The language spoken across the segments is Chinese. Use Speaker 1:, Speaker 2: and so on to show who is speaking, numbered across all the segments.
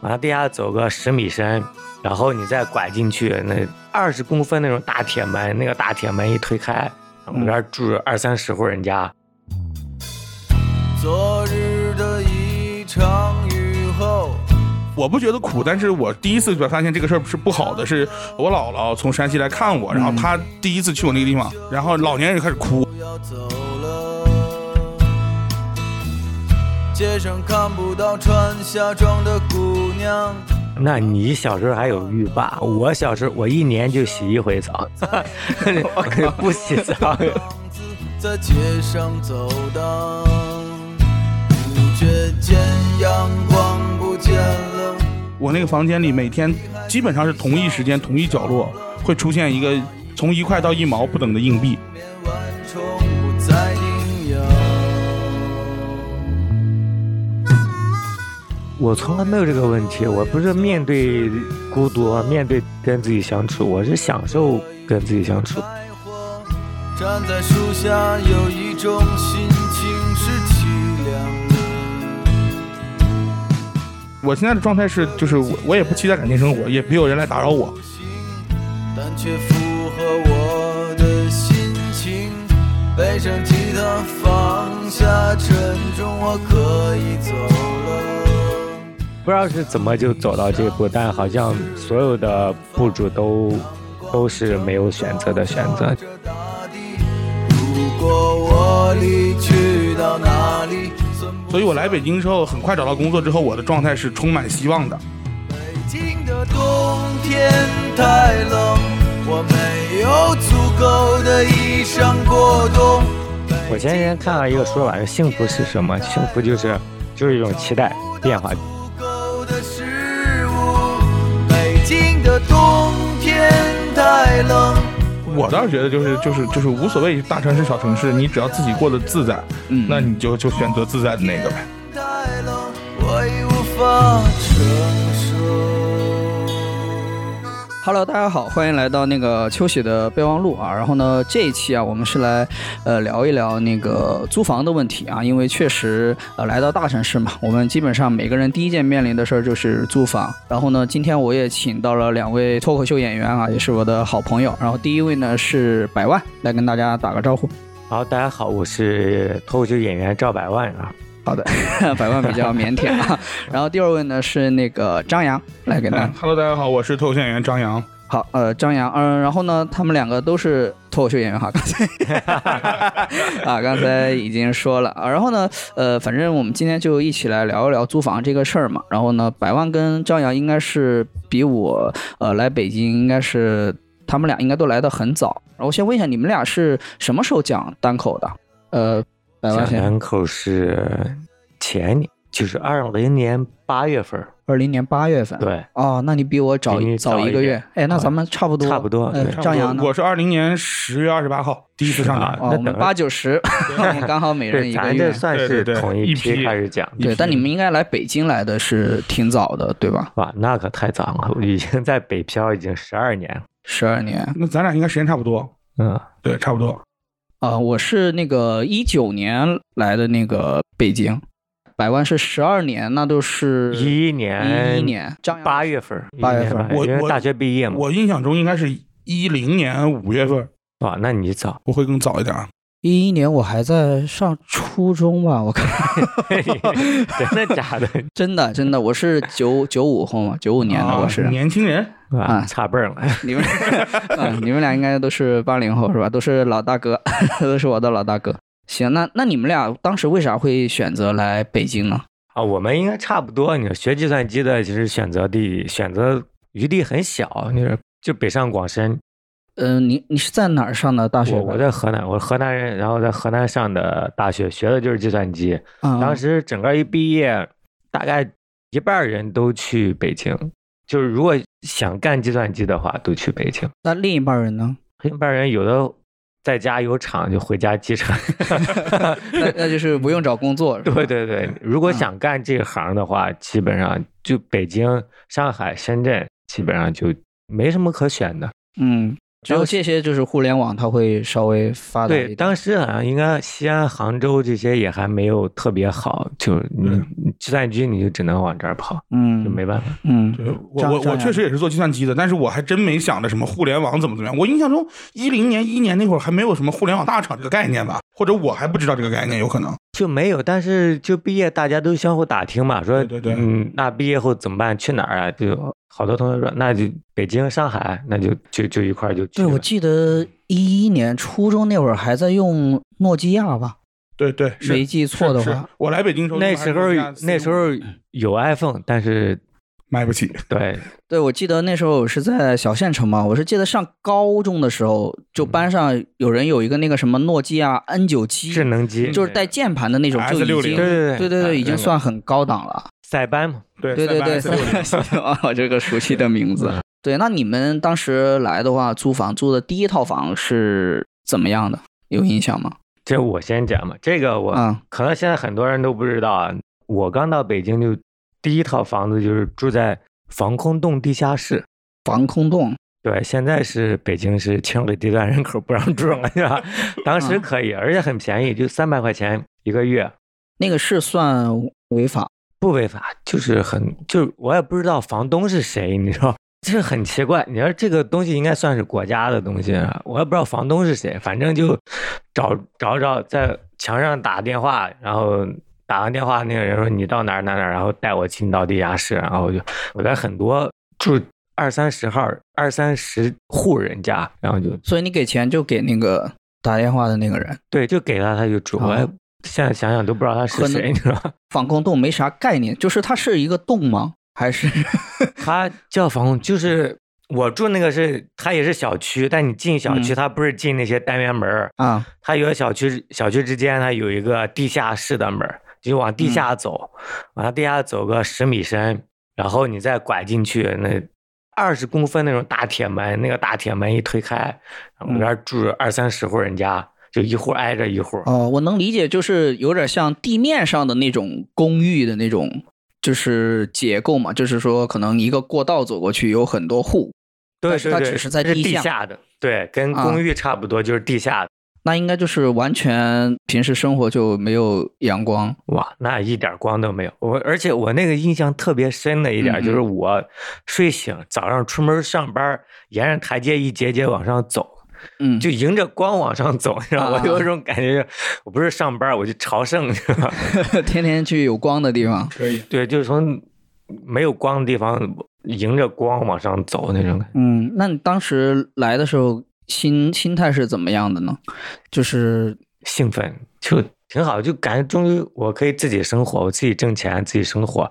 Speaker 1: 往地下走个十米深，然后你再拐进去那二十公分那种大铁门，那个大铁门一推开，我们这儿住二三十户人家。
Speaker 2: 昨日的一场雨后，
Speaker 3: 我不觉得苦，但是我第一次发现这个事儿是不好的，是我姥姥从山西来看我，然后她第一次去我那个地方，然后老年人开始哭，
Speaker 2: 不要走了。街上看不到穿夏装的姑娘，
Speaker 1: 那你小时候还有浴霸？我小时候我一年就洗一回澡， 不洗澡。
Speaker 2: 浪子在街上走荡，不觉见阳光不见了。
Speaker 3: 我那个房间里每天基本上是同一时间、同一角落会出现一个从一块到一毛不等的硬币。
Speaker 2: 面晚虫不再营养。
Speaker 1: 我从来没有这个问题，我不是面对孤独，面对跟自己相处，我是享受跟自己相处。
Speaker 2: 爱火，站在树下有一种心情是凄凉的。
Speaker 3: 我现在的状态是，就是我我也不期待感情生活，也没有人来打扰我。
Speaker 2: 但却符合我的心情。背上吉他，放下沉重，我可以走了。
Speaker 1: 不知道是怎么就走到这一步，但好像所有的步骤都都是没有选择的选择。
Speaker 2: 这大地，如果我离去到哪里？算不
Speaker 3: 所以我来北京之后，很快找到工作之后，我的状态是充满希望的。
Speaker 2: 北京的冬天太冷，我没有足够的衣裳过冬。
Speaker 1: 我前几天看到一个说法，幸福是什么？幸福就是就是一种期待变化。
Speaker 2: 足够的食物。北京的冬天太冷，
Speaker 3: 我倒是觉得就是就是就是无所谓大城市小城市，你只要自己过得自在，
Speaker 4: 嗯
Speaker 3: 那你就就选择自在的那个呗。
Speaker 2: 太冷，我已无法承受。
Speaker 4: Hello，大家好，欢迎来到那个秋喜的备忘录啊。然后呢，这一期啊，我们是来呃聊一聊那个租房的问题啊，因为确实呃来到大城市嘛，我们基本上每个人第一件面临的事儿就是租房。然后呢，今天我也请到了两位脱口秀演员啊，也是我的好朋友。然后第一位呢是百万，来跟大家打个招呼。
Speaker 1: 好，大家好，我是脱口秀演员赵百万啊。
Speaker 4: 好的，百万比较腼腆啊。然后第二位呢是那个张扬，来给大家
Speaker 3: 嗯，Hello，大家好，我是脱口秀演员张扬。
Speaker 4: 好，呃，张扬，嗯、然后呢，他们两个都是脱口秀演员哈，刚才啊，刚才已经说了啊，然后呢，呃，反正我们今天就一起来聊一聊租房这个事儿嘛。然后呢，百万跟张扬应该是比我呃来北京应该是他们俩应该都来的很早。然后我先问一下，你们俩是什么时候讲单口的？呃，百万
Speaker 1: 讲
Speaker 4: 先，
Speaker 1: 单口是前年，就是二零年八月份儿，
Speaker 4: 二零年八月份。。
Speaker 1: 对，
Speaker 4: 哦，那你比我早
Speaker 1: 比你
Speaker 4: 早
Speaker 1: 早
Speaker 4: 一个
Speaker 1: 一
Speaker 4: 月
Speaker 1: 点，
Speaker 4: 哎，那
Speaker 1: 好
Speaker 4: 咱们差不多，
Speaker 1: 差不多
Speaker 4: 呃
Speaker 1: 对
Speaker 3: 差不多
Speaker 4: 张扬呢？
Speaker 3: 我是二零年十月二十八号第一次上
Speaker 1: 是
Speaker 3: 台
Speaker 1: 啊。
Speaker 4: 哦，
Speaker 1: 那
Speaker 4: 我们
Speaker 1: 等着
Speaker 4: 八九 十，我们刚好每人
Speaker 1: 对，
Speaker 4: 一个
Speaker 1: 咱这
Speaker 4: 月。
Speaker 1: 算
Speaker 3: 对
Speaker 1: 是
Speaker 3: 对对
Speaker 1: 同
Speaker 3: 一批
Speaker 1: 批开始讲。
Speaker 4: 对，但
Speaker 3: 批
Speaker 4: 你们应该来北京来的是挺早的，对吧？
Speaker 1: 哇，那可太早了，我已经在北漂已经十二年了。
Speaker 4: 十二年
Speaker 3: 那咱俩应该时间差不多，
Speaker 1: 嗯，
Speaker 3: 对，差不多。
Speaker 4: 啊、我是那个一九年来的那个北京，百万是十二年，那都是
Speaker 1: 一一年，
Speaker 4: 一一年张扬
Speaker 1: 八月份儿，
Speaker 4: 八月
Speaker 1: 11年
Speaker 4: 份儿
Speaker 1: 吧
Speaker 3: 我
Speaker 1: 因为
Speaker 3: 我
Speaker 1: 大学毕业嘛。
Speaker 3: 我印象中应该是一零年五月份，，
Speaker 1: 哇，那你早
Speaker 3: 我会更早一点啊。
Speaker 4: 一一年，我还在上初中吧，我看
Speaker 1: 真的假的？
Speaker 4: 真的真的，我是九九五后嘛，九五年的
Speaker 1: 哦
Speaker 3: 啊
Speaker 4: 我是。
Speaker 3: 年轻人，
Speaker 1: 哇
Speaker 4: 啊，
Speaker 1: 差辈儿了。
Speaker 4: 你们、嗯，你们俩应该都是八零后是吧？都是老大哥， 都是我的老大哥。行，那那你们俩当时为啥会选择来北京呢？
Speaker 1: 啊，我们应该差不多。你说学计算机的，其实选择地选择余地很小，你说就北上广深。
Speaker 4: 嗯、你你啊是在哪儿上的大学
Speaker 1: 我
Speaker 4: 的？
Speaker 1: 我在河南，我是河南人，然后在河南上的大学，学的就是计算机。
Speaker 4: 嗯
Speaker 1: 当时整个一毕业，大概一半儿人都去北京，就是如果想干计算机的话，都去北京。
Speaker 4: 那另一半人呢？
Speaker 1: 另一半人有的在家有厂就回家机 场。
Speaker 4: 那那就是不用找工作，是吧
Speaker 1: 对对
Speaker 4: 嗯
Speaker 1: 对，如果想干这行的话，基本上就北京、上海、深圳，基本上就没什么可选的。
Speaker 4: 嗯，只有这些就是互联网，它会稍微发达
Speaker 1: 对，
Speaker 4: 一点。
Speaker 1: 当时好像应该西安、杭州这些也还没有特别好，就你你计算机你就只能往这儿跑，就
Speaker 4: 嗯
Speaker 1: 没办法。
Speaker 4: 嗯，
Speaker 3: 对我
Speaker 4: 张
Speaker 3: 我
Speaker 4: 张
Speaker 3: 我
Speaker 4: 扬
Speaker 3: 确实也是做计算机的，但是我还真没想着什么互联网怎么怎么样。我印象中一零年、一年那会儿还没有什么互联网大厂这个概念吧，或者我还不知道这个概念，有可能。
Speaker 1: 就没有，但是就毕业大家都相互打听嘛，说
Speaker 3: 对对对
Speaker 1: 嗯，那毕业后怎么办？去哪儿啊？就好多同学说，那就北京、上海，那就就就一块儿就去
Speaker 4: 对，
Speaker 1: 了。
Speaker 4: 我记得一一年初中那会儿还在用诺基亚吧，
Speaker 3: 对对，是
Speaker 4: 没记错的
Speaker 3: 是
Speaker 4: 话，
Speaker 3: 我来北京的时候
Speaker 1: 那时候那时候有 iPhone，但是
Speaker 3: 买不起，
Speaker 1: 对
Speaker 4: 对，我记得那时候我是在小县城嘛，我是记得上高中的时候，就班上有人有一个那个什么诺基亚 N 九七，
Speaker 1: 嗯智能机
Speaker 4: 就是带键盘的那种，就已
Speaker 3: S60
Speaker 1: 对
Speaker 4: 经
Speaker 1: 对
Speaker 4: 对对
Speaker 1: 啊
Speaker 4: 对，已经
Speaker 1: 那个
Speaker 4: 算很高档了。
Speaker 1: 塞班嘛。
Speaker 3: 对
Speaker 4: 对对对，
Speaker 3: 三百四十六
Speaker 4: 啊，这个熟悉的名字。
Speaker 1: 嗯
Speaker 4: 对，那你们当时来的话，租房租的第一套房是怎么样的？有印象吗？
Speaker 1: 这我先讲嘛，这个我、
Speaker 4: 啊，
Speaker 1: 可能现在很多人都不知道啊。我刚到北京就第一套房子就是住在防空洞地下室。
Speaker 4: 防空洞，
Speaker 1: 对，现在是北京是清理地段人口不让住了，是吧？ 当
Speaker 4: 嗯
Speaker 1: 时可以，而且很便宜，就三百块钱一个月，
Speaker 4: 那个是算违法。
Speaker 1: 不违法，就是很就是我也不知道房东是谁，你知道，这很奇怪。你说这个东西应该算是国家的东西啊，我也不知道房东是谁，反正就找找找在墙上打电话，然后。打完电话，那个人说你到哪儿哪儿哪儿，然后带我进到地下室，然后我就我在很多住二三十号、二三十户人家，然后就
Speaker 4: 所以你给钱就给那个打电话的那个人。
Speaker 1: 对，就给他他就住。我也
Speaker 4: 啊
Speaker 1: 现在想想都不知道他是
Speaker 4: 可能
Speaker 1: 谁，你知道吧？
Speaker 4: 防空洞没啥概念，就是它是一个洞吗？还是
Speaker 1: 他叫房控，就是我住那个是，他也是小区，但你进小区，
Speaker 4: 嗯
Speaker 1: 他不是进那些单元门儿，
Speaker 4: 啊？
Speaker 1: 他有的小区小区之间，它有一个地下室的门儿，就往地下走，往地下走个十米深，然后你再拐进去那。二十公分那种大铁门，那个大铁门一推开，然后里边住二三十户人家，就一户挨着一户。
Speaker 4: 哦，我能理解，就是有点像地面上的那种公寓的那种，就是结构嘛，就是说可能一个过道走过去有很多户，
Speaker 1: 对
Speaker 4: 但是
Speaker 1: 对
Speaker 4: 它
Speaker 1: 对，
Speaker 4: 只是在
Speaker 1: 这
Speaker 4: 地
Speaker 1: 地
Speaker 4: 下
Speaker 1: 的，对，跟
Speaker 4: 啊
Speaker 1: 公寓差不多，就是地下的。
Speaker 4: 那应该就是完全平时生活就没有阳光。
Speaker 1: 哇，那一点光都没有。我而且我那个印象特别深的一点
Speaker 4: 嗯嗯
Speaker 1: 就是，我睡醒早上出门上班，沿着台阶一节节往上走，
Speaker 4: 嗯，
Speaker 1: 就迎着光往上走，然后
Speaker 4: 啊
Speaker 1: 我有一种感觉，我不是上班，我就朝圣，是吧？
Speaker 4: 天天去有光的地方。
Speaker 3: 可以。
Speaker 1: 对，就是从没有光的地方迎着光往上走那种感觉。
Speaker 4: 嗯，那你当时来的时候心心态是怎么样的呢？就是
Speaker 1: 兴奋，就挺好，就感觉终于我可以自己生活，我自己挣钱，自己生活，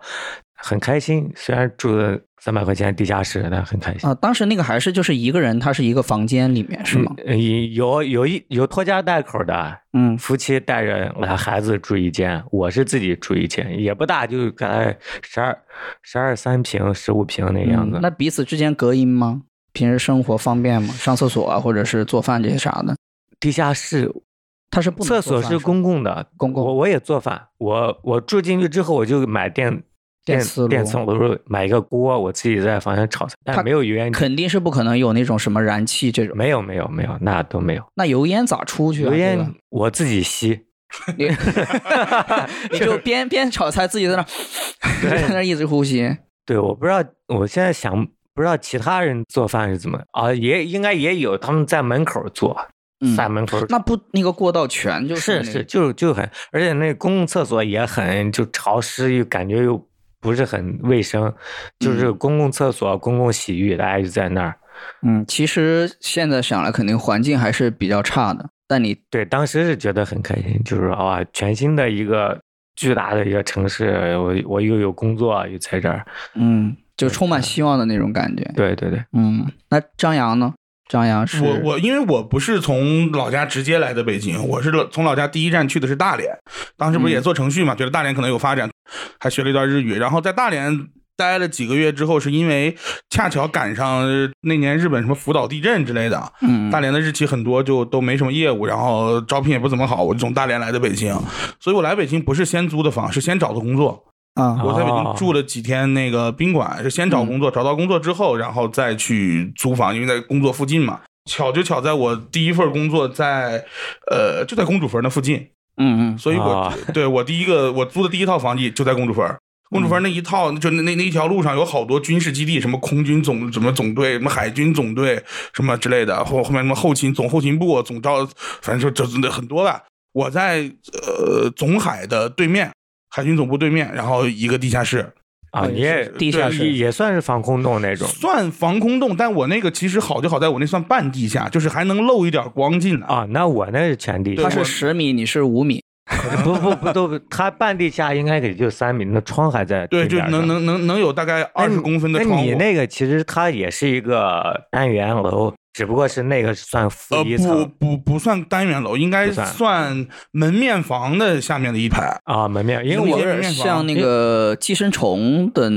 Speaker 1: 很开心。虽然住的三百块钱地下室，但很开心。
Speaker 4: 啊、当时那个还是就是一个人，他是一个房间里面是吗？
Speaker 1: 嗯有有一有拖家带口的
Speaker 4: 嗯
Speaker 1: 夫妻带着俩孩子住一间，我是自己住一间，也不大，就大概十二十二三平、十五平那个样子。
Speaker 4: 嗯那彼此之间隔音吗？平时生活方便吗？上厕所啊，或者是做饭这些啥的，
Speaker 1: 地下室
Speaker 4: 他是不能
Speaker 1: 厕
Speaker 4: 做
Speaker 1: 所
Speaker 4: 饭
Speaker 1: 是
Speaker 4: 吧
Speaker 1: 公共的，
Speaker 4: 公共
Speaker 1: 我我也做饭，我我住进去之后我就买电。
Speaker 4: 电
Speaker 1: 电
Speaker 4: 磁炉
Speaker 1: 电磁炉买一个锅，我自己在房间炒菜，
Speaker 4: 它
Speaker 1: 但没有油烟机，
Speaker 4: 肯定是不可能有那种什么燃气这种。
Speaker 1: 没有没有没有，那都没有。
Speaker 4: 那油烟咋出去啊？
Speaker 1: 油
Speaker 4: 这
Speaker 1: 烟
Speaker 4: 个
Speaker 1: 我自己吸，
Speaker 4: 你 你就边边炒菜，自己在那儿 在那儿一直呼吸。
Speaker 1: 对，我不知道，我现在想不知道其他人做饭是怎么啊，也应该也有他们在门口做，
Speaker 4: 嗯，
Speaker 1: 在门口
Speaker 4: 那不那个过道全就是
Speaker 1: 是
Speaker 4: 那个
Speaker 1: 是就就很，而且那公共厕所也很就潮湿，又感觉又不是很卫生，就是
Speaker 4: 嗯
Speaker 1: 公共厕所、公共洗浴，大家就在那儿。
Speaker 4: 嗯，其实现在想来，肯定环境还是比较差的。但你
Speaker 1: 对，当时是觉得很开心，就是啊，全新的一个巨大的一个城市，我我又有工作，又在这儿。
Speaker 4: 嗯，就充满希望的那种感觉。
Speaker 1: 对对对，
Speaker 4: 嗯，那张扬呢？张扬是
Speaker 3: 我我因为我不是从老家直接来的北京，我是老从老家第一站去的是大连，当时不是
Speaker 4: 嗯
Speaker 3: 也做程序嘛，觉得大连可能有发展，还学了一段日语，然后在大连。待了几个月之后，是因为恰巧赶上呃那年日本什么福岛地震之类的，
Speaker 4: 嗯
Speaker 3: 大连的日企很多就都没什么业务，然后招聘也不怎么好，我就从大连来的北京，所以我来北京不是先租的房，是先找的工作。
Speaker 4: 啊
Speaker 3: 我在北京
Speaker 1: 哦
Speaker 3: 住了几天那个宾馆，是先找工作，找到工作之后，然后再去租房，因为在工作附近嘛。巧就巧在我第一份工作在呃就在公主坟那附近，
Speaker 4: 嗯嗯
Speaker 3: 所以我、
Speaker 1: 啊
Speaker 3: 对我第一个我租的第一套房地就在公主坟。
Speaker 1: 嗯
Speaker 3: 公主坟那一套，就那那那一条路上有好多军事基地，什么空军总什么总队，什么海军总队，什么之类的，后后面什么后勤总后勤部总招，反正就就就很多吧。我在呃总海的对面，海军总部对面，然后一个地下室，
Speaker 1: 啊，你也
Speaker 4: 地下室
Speaker 1: 也也算是防空洞那种
Speaker 3: 算防空洞，但我那个其实好就好在我那算半地下，就是还能漏一点光进来。
Speaker 1: 啊。那我那是全地
Speaker 3: 对
Speaker 1: 下
Speaker 4: 它，是
Speaker 3: 我
Speaker 4: 十米，你是五米，
Speaker 1: 不不不都，它半地下应该也就三米，那窗还在
Speaker 3: 对，
Speaker 1: 地
Speaker 3: 就
Speaker 1: 面
Speaker 3: 能
Speaker 1: 上
Speaker 3: 能能能有大概
Speaker 1: 那
Speaker 3: 二十
Speaker 1: 你
Speaker 3: 公分的
Speaker 1: 那
Speaker 3: 窗户。
Speaker 1: 你那个其实它也是一个单元楼，只不过是那个算负
Speaker 3: 呃
Speaker 1: 一
Speaker 3: 不
Speaker 1: 层
Speaker 3: 不不算单元楼，应该
Speaker 1: 不算
Speaker 3: 算门面房的下面的一排，
Speaker 1: 啊门面，因为
Speaker 3: 你
Speaker 1: 我
Speaker 3: 这
Speaker 4: 点
Speaker 3: 面房
Speaker 4: 像那个寄生虫的，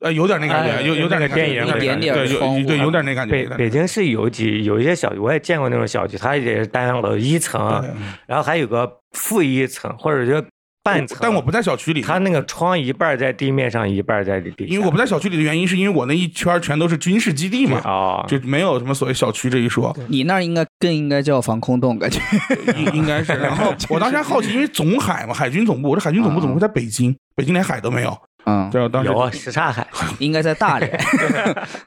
Speaker 3: 呃有点那感
Speaker 1: 哎
Speaker 3: 觉，有有点
Speaker 1: 那个
Speaker 3: 感觉
Speaker 1: 电影
Speaker 3: 有
Speaker 1: 里
Speaker 3: 感觉
Speaker 4: 边
Speaker 3: 对
Speaker 4: 那个窗户
Speaker 3: 有对有点那感
Speaker 1: 啊
Speaker 3: 觉。
Speaker 1: 北
Speaker 3: 有点
Speaker 1: 北京市有几有一些小区，我也见过那种小区，它也是单元楼一
Speaker 3: 那
Speaker 1: 层，啊
Speaker 3: 感觉对
Speaker 1: 然后还有个负一层或者就半层，
Speaker 3: 但我不在小区里，
Speaker 1: 它那个窗一半在地面上，一半在地下，
Speaker 3: 因为我不在小区里的原因是因为我那一圈全都是军事基地嘛，
Speaker 1: 啊，
Speaker 3: 就没有什么所谓小区这一说。
Speaker 4: 你那儿应该更应该叫防空洞，感觉。
Speaker 3: 应应该是。然 后我当时还好奇，因为总海嘛，海军总部，我说海军总部怎么会在北京？北京连海都没有。
Speaker 4: 嗯，
Speaker 3: 对，我当时
Speaker 1: 啊有啊嗯什刹海
Speaker 4: 应该在 大连。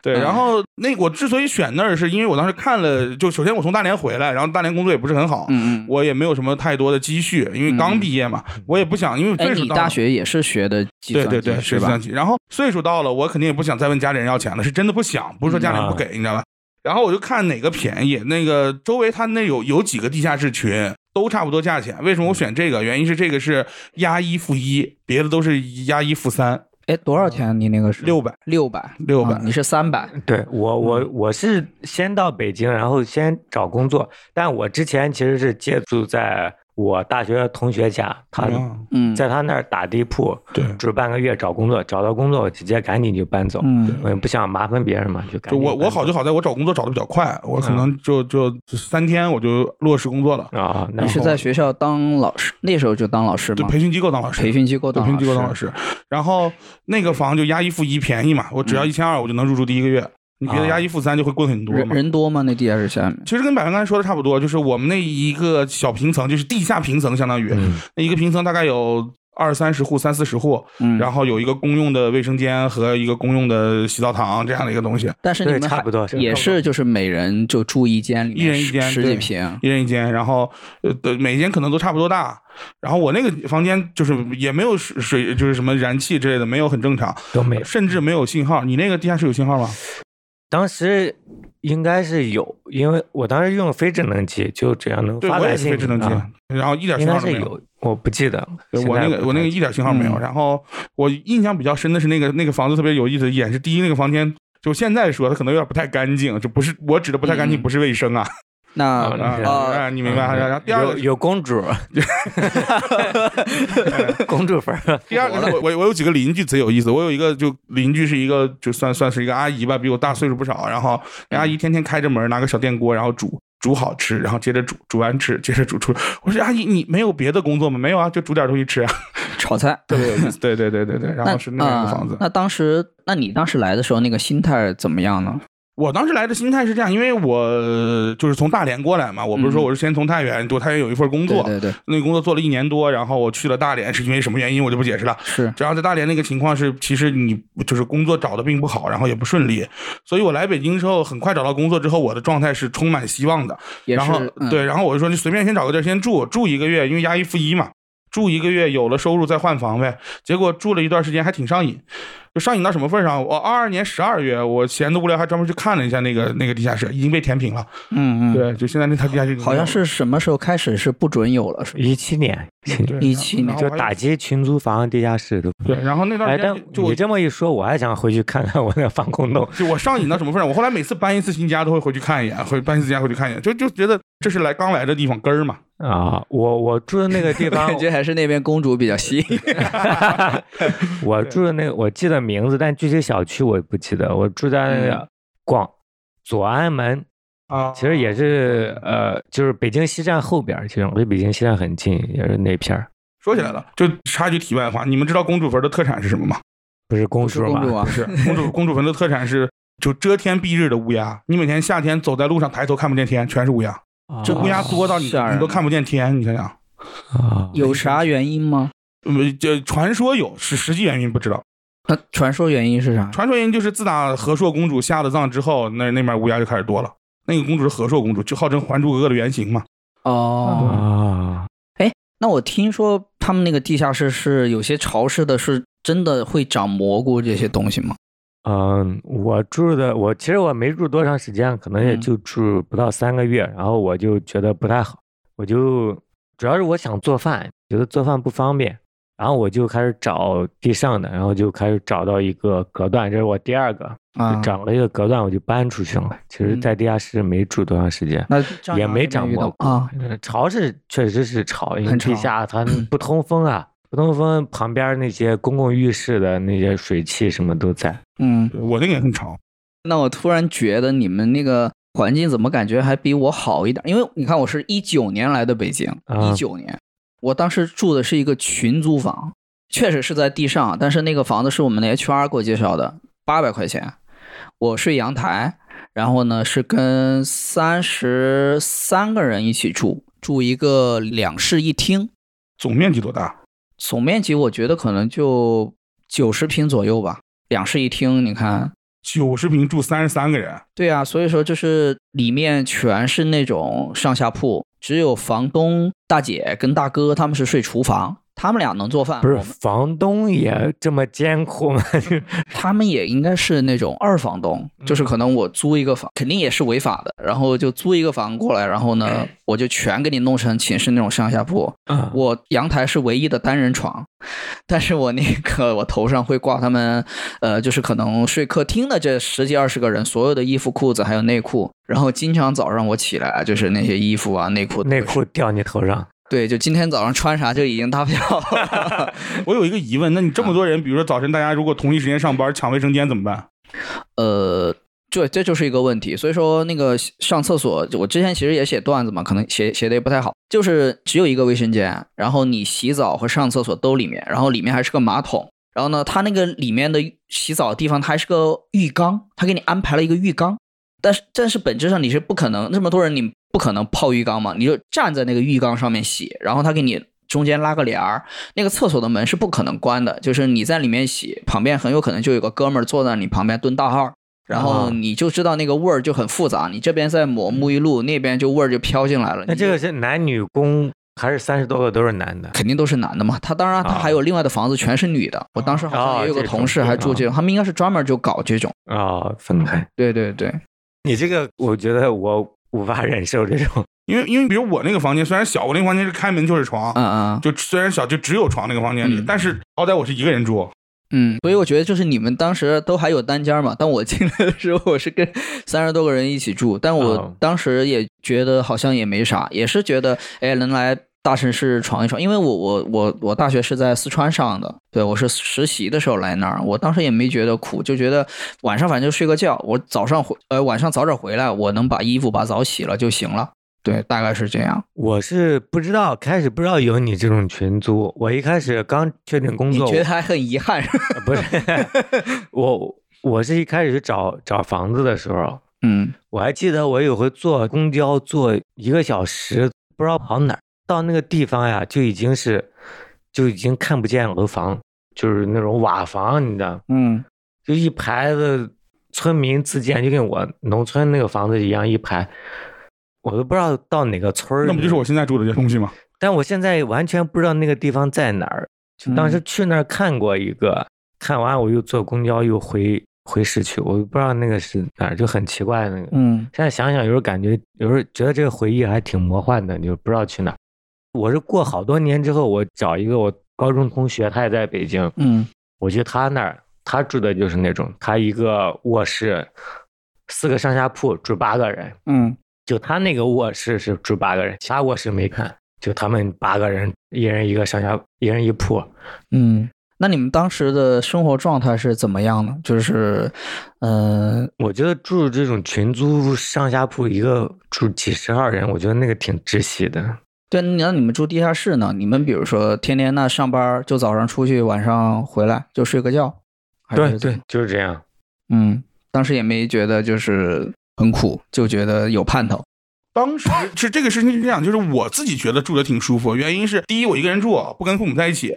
Speaker 3: 对。然后那我之所以选那儿，是因为我当时看了，就首先我从大连回来，然后大连工作也不是很好，
Speaker 4: 嗯嗯。
Speaker 3: 我也没有什么太多的积蓄，因为刚毕业嘛，我也不想，因为
Speaker 4: 哎，
Speaker 3: 岁数
Speaker 4: 你
Speaker 3: 到了
Speaker 4: 大。学也是学的计
Speaker 3: 对
Speaker 4: 算
Speaker 3: 对
Speaker 4: 机
Speaker 3: 对，
Speaker 4: 是
Speaker 3: 计
Speaker 4: 吧
Speaker 3: 算？机。然后岁数到了，我肯定也不想再问家里人要钱了，是真的不想，不是说家里人不
Speaker 4: 啊
Speaker 3: 给，你知道吧？然后我就看哪个便宜，那个周围他那有有几个地下室群，都差不多价钱。为
Speaker 4: 嗯
Speaker 3: 什么我选这个？原因是这个是押一付一，别的都是押一付三，
Speaker 4: 哎，多少钱？你那个是
Speaker 3: 六百
Speaker 4: 六百
Speaker 3: 六百
Speaker 4: 啊你是三百
Speaker 1: 对我，
Speaker 3: 嗯
Speaker 1: 我我是先到北京，然后先找工作，但我之前其实是借住在我大学同学家，他
Speaker 3: 嗯
Speaker 4: 嗯，
Speaker 1: 在他那儿打地铺，
Speaker 3: 对，
Speaker 1: 住半个月找工作，找到工作我直接赶紧就搬走，
Speaker 4: 嗯
Speaker 1: 我也不想麻烦别人嘛，就赶
Speaker 3: 就
Speaker 1: 紧
Speaker 3: 我我
Speaker 1: 搬
Speaker 3: 好就好在我找工作找的比较快，我可能就就就三天我就落实工作了，
Speaker 1: 走啊，那
Speaker 4: 你啊是
Speaker 1: 好
Speaker 4: 在学校当老师，那时候就当老师
Speaker 3: 对
Speaker 4: 吗？
Speaker 3: 培训机构当老师，
Speaker 4: 培训机构
Speaker 3: 对
Speaker 4: 当
Speaker 3: 培训机构当
Speaker 4: 老
Speaker 3: 老。师。然后那个房就押一付一便宜嘛，我只要一千二我就能入住第一个月，你别的
Speaker 1: 啊
Speaker 3: 押一付三就会贵很多
Speaker 4: 人
Speaker 3: 嘛。
Speaker 4: 人多吗？那地下室下面？
Speaker 3: 其实跟百万刚才说的差不多，就是我们那一个小平层，就是地下平层，相当于、
Speaker 1: 嗯
Speaker 3: 那一个平层大概有二三十户、三四十户，
Speaker 4: 嗯，
Speaker 3: 然后有一个公用的卫生间和一个公用的洗澡堂这样的一个东西，
Speaker 4: 但是你
Speaker 1: 对
Speaker 4: 们
Speaker 1: 差
Speaker 4: 还
Speaker 1: 不多是
Speaker 4: 也
Speaker 1: 差不多
Speaker 4: 是就是每人就住一间，里面
Speaker 3: 一人一
Speaker 4: 十
Speaker 3: 间
Speaker 4: 十
Speaker 3: 对
Speaker 4: 几平。
Speaker 3: 一人一间，然后呃对每间可能都差不多大，然后我那个房间就是也没有水水，就是什么燃气之类的，没有很正常，
Speaker 1: 都没有。
Speaker 3: 甚至没有信号。你那个地下室有信号吗？
Speaker 1: 当时应该是有，因为我当时用非智能机，就只要能
Speaker 3: 对，
Speaker 1: 发
Speaker 3: 我也
Speaker 1: 短
Speaker 3: 是非
Speaker 1: 信
Speaker 3: 智能机
Speaker 1: 啊，
Speaker 3: 然后一点
Speaker 1: 应
Speaker 3: 信
Speaker 1: 该
Speaker 3: 号都
Speaker 1: 是
Speaker 3: 没有。
Speaker 1: 有，我不记得了。
Speaker 3: 对
Speaker 1: 现
Speaker 3: 我
Speaker 1: 在
Speaker 3: 那个
Speaker 1: 不
Speaker 3: 我那
Speaker 1: 太
Speaker 3: 个一点信号没有。
Speaker 4: 嗯
Speaker 3: 然后我印象比较深的是那个那个房子特别有意思的一点是，第一那个房间就现在说它可能有点不太干净，这不是我指的不太干净，
Speaker 4: 嗯
Speaker 3: 不是卫生啊
Speaker 4: 那
Speaker 1: 嗯
Speaker 3: 啊
Speaker 1: 是
Speaker 3: 啊，你明白？然后第二
Speaker 1: 有
Speaker 3: 个。
Speaker 1: 有公 主，公主粉儿
Speaker 3: 第二个是我我我有几个邻居贼有意思，我有一个就邻居是一个就算算是一个阿姨吧，比我大岁数不少，然后那阿
Speaker 1: 嗯
Speaker 3: 姨天天开着门拿个小电锅，然后煮煮好吃，然后接着煮煮完吃，接着煮出。我说阿姨你没有别的工作吗？没有啊，就煮点东西吃啊，
Speaker 4: 炒菜。
Speaker 3: 特别有意思。 对对对对
Speaker 4: 嗯
Speaker 3: 对，然后是那样一个房子
Speaker 4: 啊。那当时，那你当时来的时候，那个心态怎么样呢？
Speaker 3: 我当时来的心态是这样，因为我呃就是从大连过来嘛，我不是说
Speaker 4: 嗯
Speaker 3: 我是先从太原，我太原有一份工
Speaker 4: 对
Speaker 3: 作，
Speaker 4: 对对，
Speaker 3: 那个工作做了一年多，然后我去了大连，是因为什么原因我就不解释了。
Speaker 4: 是
Speaker 3: 然后在大连那个情况是，其实你就是工作找的并不好，然后也不顺利，所以我来北京之后，很快找到工作之后，我的状态是充满希望的。
Speaker 4: 也
Speaker 3: 然后
Speaker 4: 是、嗯
Speaker 3: 对，然后我就说你随便先找个地儿先住，住一个月，因为押一付一嘛，住一个月有了收入再换房呗。结果住了一段时间还挺上瘾，就上瘾到什么份儿上？我二二年十二月，我闲得无聊还专门去看了一下那个那个地下室，已经被填平了。
Speaker 4: 嗯嗯，
Speaker 3: 对，就现在那套地下室已经
Speaker 4: 好像
Speaker 3: 没
Speaker 4: 是什么时候开始是不准有了，是吧？
Speaker 1: 一七年，
Speaker 3: 有了对
Speaker 4: 17
Speaker 3: 然
Speaker 1: 就
Speaker 3: 后然后我还
Speaker 1: 打击群租房、地下室都。
Speaker 3: 对，然后那段
Speaker 1: 哎，
Speaker 3: 时
Speaker 1: 但
Speaker 3: 间就我
Speaker 1: 你这么一说，我还想回去看看我那防空洞。
Speaker 3: 就我上瘾到什么份儿上？我后来每次搬一次新家都会回去看一眼，回搬一次新家回去看一眼，就就觉得这是来刚来的地方根儿嘛。
Speaker 1: 啊，我我住的那个地方
Speaker 4: 感，觉还是那边公主比较吸引。
Speaker 1: 我住的那个，我记得名字，但具体小区我也不记得。我住在那个广左安门，
Speaker 3: 啊，
Speaker 1: 其实也是呃，就是北京西站后边儿，其实离北京西站很近，也是那片儿。
Speaker 3: 说起来了，就插句题 外话，你们知道公主坟的特产是什么吗？
Speaker 1: 不是公
Speaker 4: 不是
Speaker 1: 主
Speaker 4: 公
Speaker 1: 吗？
Speaker 4: 主啊，
Speaker 3: 公主公主坟的特产是就遮天蔽日的乌鸦。你每天夏天走在路上，抬头看不见天，全是乌鸦。这乌鸦多到你
Speaker 4: 吓人
Speaker 3: 你都看不见天，你想想，
Speaker 1: 啊，
Speaker 4: 有啥原因吗？
Speaker 3: 呃，这传说有，是实际原因不知道。
Speaker 4: 那传说原因是啥？
Speaker 3: 传说原因就是自打和硕公主下了葬之后，那那边乌鸦就开始多了。那个公主是和硕公主，就号称《还珠格格》的原型嘛。
Speaker 4: 哦，
Speaker 1: 啊，
Speaker 4: 那我听说他们那个地下室是有些潮湿的，是真的会长蘑菇这些东西吗？
Speaker 1: 嗯，我住的我其实我没住多长时间，可能也
Speaker 4: 嗯
Speaker 1: 就住不到三个月，然后我就觉得不太好，我就主要是我想做饭，觉得做饭不方便，然后我就开始找地上的，然后就开始找到一个隔断，这是我第二个，
Speaker 4: 啊
Speaker 1: 就，找了一个隔断，我就搬出去了。其实，
Speaker 4: 嗯
Speaker 1: 在地下室没住多长时间，
Speaker 4: 那
Speaker 1: 也没长
Speaker 4: 遇到
Speaker 1: 蘑菇
Speaker 4: 啊。
Speaker 1: 呃潮是确实是潮，因为
Speaker 4: 很
Speaker 1: 地
Speaker 4: 潮
Speaker 1: 下它不通风啊，不通风，旁边那些公共浴室的那些水汽什么都在。
Speaker 4: 嗯，
Speaker 3: 对我那个也很潮，
Speaker 4: 那我突然觉得你们那个环境怎么感觉还比我好一点？因为你看，我是一九年来的北京，
Speaker 1: 啊
Speaker 4: 一九年，我当时住的是一个群租房，确实是在地上，但是那个房子是我们的 HR 给我介绍的，八百块钱，我睡阳台，然后呢是跟三十三个人一起住，住一个两室一厅，
Speaker 3: 总面积多大？
Speaker 4: 总面积我觉得可能就九十平左右吧，两室一厅，你看
Speaker 3: 九十平住三十三个人，
Speaker 4: 对啊，所以说就是里面全是那种上下铺，只有房东大姐跟大哥他们是睡厨房，他们俩能做饭。
Speaker 1: 不是
Speaker 4: 我们
Speaker 1: 房东也这么艰苦吗？
Speaker 4: 他们也应该是那种二房东，
Speaker 1: 嗯
Speaker 4: 就是可能我租一个房，肯定也是违法的，然后就租一个房过来，然后呢，
Speaker 1: 哎
Speaker 4: 我就全给你弄成寝室那种上下铺。
Speaker 1: 啊
Speaker 4: 我阳台是唯一的单人床，但是我那个我头上会挂他们，呃，就是可能睡客厅的这十几二十个人所有的衣服、裤子还有内裤，然后经常早上我起来就是那些衣服啊、内裤、
Speaker 1: 内裤，掉你头上，
Speaker 4: 对，就今天早上穿啥就已经搭票了。
Speaker 3: 我有一个疑问，那你这么多人，比如说早晨大家如果同一时间上班抢卫生间怎么办？
Speaker 4: 呃，这这就是一个问题。所以说，那个上厕所，我之前其实也写段子嘛，可能写写的也不太好，就是只有一个卫生间，然后你洗澡和上厕所都里面，然后里面还是个马桶。然后呢，它那个里面的洗澡的地方，它还是个浴缸，它给你安排了一个浴缸，但是但是本质上你是不可能那么多人，你不可能泡浴缸嘛，你就站在那个浴缸上面洗，然后它给你中间拉个帘儿，那个厕所的门是不可能关的，就是你在里面洗，旁边很有可能就有个哥们儿坐在你旁边蹲大号，然后
Speaker 1: 啊
Speaker 4: 你就知道那个味儿就很复杂，你这边在抹沐浴露，那边就味儿就飘进来了。
Speaker 1: 那
Speaker 4: 你
Speaker 1: 这
Speaker 4: 就
Speaker 1: 个是男女工还是三十多个都是男 的？
Speaker 4: 肯定都是男的嘛。他当然他
Speaker 1: 啊
Speaker 4: 还有另外的房子全是女的。我当时好像
Speaker 1: 啊
Speaker 4: 也有个
Speaker 1: 这种
Speaker 4: 同事还住
Speaker 1: 对啊
Speaker 4: 这种，他们应该是专门就搞这种。
Speaker 1: 哦，分开。
Speaker 4: 对对对，
Speaker 1: 你这个我觉得我无法忍受这种。
Speaker 3: 因为因为比如我那个房间虽然小，我那个房间是开门就是床，
Speaker 4: 嗯嗯
Speaker 3: 就虽然小，就只有床那个房间里，
Speaker 4: 嗯
Speaker 3: 但是好歹我是一个人住，
Speaker 4: 嗯，所以我觉得就是你们当时都还有单间嘛，但我进来的时候我是跟三十多个人一起住，但我
Speaker 1: 哦
Speaker 4: 当时也觉得好像也没啥，也是觉得哎能来。大城市闯一闯，因为我我我我大学是在四川上的，对我是实习的时候来那儿，我当时也没觉得苦，就觉得晚上反正就睡个觉，我早上回呃晚上早点回来，我能把衣服把澡洗了就行了，对，大概是这样。
Speaker 1: 我是不知道，开始不知道有你这种群租。我一开始刚确定工
Speaker 4: 你
Speaker 1: 作，
Speaker 4: 觉得
Speaker 1: 我
Speaker 4: 还很遗憾是吧？
Speaker 1: 呃不是我，我是一开始找找房子的时候，
Speaker 4: 嗯
Speaker 1: 我还记得我有回坐公交坐一个小时，不知道跑哪儿，到那个地方呀，就已经是就已经看不见楼房，就是那种瓦房，你知道，
Speaker 4: 嗯
Speaker 1: 就一排的村民自建，就跟我农村那个房子一样，一排，我都不知道到哪个村儿里。
Speaker 3: 那不就是我现在住的这东西吗？
Speaker 1: 但我现在完全不知道那个地方在哪儿。就当
Speaker 4: 嗯
Speaker 1: 时去那儿看过一个，看完我又坐公交又回回市区，我不知道那个是哪儿，就很奇怪那个。
Speaker 4: 嗯
Speaker 1: 现在想想，有时候感觉，有时候觉得这个回忆还挺魔幻的，就不知道去哪儿。我是过好多年之后，我找一个我高中同学，他也在北京，
Speaker 4: 嗯
Speaker 1: 我去他那儿，他住的就是那种，他一个卧室，四个上下铺住八个人，
Speaker 4: 嗯
Speaker 1: 就他那个卧室是住八个人，其他卧室没看，就他们八个人，一人一个上下，一人一铺。
Speaker 4: 嗯。那你们当时的生活状态是怎么样呢？就是，呃，
Speaker 1: 我觉得住这种群租上下铺，一个住几十号人，我觉得那个挺窒息的。
Speaker 4: 对，那你们住地下室呢？你们比如说天天那上班就早上出去，晚上回来就睡个觉，还是怎么，
Speaker 1: 就是这样。
Speaker 4: 嗯，当时也没觉得就是很苦，就觉得有盼头。
Speaker 3: 当时是这个事情是这样，就是我自己觉得住的挺舒服，原因是第一我一个人住，不跟父母在一起，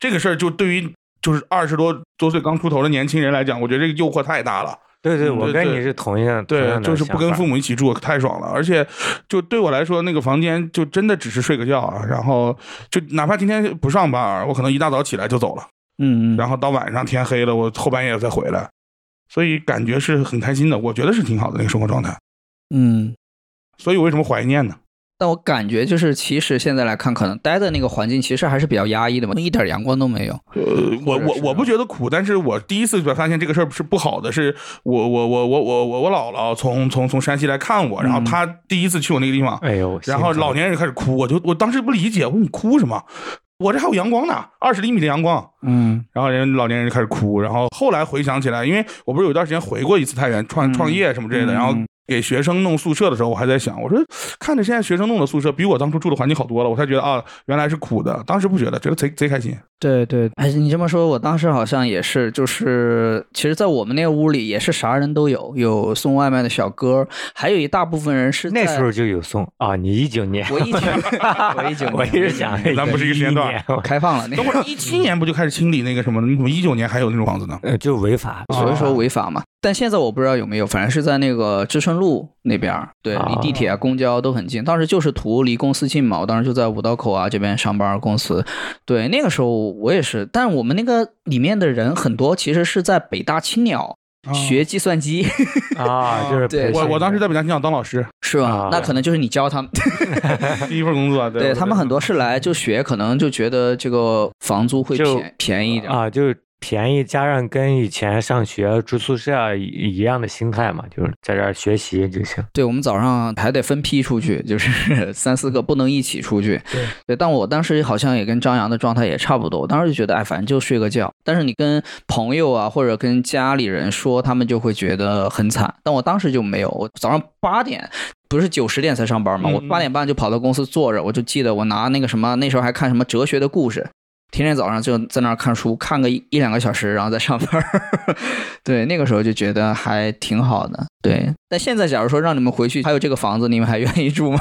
Speaker 3: 这个事儿就对于就是二十多多岁刚出头的年轻人来讲，我觉得这个诱惑太大了。
Speaker 1: 对对，
Speaker 3: 嗯
Speaker 1: 我
Speaker 3: 对
Speaker 1: 跟
Speaker 3: 对
Speaker 1: 你是同样，同
Speaker 3: 对
Speaker 1: 样，的
Speaker 3: 就是不
Speaker 1: 想
Speaker 3: 跟
Speaker 1: 法
Speaker 3: 父母一起住太爽了，而且就对我来说，那个房间就真的只是睡个觉啊，然后就哪怕今天不上班，我可能一大早起来就走了，
Speaker 4: 嗯
Speaker 3: 然后到晚上天黑了，我后半夜再回来，所以感觉是很开心的，我觉得是挺好的那个生活状态。
Speaker 4: 嗯。
Speaker 3: 所以我为什么怀念呢？
Speaker 4: 但我感觉就是，其实现在来看，可能待的那个环境其实还是比较压抑的嘛，一点阳光都没有。
Speaker 3: 呃，我
Speaker 4: 或者
Speaker 3: 我
Speaker 4: 是啊
Speaker 3: 我不觉得苦，但是我第一次发现这个事儿是不好的，是我我我我我我我姥姥从从从山西来看我，然后
Speaker 4: 嗯
Speaker 3: 她第一次去我那个地方，
Speaker 1: 哎呦，
Speaker 3: 然后
Speaker 1: 心疼
Speaker 3: 老年人开始哭，我就我当时不理解，我说你哭什么？我这还有阳光呢，二十厘米的阳光。
Speaker 4: 嗯
Speaker 3: 然后人老年人就开始哭，然后后来回想起来，因为我不是有一段时间回过一次太原创
Speaker 4: 嗯
Speaker 3: 创业什么之类的，
Speaker 4: 嗯
Speaker 3: 然后给学生弄宿舍的时候，我还在想，我说看着现在学生弄的宿舍比我当初住的环境好多了，我才觉得啊，原来是苦的，当时不觉得，觉得贼贼开心。
Speaker 4: 对对，哎，你这么说，我当时好像也是，就是其实，在我们那个屋里也是啥人都有，有送外卖的小哥，还有一大部分人是
Speaker 1: 那
Speaker 4: 在
Speaker 1: 时候就有送啊，你一九年，
Speaker 4: 我 一九， 我一九，
Speaker 1: 我一直想，
Speaker 3: 咱不是一个时间段
Speaker 1: 19年，我
Speaker 4: 开放了那
Speaker 3: 等
Speaker 4: 个，
Speaker 3: 会儿一七年不就开始清理那个什么了？你怎么一九年还有那种房子呢？
Speaker 1: 呃，就违法，
Speaker 4: 所以说违法嘛。但现在我不知道有没有，反正是在那个知春路那边儿，对，离地铁啊、公交都很近。当时就是图离公司近嘛，我当时就在五道口啊这边上班，公司。对，那个时候我也是，但我们那个里面的人很多，其实是在北大青鸟学计算机，
Speaker 1: 啊，就是
Speaker 4: 对
Speaker 1: 培
Speaker 3: 我
Speaker 1: 训
Speaker 3: 我当时在北大青鸟当老 师，
Speaker 4: 是吧
Speaker 1: 啊？
Speaker 4: 那可能就是你教他们。
Speaker 3: 第一份工作，
Speaker 4: 对
Speaker 3: 我
Speaker 4: 他们很多是来就学，可能就觉得这个房租会
Speaker 1: 就
Speaker 4: 便便宜一点。
Speaker 1: 啊，就是便宜，加上跟以前上学住宿舍啊一一样的心态嘛，就是在这儿学习就行。
Speaker 4: 对，我们早上还得分批出去，就是 三四个不能一起出去。
Speaker 3: 对
Speaker 4: 但我当时好像也跟张扬的状态也差不多，我当时就觉得，哎，反正就睡个觉。但是你跟朋友啊，或者跟家里人说，他们就会觉得很惨。但我当时就没有，我早上八点。不是九十点才上班嘛，
Speaker 3: 嗯
Speaker 4: 我八点半就跑到公司坐着，我就记得我拿那个什么，那时候还看什么哲学的故事，天天早上就在那儿看书，看个一一两个小时，然后再上班儿。 对，那个时候就觉得还挺好的。对，但现在假如说让你们回去，还有这个房子，你们还愿意住吗？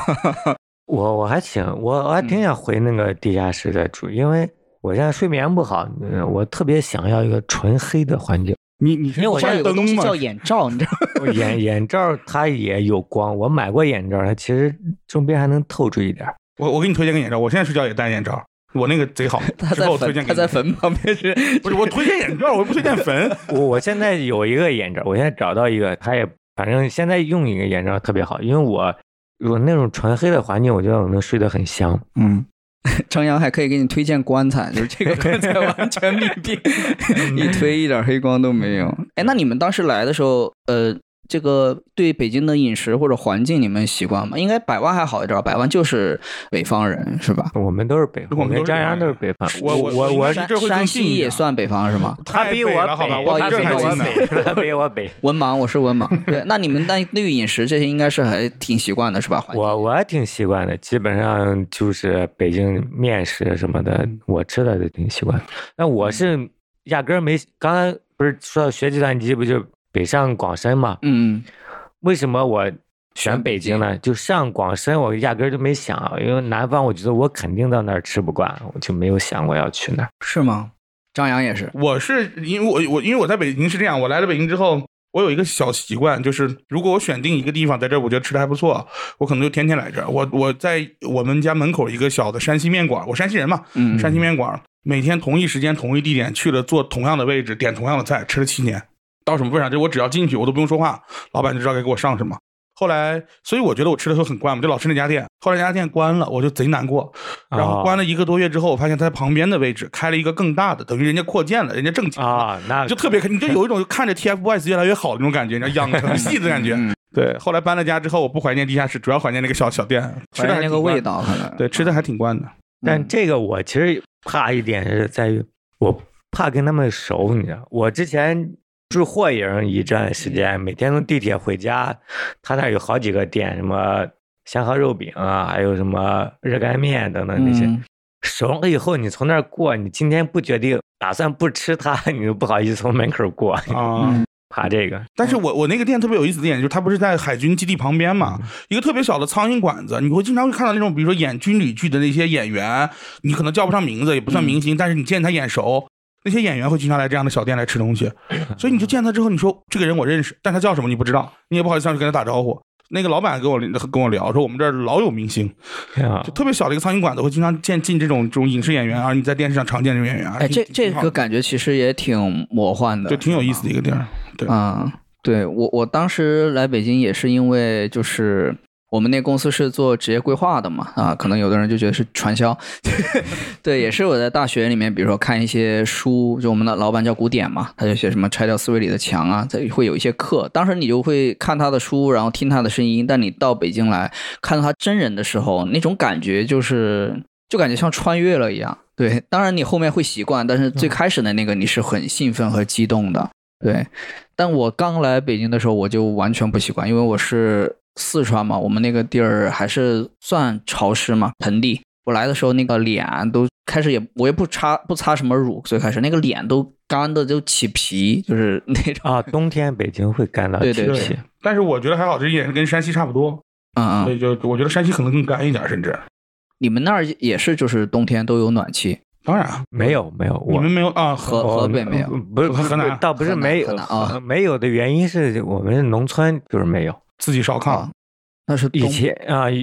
Speaker 1: 我我还行，我我还挺
Speaker 4: 嗯
Speaker 1: 想回那个地下室再住，因为我现在睡眠不好，呃我特别想要一个纯黑的环境。
Speaker 3: 你你是
Speaker 4: 因为 我
Speaker 3: 关
Speaker 4: 这儿有个东
Speaker 3: 灯
Speaker 4: 西
Speaker 3: 吗？
Speaker 4: 叫眼罩，你知道吗？
Speaker 1: 我眼眼罩它也有光，我买过眼罩，它其实周边还能透出一点儿。
Speaker 3: 我我给你推荐个眼罩，我现在睡觉也戴眼罩，我那个贼好。
Speaker 4: 他
Speaker 3: 之
Speaker 4: 在
Speaker 3: 后我推荐
Speaker 4: 坟，
Speaker 3: 给
Speaker 4: 他
Speaker 3: 你
Speaker 4: 在坟旁边是，
Speaker 3: 不是我推荐眼罩，我不推荐 坟。
Speaker 1: 我我现在有一个眼罩，我现在找到一个，它也反正现在用一个眼罩特别好，因为我有那种纯黑的环境，我觉得我能睡得很香。
Speaker 4: 嗯。张扬还可以给你推荐棺材，就是这个棺材完全密 闭，一推一点黑光都没有。哎，那你们当时来的时候，呃，这个对北京的饮食或者环境你们习惯吗？应该百万还好一点，百万就是北方人是吧？
Speaker 1: 我们都是北方，我
Speaker 3: 我们
Speaker 1: 跟
Speaker 3: 都是
Speaker 1: 张
Speaker 3: 北
Speaker 1: 扬
Speaker 3: 方
Speaker 1: 都是
Speaker 3: 人
Speaker 1: 北方。
Speaker 3: 啊我
Speaker 1: 我我
Speaker 3: 我
Speaker 1: 我
Speaker 3: 是
Speaker 4: 山
Speaker 3: 这会更
Speaker 4: 山
Speaker 3: 近一
Speaker 4: 西也
Speaker 3: 点
Speaker 4: 算北方是吗？
Speaker 1: 他
Speaker 3: 太
Speaker 1: 比
Speaker 3: 背
Speaker 1: 我
Speaker 3: 了好吧
Speaker 1: 北
Speaker 3: 我
Speaker 1: 他
Speaker 4: 这
Speaker 1: 比
Speaker 4: 还
Speaker 1: 我
Speaker 4: 近呢
Speaker 1: 北，他比我北。
Speaker 4: 文盲，我是文盲。对，那你们那对饮食这些应该是还挺习惯的，是吧？
Speaker 1: 我我还挺习惯的，基本上就是北京面食什么的，
Speaker 3: 嗯
Speaker 1: 我吃的都挺习惯。那我是压根儿没，刚才不是说到学计算机，不就北上广深嘛？
Speaker 4: 嗯，
Speaker 1: 为什么我选
Speaker 4: 选北
Speaker 1: 北京
Speaker 4: 京
Speaker 3: 嗯
Speaker 1: 呢？就上广深，我压根儿就没想，因为南方我觉得我肯定到那儿吃不惯，我就没有想过要去那儿。
Speaker 4: 是吗？张扬也是，
Speaker 3: 我是因为我我因为我在北京是这样，我来了北京之后，我有一个小习惯，就是如果我选定一个地方，在这儿我觉得吃的还不错，我可能就天天来这儿。我我在我们家门口一个小的山西面馆，我山西人嘛，
Speaker 4: 嗯，
Speaker 3: 山西面馆每天同一时间同一地点去了，坐同样的位置，点同样的菜，吃了七年。到什么份上？就我只要进去，我都不用说话，老板就知道该给我上什么。后来，所以我觉得我吃的时候很惯嘛，就老吃那家店。后来那家店关了，我就贼难过。然后关了一个多月之后，我发现他在旁边的位置开了一个更大的，等于人家扩建了，人家挣钱了，
Speaker 1: 啊，那
Speaker 3: 就特别，你就有一种看着 TFBOYS 越来越好的那种感觉，你知道养成系的感觉。
Speaker 4: 嗯，
Speaker 3: 对，后来搬了家之后，我不怀念地下室，主要怀念那个小小店，吃
Speaker 4: 吃
Speaker 3: 的还
Speaker 4: 那
Speaker 3: 挺
Speaker 4: 个
Speaker 3: 惯
Speaker 4: 味。道可能。
Speaker 3: 对，吃的还挺惯的。
Speaker 1: 但
Speaker 4: 嗯
Speaker 1: 这个我其实怕一点是在于，我怕跟他们熟，你知道，我之前住霍营一段时间，每天从地铁回家，他那儿有好几个店，什么香河肉饼啊，还有什么热干面等等那些。
Speaker 4: 嗯
Speaker 1: 熟了以后，你从 那儿过，你今天不决定打算不吃它，你就不好意思从门口过。
Speaker 3: 啊、
Speaker 4: 嗯
Speaker 1: 爬这个，
Speaker 3: 但是我我那个店特别有意思的一点就是，它不是在海军基地旁边
Speaker 4: 嗯
Speaker 3: 嘛，一个特别小的苍蝇馆子，你会经常会看到那种，比如说演军旅剧的那些演员，你可能叫不上名字，也不算
Speaker 4: 嗯
Speaker 3: 明星，但是你见他眼熟，那些演员会经常来这样的小店来吃东西，
Speaker 4: 嗯
Speaker 3: 所以你就见他之后，你说这个人我认识，但他叫什么你不知道，你也不好意思上去跟他打招呼。那个老板跟我跟我聊说，我们这儿老有明星，
Speaker 1: 挺好
Speaker 4: 啊
Speaker 3: 就。特别小的一个苍蝇馆子会经常见进这种这种影视演员，而啊你在电视上常见这种演员，啊
Speaker 4: 哎，这
Speaker 3: 挺
Speaker 4: 这
Speaker 3: 挺好
Speaker 4: 个
Speaker 3: 的
Speaker 4: 感觉其实也挺魔幻的，
Speaker 3: 就挺有意思的一个地儿。对
Speaker 4: 啊、对我我当时来北京也是因为就是。我们那公司是做职业规划的嘛，啊，可能有的人就觉得是传销， 对，也是我在大学里面，比如说看一些书，就我们的老板叫古典嘛，他就写什么拆掉思维里的墙啊，他会有一些课，当时你就会看他的书，然后听他的声音，但你到北京来看到他真人的时候，那种感觉就是就感觉像穿越了一样，对，当然你后面会习惯，但是最开始的那个你是很兴奋和激动的，对，但我刚来北京的时候，我就完全不习惯，因为我是四川嘛，我们那个地儿还是算潮湿嘛，盆地。我来的时候，那个脸都开始也我也不擦不擦什么乳，最开始那个脸都干的就起皮，就是那种，
Speaker 1: 啊，冬天北京会干到
Speaker 4: 对对
Speaker 1: 七
Speaker 4: 对
Speaker 1: 七
Speaker 3: 但是我觉得还好，这一点是跟山西差不多，
Speaker 4: 嗯
Speaker 3: 所
Speaker 4: 嗯。
Speaker 3: 以就我觉得山西可能更干一点，甚至
Speaker 4: 你们那儿也是，就是冬天都有暖气，
Speaker 3: 当然啊
Speaker 1: 没有没有，
Speaker 3: 你
Speaker 1: 我
Speaker 3: 们没有啊，
Speaker 4: 河河北没有，
Speaker 1: 哦呃不是
Speaker 3: 河河南
Speaker 1: 不是倒不是
Speaker 4: 河南
Speaker 1: 没有
Speaker 4: 河南啊
Speaker 1: 呃没有的原因是我们是农村就是没有。
Speaker 3: 自己烧炕
Speaker 4: 啊，那是
Speaker 1: 以
Speaker 4: 冬
Speaker 1: 前啊，有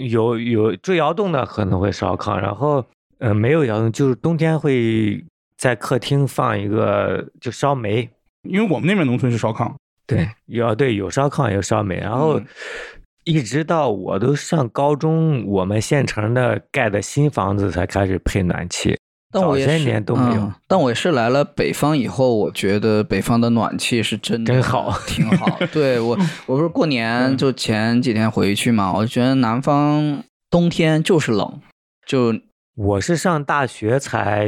Speaker 1: 有有追窑洞的可能会烧炕，然后呃没有窑洞，就是冬天会在客厅放一个就烧煤，
Speaker 3: 因为我们那边农村是烧炕，
Speaker 1: 对， 有对有烧炕有烧煤，然后
Speaker 4: 嗯
Speaker 1: 一直到我都上高中，我们县城的盖的新房子才开始配暖气，
Speaker 4: 但我也
Speaker 1: 早些
Speaker 4: 是
Speaker 1: 年都没有
Speaker 4: 嗯但我也是来了北方以后，我觉得北方的暖气是真的
Speaker 1: 真好，
Speaker 4: 挺好。对我，我不是过年就前几天回去嘛，我觉得南方冬天就是冷，就
Speaker 1: 我是上大学才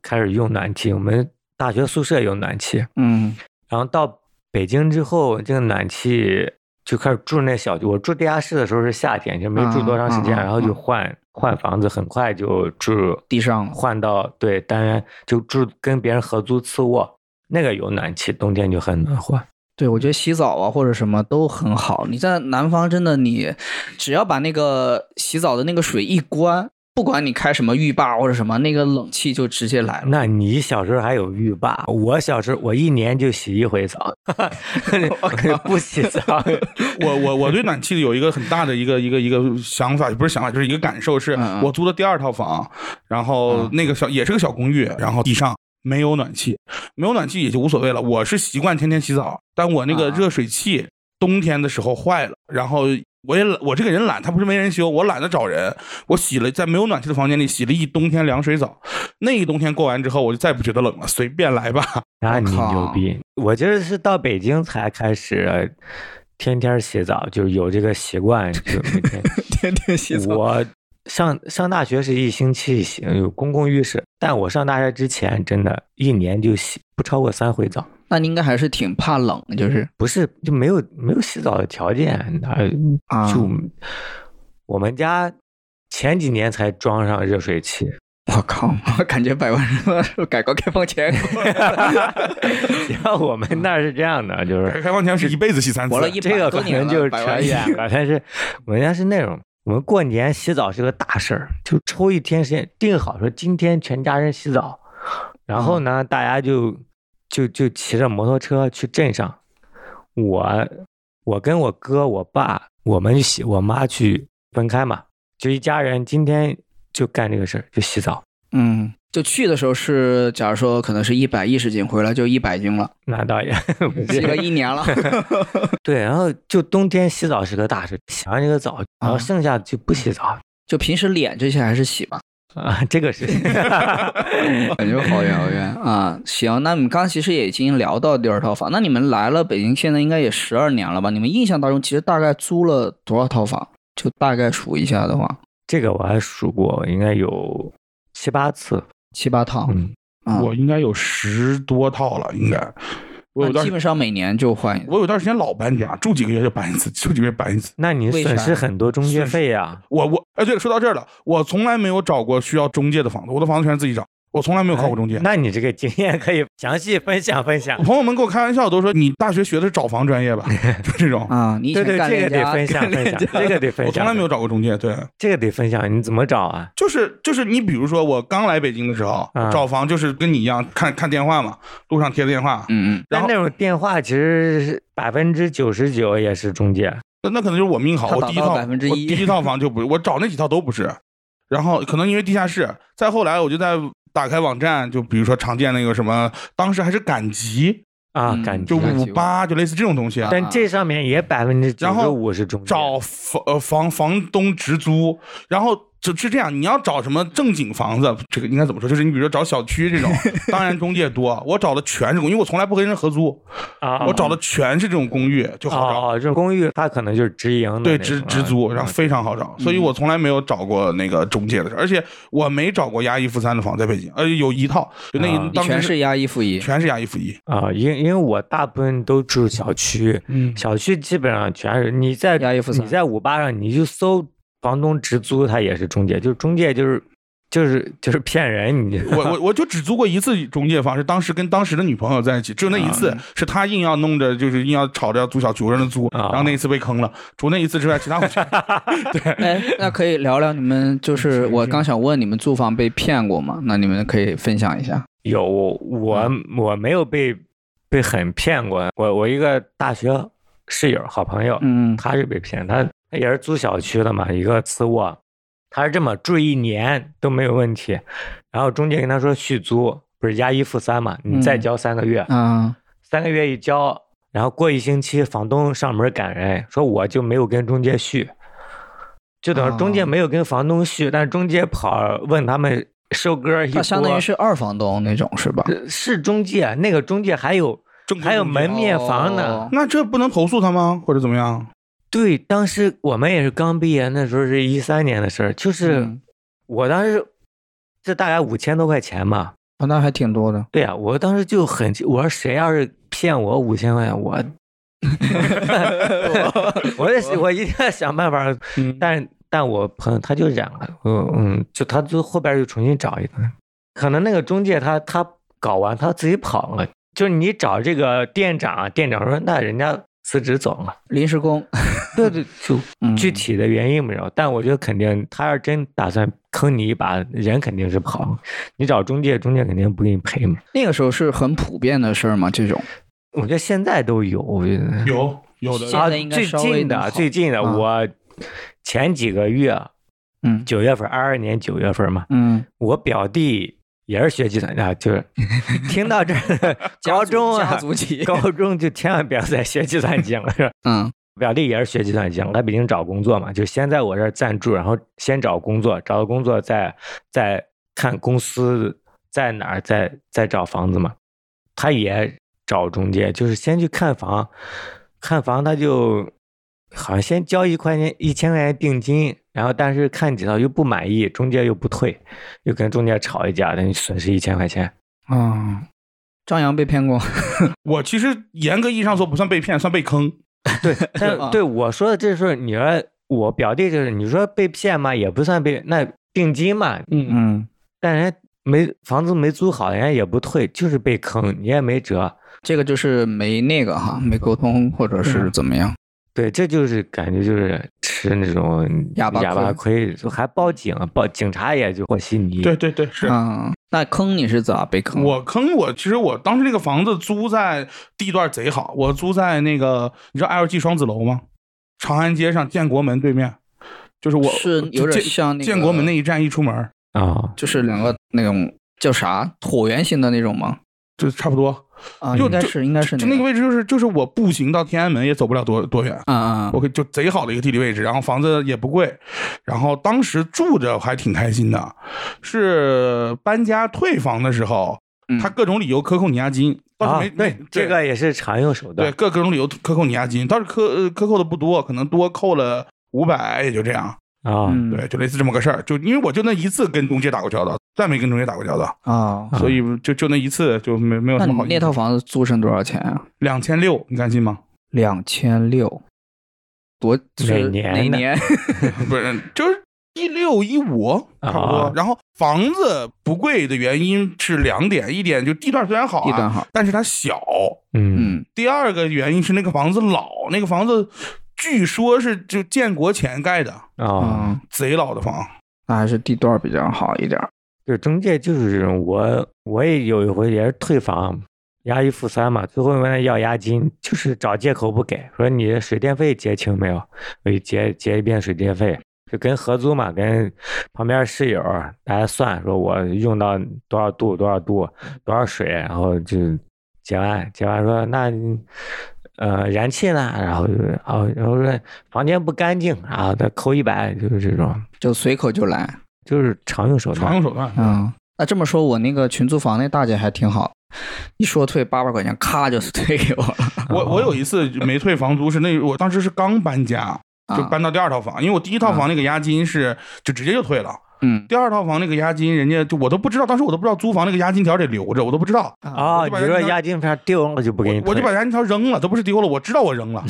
Speaker 1: 开始用暖气，我们大学宿舍有暖气，
Speaker 4: 嗯
Speaker 1: 然后到北京之后，这个暖气就开始住那小区。我住地下室的时候是夏天，就没住多长时间，
Speaker 4: 啊啊啊
Speaker 1: 然后就换换房子，很快就住
Speaker 4: 地上了
Speaker 1: 换到对单元，就住跟别人合租次卧，那个有暖气，冬天就很暖和。
Speaker 4: 对，我觉得洗澡啊或者什么都很好。你在南方真的你，只要把那个洗澡的那个水一关，不管你开什么浴霸或者什么，那个冷气就直接来了。
Speaker 1: 那你小时候还有浴霸？我小时候我一年就洗一回澡， 不洗澡。
Speaker 3: 我我我对暖气有一个很大的一个一个一个想法，不是想法，就是一个感受，是
Speaker 4: 嗯嗯
Speaker 3: 我租的第二套房，然后
Speaker 4: 嗯
Speaker 3: 那个小也是个小公寓，然后地上。没有暖气，没有暖气也就无所谓了。我是习惯天天洗澡，但我那个
Speaker 4: 啊
Speaker 3: 热水器冬天的时候坏了，然后我也懒我这个人懒，他不是没人修，我懒得找人。我洗了在没有暖气的房间里洗了一冬天凉水澡，那一冬天过完之后，我就再不觉得冷了，随便来吧。
Speaker 1: 那啊你
Speaker 4: 靠
Speaker 1: 牛逼！我觉得是到北京才开始呃天天洗澡，就是有这个习惯，就每 天
Speaker 4: 天天洗
Speaker 1: 我上上大学是一星期洗，有公共浴室。但我上大学之前，真的，一年就洗不超过三回澡，
Speaker 4: 那你应该还是挺怕冷的，就是
Speaker 1: 不是就没有没有洗澡的条件，哪儿
Speaker 4: 啊
Speaker 1: 就、我们家前几年才装上热水器，
Speaker 4: 我靠， 我感觉百万人是改革开放前
Speaker 1: 然后我们那儿是这样的，就
Speaker 3: 改革
Speaker 1: 是
Speaker 3: 开放前是一辈子洗三次，
Speaker 4: 活了一
Speaker 1: 这
Speaker 4: 百
Speaker 1: 个
Speaker 4: 多
Speaker 1: 可
Speaker 4: 年
Speaker 1: 能
Speaker 4: 了，
Speaker 1: 就是
Speaker 4: 百万
Speaker 1: 扯远了， 但是我们家是那种。我们过年洗澡是个大事儿，就抽一天时间定好说今天全家人洗澡，然后
Speaker 4: 嗯
Speaker 1: 呢，大家就就就骑着摩托车去镇上，我我跟我哥我爸我们去洗，我妈去分开嘛，就一家人今天就干这个事儿，就洗澡。
Speaker 4: 嗯，就去的时候是，假如说可能是一百一十斤，回来就一百 斤了，
Speaker 1: 那倒也不
Speaker 4: 嗯洗
Speaker 1: 是
Speaker 4: 了一年了。
Speaker 1: 对，然后就冬天洗澡是个大事，洗完这个澡，然后
Speaker 4: 啊
Speaker 1: 剩下就不洗澡啊
Speaker 4: 就平时脸这些还是洗吧，
Speaker 1: 这个 是
Speaker 4: 感觉好遥远啊。行，那你们刚其实也已经聊到第二套房，那你们来了北京现在应该也十二年了吧？你们印象当中其实大概租了多少套房？就大概数一下的话，
Speaker 1: 这个我还数过，应该有七八次。
Speaker 4: 七八套。
Speaker 1: 嗯，
Speaker 4: 啊、
Speaker 3: 我应该有十多套了，应该。我有
Speaker 4: 那
Speaker 3: 段
Speaker 4: 基
Speaker 3: 时
Speaker 4: 本上每年就换一个。
Speaker 3: 我有段时间老搬家，住几个月就搬一次，住几个月搬一次。
Speaker 1: 那你
Speaker 4: 为
Speaker 1: 损
Speaker 4: 啥
Speaker 1: 失很多中介
Speaker 3: 损失
Speaker 1: 费呀、
Speaker 3: 我我哎对了，说到这儿了，我从来没有找过需要中介的房子，我的房子全是自己找。我从来没有考过中介。
Speaker 1: 那你这个经验可以详细分享分享
Speaker 3: 我。朋友们跟我开玩笑都说，你大学学的是找房专业 吧？就这种，
Speaker 4: 啊，你以
Speaker 1: 对对，
Speaker 4: 前干
Speaker 1: 这个
Speaker 4: 人
Speaker 1: 得
Speaker 4: 家
Speaker 1: 分享
Speaker 4: 干
Speaker 1: 分
Speaker 4: 人
Speaker 1: 享，
Speaker 4: 家
Speaker 1: 这个得分
Speaker 3: 我
Speaker 1: 享。
Speaker 3: 从来没有，找过中介。对，
Speaker 1: 这个得分享，你怎么找啊？
Speaker 3: 就是就是你比如说我刚来北京的时候、
Speaker 1: 啊
Speaker 3: 找房，就是跟你一样看看电话嘛，路上贴的电话，
Speaker 4: 嗯嗯，
Speaker 1: 但
Speaker 3: 然
Speaker 1: 那
Speaker 3: 后
Speaker 1: 种电话其实百分之九十九也是中介，
Speaker 3: 那那可能就是我命好，
Speaker 4: 他
Speaker 3: 我
Speaker 4: 打
Speaker 3: 第一
Speaker 4: 到
Speaker 3: 套
Speaker 4: 1%
Speaker 3: 我第一套房就不，我找那几套都不是。然后可能因为地下室，再后来我就在打开网站，就比如说常见那个什么，当时还是赶集，
Speaker 1: 啊，
Speaker 4: 嗯
Speaker 1: 感
Speaker 3: 就
Speaker 1: 觉。
Speaker 4: 赶
Speaker 3: 五
Speaker 4: 集
Speaker 3: 八，就类似这种东西啊。
Speaker 1: 但这上面也百分之九
Speaker 3: 然
Speaker 1: 十
Speaker 3: 后
Speaker 1: 五是中介。
Speaker 3: 找房呃房房东直租，然后就是这样，你要找什么正经房子，这个应该怎么说？就是你比如说找小区这种，当然中介多，我找的全是公，因为我从来不跟人合租，
Speaker 1: 啊，
Speaker 3: 我找的全是这种公寓，就好找。
Speaker 1: 哦，这种公寓它可能就是直营的那种，
Speaker 3: 对，直直租，
Speaker 1: 啊
Speaker 3: 然后非常好找，所以我从来没有找过那个中介的事，而且我没找过押一付三的房，在北京，呃，有一套，就那
Speaker 1: 啊
Speaker 3: 一
Speaker 4: 你
Speaker 3: 当时
Speaker 4: 全是押一付一，
Speaker 3: 全是押一付一，
Speaker 1: 啊，因因为我大部分都住小区，
Speaker 3: 嗯
Speaker 1: 小区基本上全是你在
Speaker 4: 押一付
Speaker 1: 你
Speaker 4: 三。
Speaker 1: 在五八上你就搜房东直租，它也是中介，就是中介就是就是就是骗人，你
Speaker 3: 我我我就只租过一次中介房，是当时跟当时的女朋友在一起，只有那一次，是她硬要弄着，就是硬要吵着要租小区，我让她租，
Speaker 1: 啊
Speaker 3: 然后那一次被坑了。除那一次之外，其他我 全
Speaker 4: 哎，那可以聊聊你们，就是我刚想问你们租房被骗过吗？那你们可以分享一下。
Speaker 1: 有我
Speaker 3: 嗯
Speaker 1: 我没有被被很骗过，我我一个大学室友好朋友，
Speaker 4: 嗯
Speaker 1: 他是被骗，他他也是租小区的嘛，一个次卧，他是这么住一年都没有问题，然后中介跟他说续租，不是押一付三嘛，你再
Speaker 4: 嗯
Speaker 1: 交三个月，
Speaker 4: 啊，
Speaker 1: 三个月一交，然后过一星期房东上门赶人，说我就没有跟中介续，就等于中介
Speaker 4: 哦
Speaker 1: 没有跟房东续，但是中介跑问他们收割一波，
Speaker 4: 他相当于是二房东那种是吧？
Speaker 1: 呃是中介，那个中介还有
Speaker 3: 正规
Speaker 1: 还有
Speaker 3: 中介
Speaker 1: 门面房呢。
Speaker 4: 哦
Speaker 3: 那这不能投诉他吗？或者怎么样？
Speaker 1: 对，当时我们也是刚毕业，那时候是一三年的事儿，就是
Speaker 4: 嗯
Speaker 1: 我当时这大概五千多块钱嘛。
Speaker 4: 哦那还挺多的。
Speaker 1: 对呀、我当时就很气，我说谁要是骗我五千块钱，我 我得我一定要想办法。
Speaker 3: 嗯
Speaker 1: 但但我朋友他就染了，嗯嗯，就他就后边又重新找一个，可能那个中介他他搞完他自己跑了，就是你找这个店长，啊店长说那人家辞职走了，
Speaker 4: 临时工，
Speaker 1: 对对，就
Speaker 4: 嗯
Speaker 1: 具体的原因没有，但我觉得肯定，他要是真打算坑你一把，人肯定是跑。你找中介，中介肯定不给你赔嘛。
Speaker 4: 那个时候是很普遍的事儿嘛，这种
Speaker 1: 我觉得现在都有，我觉得
Speaker 3: 有有的嗯
Speaker 4: 现
Speaker 1: 啊
Speaker 4: 在应，该
Speaker 1: 最
Speaker 4: 稍微
Speaker 1: 近
Speaker 4: 能好
Speaker 1: 的最近的，
Speaker 4: 啊
Speaker 1: 我前几个月，
Speaker 4: 嗯
Speaker 1: 九月份，二二年九月份嘛，
Speaker 4: 嗯，
Speaker 1: 我表弟也是学计算啊，就是 听到这儿高中
Speaker 4: 家
Speaker 1: 啊，
Speaker 4: 族企，
Speaker 1: 高中就千万不要再学计算机了，是吧？
Speaker 4: 嗯
Speaker 1: 表弟也是学计算机，来北京找工作嘛，就先在我这儿暂住，然后先找工作，找到工作再再看公司在哪儿，再再找房子嘛。他也找中介，就是先去看房，看房他就好像先交一块钱一千块钱定金，然后但是看几套又不满意，中介又不退，又跟中介吵一架，等于损失一千块钱。哦
Speaker 4: 啊，张扬被骗过，
Speaker 3: 我其实严格意义上说不算被骗，算被坑。
Speaker 1: 对， 但
Speaker 4: 啊
Speaker 1: 对我说的这事儿，你说我表弟就是你说被骗嘛，也不算被那定金嘛，
Speaker 3: 嗯，
Speaker 4: 嗯，
Speaker 1: 但人家没房子没租好，人家也不退，就是被坑，你也没辙。
Speaker 4: 这个就是没那个哈，没沟通或者是
Speaker 1: 嗯
Speaker 4: 怎么样，
Speaker 1: 对，这就是感觉就是吃那种
Speaker 4: 哑巴
Speaker 1: 哑巴亏，就还报警，报警察也就和稀泥。
Speaker 3: 对，对对，是。
Speaker 4: 嗯，那坑你是咋被坑？
Speaker 3: 我坑我，其实我当时那个房子租在地段贼好，我租在那个你知道 LG 双子楼吗？长安街上建国门对面，就是我
Speaker 4: 是有点
Speaker 3: 建
Speaker 4: 像那个
Speaker 3: 建国门那一站一出门，
Speaker 1: 啊、
Speaker 4: 就是两个那种叫啥椭圆形的那种吗？
Speaker 3: 就差不多，
Speaker 4: 啊，
Speaker 3: 就
Speaker 4: 应该
Speaker 3: 就是
Speaker 4: 应该是
Speaker 3: 就那个位置就是就是我步行到天安门也走不了多多远。
Speaker 4: 啊啊，
Speaker 3: 我可以就贼好的一个地理位置，然后房子也不贵，然后当时住着还挺开心的。是搬家退房的时候，
Speaker 4: 嗯
Speaker 3: 他各种理由克扣你押金，倒
Speaker 1: 啊，
Speaker 3: 是没、
Speaker 1: 对
Speaker 3: 没，
Speaker 1: 这个也是常用手段。
Speaker 3: 对，各各种理由克扣你押金，倒是克呃克扣的不多，可能多扣了五百，也就这样。
Speaker 1: 啊、
Speaker 4: 嗯
Speaker 3: 对，就类似这么个事儿。就因为我就那一次跟中介打过交道，再没跟中介打过交道，
Speaker 4: 啊。
Speaker 1: 啊
Speaker 3: 所以就就那一次就没没有
Speaker 4: 那
Speaker 3: 什
Speaker 4: 你
Speaker 3: 么好。
Speaker 4: 那套房子租成多少钱啊？
Speaker 3: 两千六，你敢信吗？
Speaker 4: 两千六，多就是
Speaker 1: 每年
Speaker 4: 哪
Speaker 1: 的
Speaker 4: 年？
Speaker 3: 不是，就是一六一五差不多。
Speaker 1: 啊
Speaker 3: 然后房子不贵的原因是两点，一点就地段虽然好、啊，
Speaker 4: 地段好，
Speaker 3: 但是它小；
Speaker 1: 嗯
Speaker 4: 嗯
Speaker 3: 第二个原因是那个房子老，那个房子据说是就建国前盖的，
Speaker 1: 啊，
Speaker 4: 嗯，
Speaker 3: 贼老的房。
Speaker 4: 那还是地段比较好一点儿。
Speaker 1: 就是中介就是这种，我我也有一回也是退房，押一付三嘛，最后问他要押金，就是找借口不给，说你水电费结清没有？我就结结一遍水电费，就跟合租嘛，跟旁边室友大家算，说我用到多少度多少度多少水，然后就结完结完说那你。呃，燃气呢？然后就是，哦，然后说房间不干净，然后再扣一百，就是这种，
Speaker 4: 就随口就来。
Speaker 1: 就是常用手
Speaker 3: 常
Speaker 1: 段
Speaker 3: 用。手段。
Speaker 4: 嗯，那这么说，我那个群租房那大姐还挺好，一说退八百块钱，咔就是退给我了。
Speaker 3: 我我有一次没退房租，是那我当时是刚搬家，就
Speaker 4: 啊
Speaker 3: 搬到第二套房，因为我第一套房那个押金是就直接就退了，
Speaker 4: 嗯
Speaker 3: 第二套房那个押金人家就我都不知道，当时我都不知道租房那个押金条得留着，我都不知道，
Speaker 4: 啊
Speaker 1: 哦，
Speaker 3: 啊我就把
Speaker 1: 你说
Speaker 3: 押金
Speaker 1: 押金片丢了就不给你
Speaker 3: 我我就
Speaker 1: 退
Speaker 3: 把押金条扔了，都不是丢了，我知道 我扔了，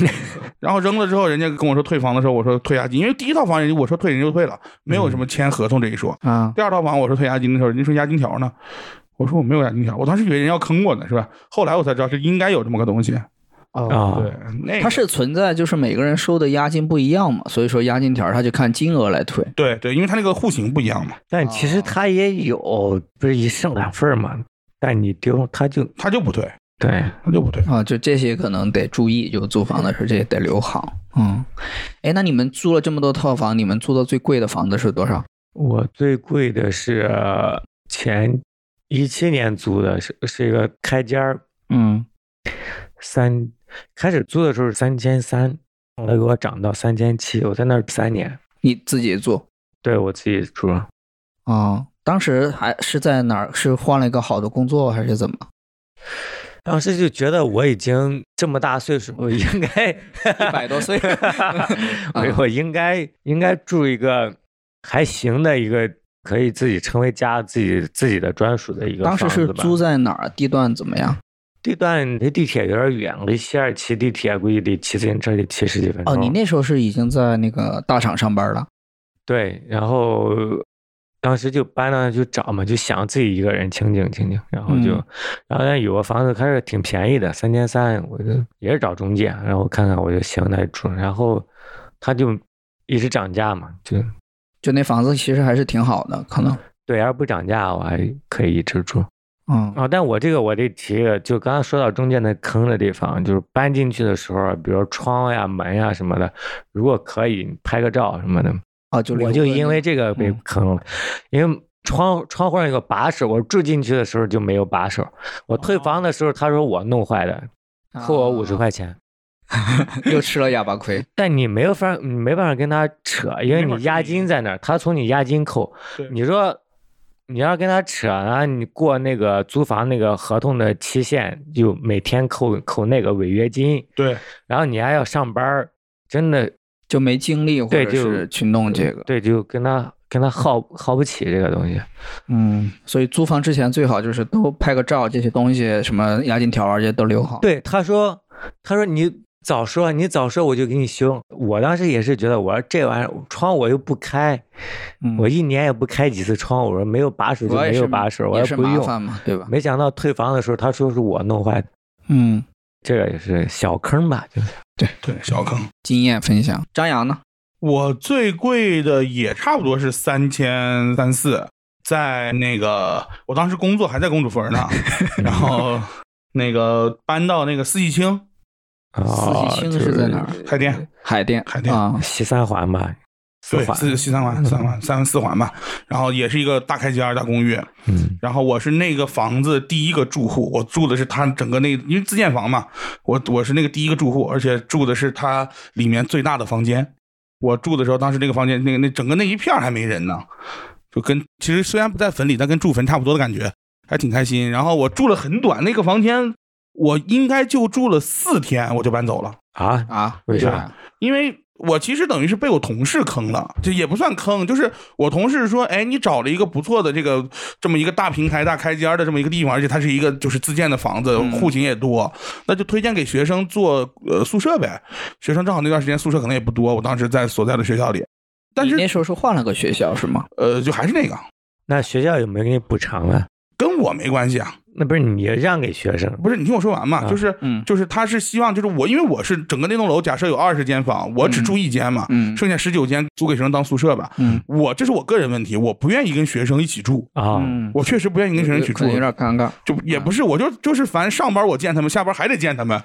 Speaker 3: 然后扔了之后，人家跟我说退房的时候，我说退押金，因为第一套房人家我说退人家就退了，没
Speaker 1: 嗯
Speaker 3: 有什么签合同这一说。
Speaker 4: 啊，
Speaker 3: 第二套房我说退押金的时候，人家说押金条呢，我说我没有押金条，我当时以为人要坑我呢，是吧？后来我才知道是应该有这么个东西。
Speaker 4: 哦，
Speaker 1: 啊，
Speaker 3: 对，那个
Speaker 4: 它是存在就是每个人收的押金不一样嘛，所以说押金条它就看金额来退。
Speaker 3: 对对，因为他那个户型不一样嘛，
Speaker 1: 但其
Speaker 3: 啊
Speaker 1: 实他也有，不是一剩两份儿嘛？但你丢他就
Speaker 3: 他就不退，
Speaker 1: 对，
Speaker 3: 他就不退。
Speaker 4: 啊，就这些可能得注意，就租房的事儿这些得留好。嗯，哎，那你们租了这么多套房，你们租的最贵的房子是多少？
Speaker 1: 我最贵的是前一七年租的，是是一个开间儿
Speaker 4: 嗯，
Speaker 1: 三，开始租的时候是三千三，后来给我涨到三千七，我在那儿三年，
Speaker 4: 你自己住
Speaker 1: 对我自己住，
Speaker 4: 啊？当时还是在哪儿？是换了一个好的工作还是怎么？
Speaker 1: 当时就觉得我已经这么大岁数，我应该
Speaker 4: 一百多岁 嗯
Speaker 1: 我我应该应该住一个还行的一个可以自己成为家自己自己的专属的一个
Speaker 4: 当时
Speaker 1: 房
Speaker 4: 是
Speaker 1: 子吧
Speaker 4: 租在哪儿？地段怎么样？
Speaker 1: 地段离地铁有点远，离西二旗地铁估计得骑自行车得骑十几分钟。
Speaker 4: 哦，你那时候是已经在那个大厂上班了。
Speaker 1: 对，然后当时就搬到那去找嘛，就想自己一个人清静清静，然后就，
Speaker 4: 嗯
Speaker 1: 然后那有个房子开始挺便宜的，三千三，我就也是找中介，然后看看我就行那住，然后他就一直涨价嘛，就
Speaker 4: 就那房子其实还是挺好的，可能，
Speaker 1: 对，要是不涨价我还可以一直住。
Speaker 4: 嗯
Speaker 1: 啊、但我这个我得提一个，就刚刚说到中间那坑的地方，就是搬进去的时候，比如窗呀、门呀什么的，如果可以你拍个照什么的，
Speaker 4: 啊，就留
Speaker 1: 我
Speaker 4: 个
Speaker 1: 就因为这个被
Speaker 4: 嗯
Speaker 1: 坑了，因为窗窗户上有个把手，我住进去的时候就没有把手，我退房的时候他说我弄坏的，扣我
Speaker 4: 哦
Speaker 1: 五十，块钱。
Speaker 4: 啊又吃了哑巴亏，
Speaker 1: 但你没有法，你没办法跟他扯，因为
Speaker 3: 没法
Speaker 1: 你押
Speaker 3: 处理
Speaker 1: 金在那儿，他从你押金扣
Speaker 3: 对。
Speaker 1: 你说你要跟他扯啊，你过那个租房那个合同的期限，就每天扣扣那个违约金，
Speaker 3: 对，
Speaker 1: 然后你还要上班儿，真的
Speaker 4: 就没精力或者
Speaker 1: 对就是
Speaker 4: 去弄这个，
Speaker 1: 对，就跟他跟他耗耗不起这个东西。
Speaker 4: 嗯，所以租房之前最好就是都拍个照，这些东西什么押金条啊这些都留好，，
Speaker 1: 对，他说，他说你早说，你早说我就给你修。我当时也是觉得，我说这玩意儿窗我又不开，
Speaker 4: 嗯
Speaker 1: 我一年也不开几次窗，我说没有把手就
Speaker 4: 我也
Speaker 1: 没
Speaker 4: 是
Speaker 1: 有把手，我
Speaker 4: 也
Speaker 1: 也
Speaker 4: 是
Speaker 1: 不
Speaker 4: 麻
Speaker 1: 用。
Speaker 4: 烦嘛，对吧？
Speaker 1: 没想到退房的时候，他说是我弄坏的，
Speaker 4: 嗯，
Speaker 1: 这个也是小坑吧，就是
Speaker 3: 对，小坑。
Speaker 4: 经验分享，张扬呢？
Speaker 3: 我最贵的也差不多是三千三四，在那个我当时工作还在公主坟呢，然后那个搬到那个四季青
Speaker 1: 哦
Speaker 4: 四季青
Speaker 1: 就是
Speaker 4: 在哪儿？
Speaker 3: 海淀，
Speaker 4: 海淀，
Speaker 3: 海淀
Speaker 4: 啊，
Speaker 1: 西三环吧，四
Speaker 3: 对，
Speaker 1: 环，
Speaker 3: 四西三环、三环、三环四环吧，然后也是一个大开间儿大公寓，
Speaker 1: 嗯，
Speaker 3: 然后我是那个房子第一个住户，我住的是他整个那因为自建房嘛，我我是那个第一个住户，而且住的是他里面最大的房间。我住的时候，当时那个房间那个那整个那一片儿还没人呢，就跟其实虽然不在坟里，但跟住坟差不多的感觉，还挺开心。然后我住了很短，那个房间我应该就住了四天，我就搬走了。
Speaker 1: 啊，
Speaker 4: 啊，
Speaker 1: 为
Speaker 3: 啥
Speaker 4: 呀？
Speaker 3: 因为我其实等于是被我同事坑了，这也不算坑，就是我同事说，哎，你找了一个不错的这个这么一个大平台、大开间儿的这么一个地方，而且它是一个就是自建的房子，
Speaker 4: 嗯
Speaker 3: 户型也多，那就推荐给学生做呃宿舍呗。学生正好那段时间宿舍可能也不多，我当时在所在的学校里，但
Speaker 4: 你那
Speaker 3: 是
Speaker 4: 时候是换了个学校是吗？
Speaker 3: 呃，就还是那个。
Speaker 1: 那学校有没有给你补偿啊？
Speaker 3: 跟我没关系啊。
Speaker 1: 那不是你让给学生？
Speaker 3: 不是你听我说完嘛，
Speaker 1: 啊
Speaker 3: 就是
Speaker 4: 嗯
Speaker 3: 就是他是希望就是我，因为我是整个那栋楼，假设有二十间房，我只住一间嘛，
Speaker 4: 嗯
Speaker 3: 剩下十九间租给学生当宿舍吧。
Speaker 4: 嗯
Speaker 3: 我这是我个人问题，我不愿意跟学生一起住，
Speaker 1: 啊、
Speaker 4: 嗯，
Speaker 3: 我确实不愿意跟学生一起
Speaker 4: 可
Speaker 3: 住
Speaker 4: 能，有啊点尴尬。
Speaker 3: 就也不是，我就就是烦上班我见他们，下班还得见 他们，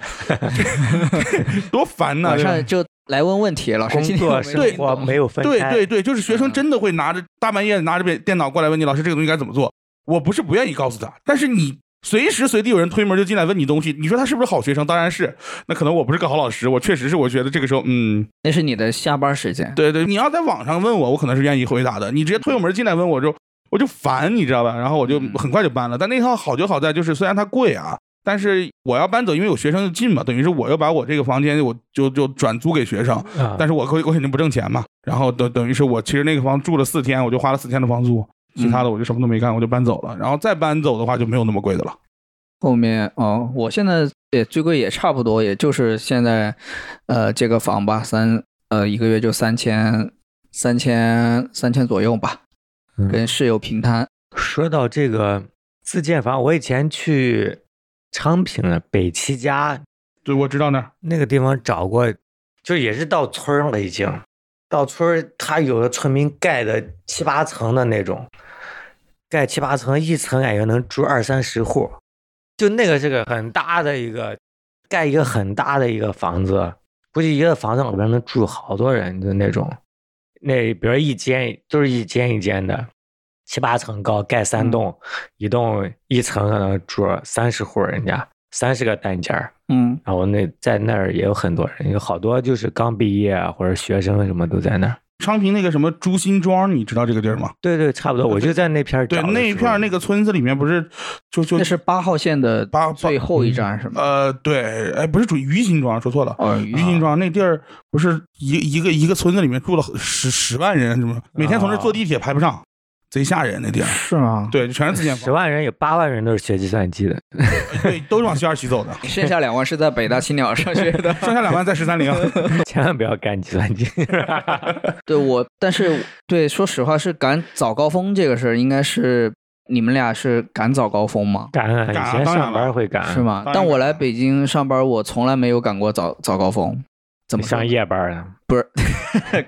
Speaker 3: 多烦呐！
Speaker 4: 晚
Speaker 3: 对吧
Speaker 4: 上就来问问题，老师
Speaker 1: 工
Speaker 4: 今天
Speaker 1: 作
Speaker 4: 有没有
Speaker 1: 生
Speaker 4: 运
Speaker 1: 活
Speaker 4: 动
Speaker 1: 没有分
Speaker 3: 对
Speaker 1: 开，啊
Speaker 3: 对对，就是学
Speaker 4: 嗯
Speaker 3: 生真的会拿着大半夜拿着电电脑过来问你老师这个东西该怎么做。我不是不愿意告诉他，但是你随时随地有人推门就进来问你东西，你说他是不是好学生？当然是，那可能我不是个好老师，我确实是我觉得这个时候，嗯，
Speaker 4: 那是你的下班时间。
Speaker 3: 对对，你要在网上问我，我可能是愿意回答的。你直接推我门进来问我就我就烦，你知道吧？然后我就
Speaker 4: 嗯
Speaker 3: 很快就搬了。但那套好就好在就是虽然它贵啊，但是我要搬走，因为有学生就近嘛，等于是我又把我这个房间我就就转租给学生，
Speaker 1: 啊，
Speaker 3: 但是我可以我肯定不挣钱嘛。然后等等于是我其实那个房住了四天，我就花了四天的房租。其
Speaker 4: 嗯
Speaker 3: 他的我就什么都没干，我就搬走了。然后再搬走的话就没有那么贵的了。
Speaker 4: 后面哦，我现在也最贵也差不多，也就是现在，呃，这个房吧，三呃一个月就三千，三千三千左右吧，
Speaker 1: 嗯
Speaker 4: 跟室友平摊。
Speaker 1: 说到这个自建房，我以前去昌平的北齐家
Speaker 3: 对，我知道那儿
Speaker 1: 那个地方找过，就也是到村儿了，已经到村儿，他有的村民盖的七八层的那种，盖七八层，一层感觉能住二三十户，就那个是个很大的一个，盖一个很大的一个房子，估计一个房子里边能住好多人的那种，那比如一间都是一间一间的。七八层高，盖三栋，一栋一层可能住三十户人家，三十个单间儿。
Speaker 4: 嗯，
Speaker 1: 然后那在那儿也有很多人，有好多就是刚毕业啊，或者学生什么都在那儿。
Speaker 3: 昌平那个什么朱辛庄，你知道这个地儿吗？
Speaker 1: 对呃对，差不多，我就在那片儿
Speaker 3: 对
Speaker 1: 找，的
Speaker 3: 那一
Speaker 1: 时候
Speaker 3: 片儿那个村子里面不是就就
Speaker 4: 那是八号线的
Speaker 3: 八八
Speaker 4: 最后一站是吗？
Speaker 3: 呃，对，哎，不是主于辛庄，说错
Speaker 1: 啊
Speaker 3: 了。
Speaker 4: 哦，
Speaker 3: 于辛庄那地儿不是一一个一个村子里面住了十十万人，什么每天从这坐地
Speaker 1: 啊
Speaker 3: 铁排不上，贼吓人那 地儿。
Speaker 4: 是吗？
Speaker 3: 对，全是自建
Speaker 1: 十
Speaker 3: 房，
Speaker 1: 万人有八万人都是学计算机的，
Speaker 3: 对，都是往西二旗走的，
Speaker 4: 剩下两万是在北大青鸟上学 的。
Speaker 3: 剩下两万在十 三陵。
Speaker 1: 千万不要干计算机。
Speaker 4: 对我，但是对，说实话是赶早高峰这个事儿，应该是你们俩是赶早高峰吗？
Speaker 1: 赶啊，
Speaker 3: 赶啊
Speaker 1: 以前
Speaker 3: 当然
Speaker 1: 上班
Speaker 3: 了
Speaker 1: 会啊赶，
Speaker 4: 是？吗
Speaker 3: 啊当？然
Speaker 4: 但我
Speaker 3: 赶
Speaker 4: 来
Speaker 3: 了
Speaker 4: 北京上班，我从来没有赶过早早高峰。怎么说
Speaker 1: 上夜班啊？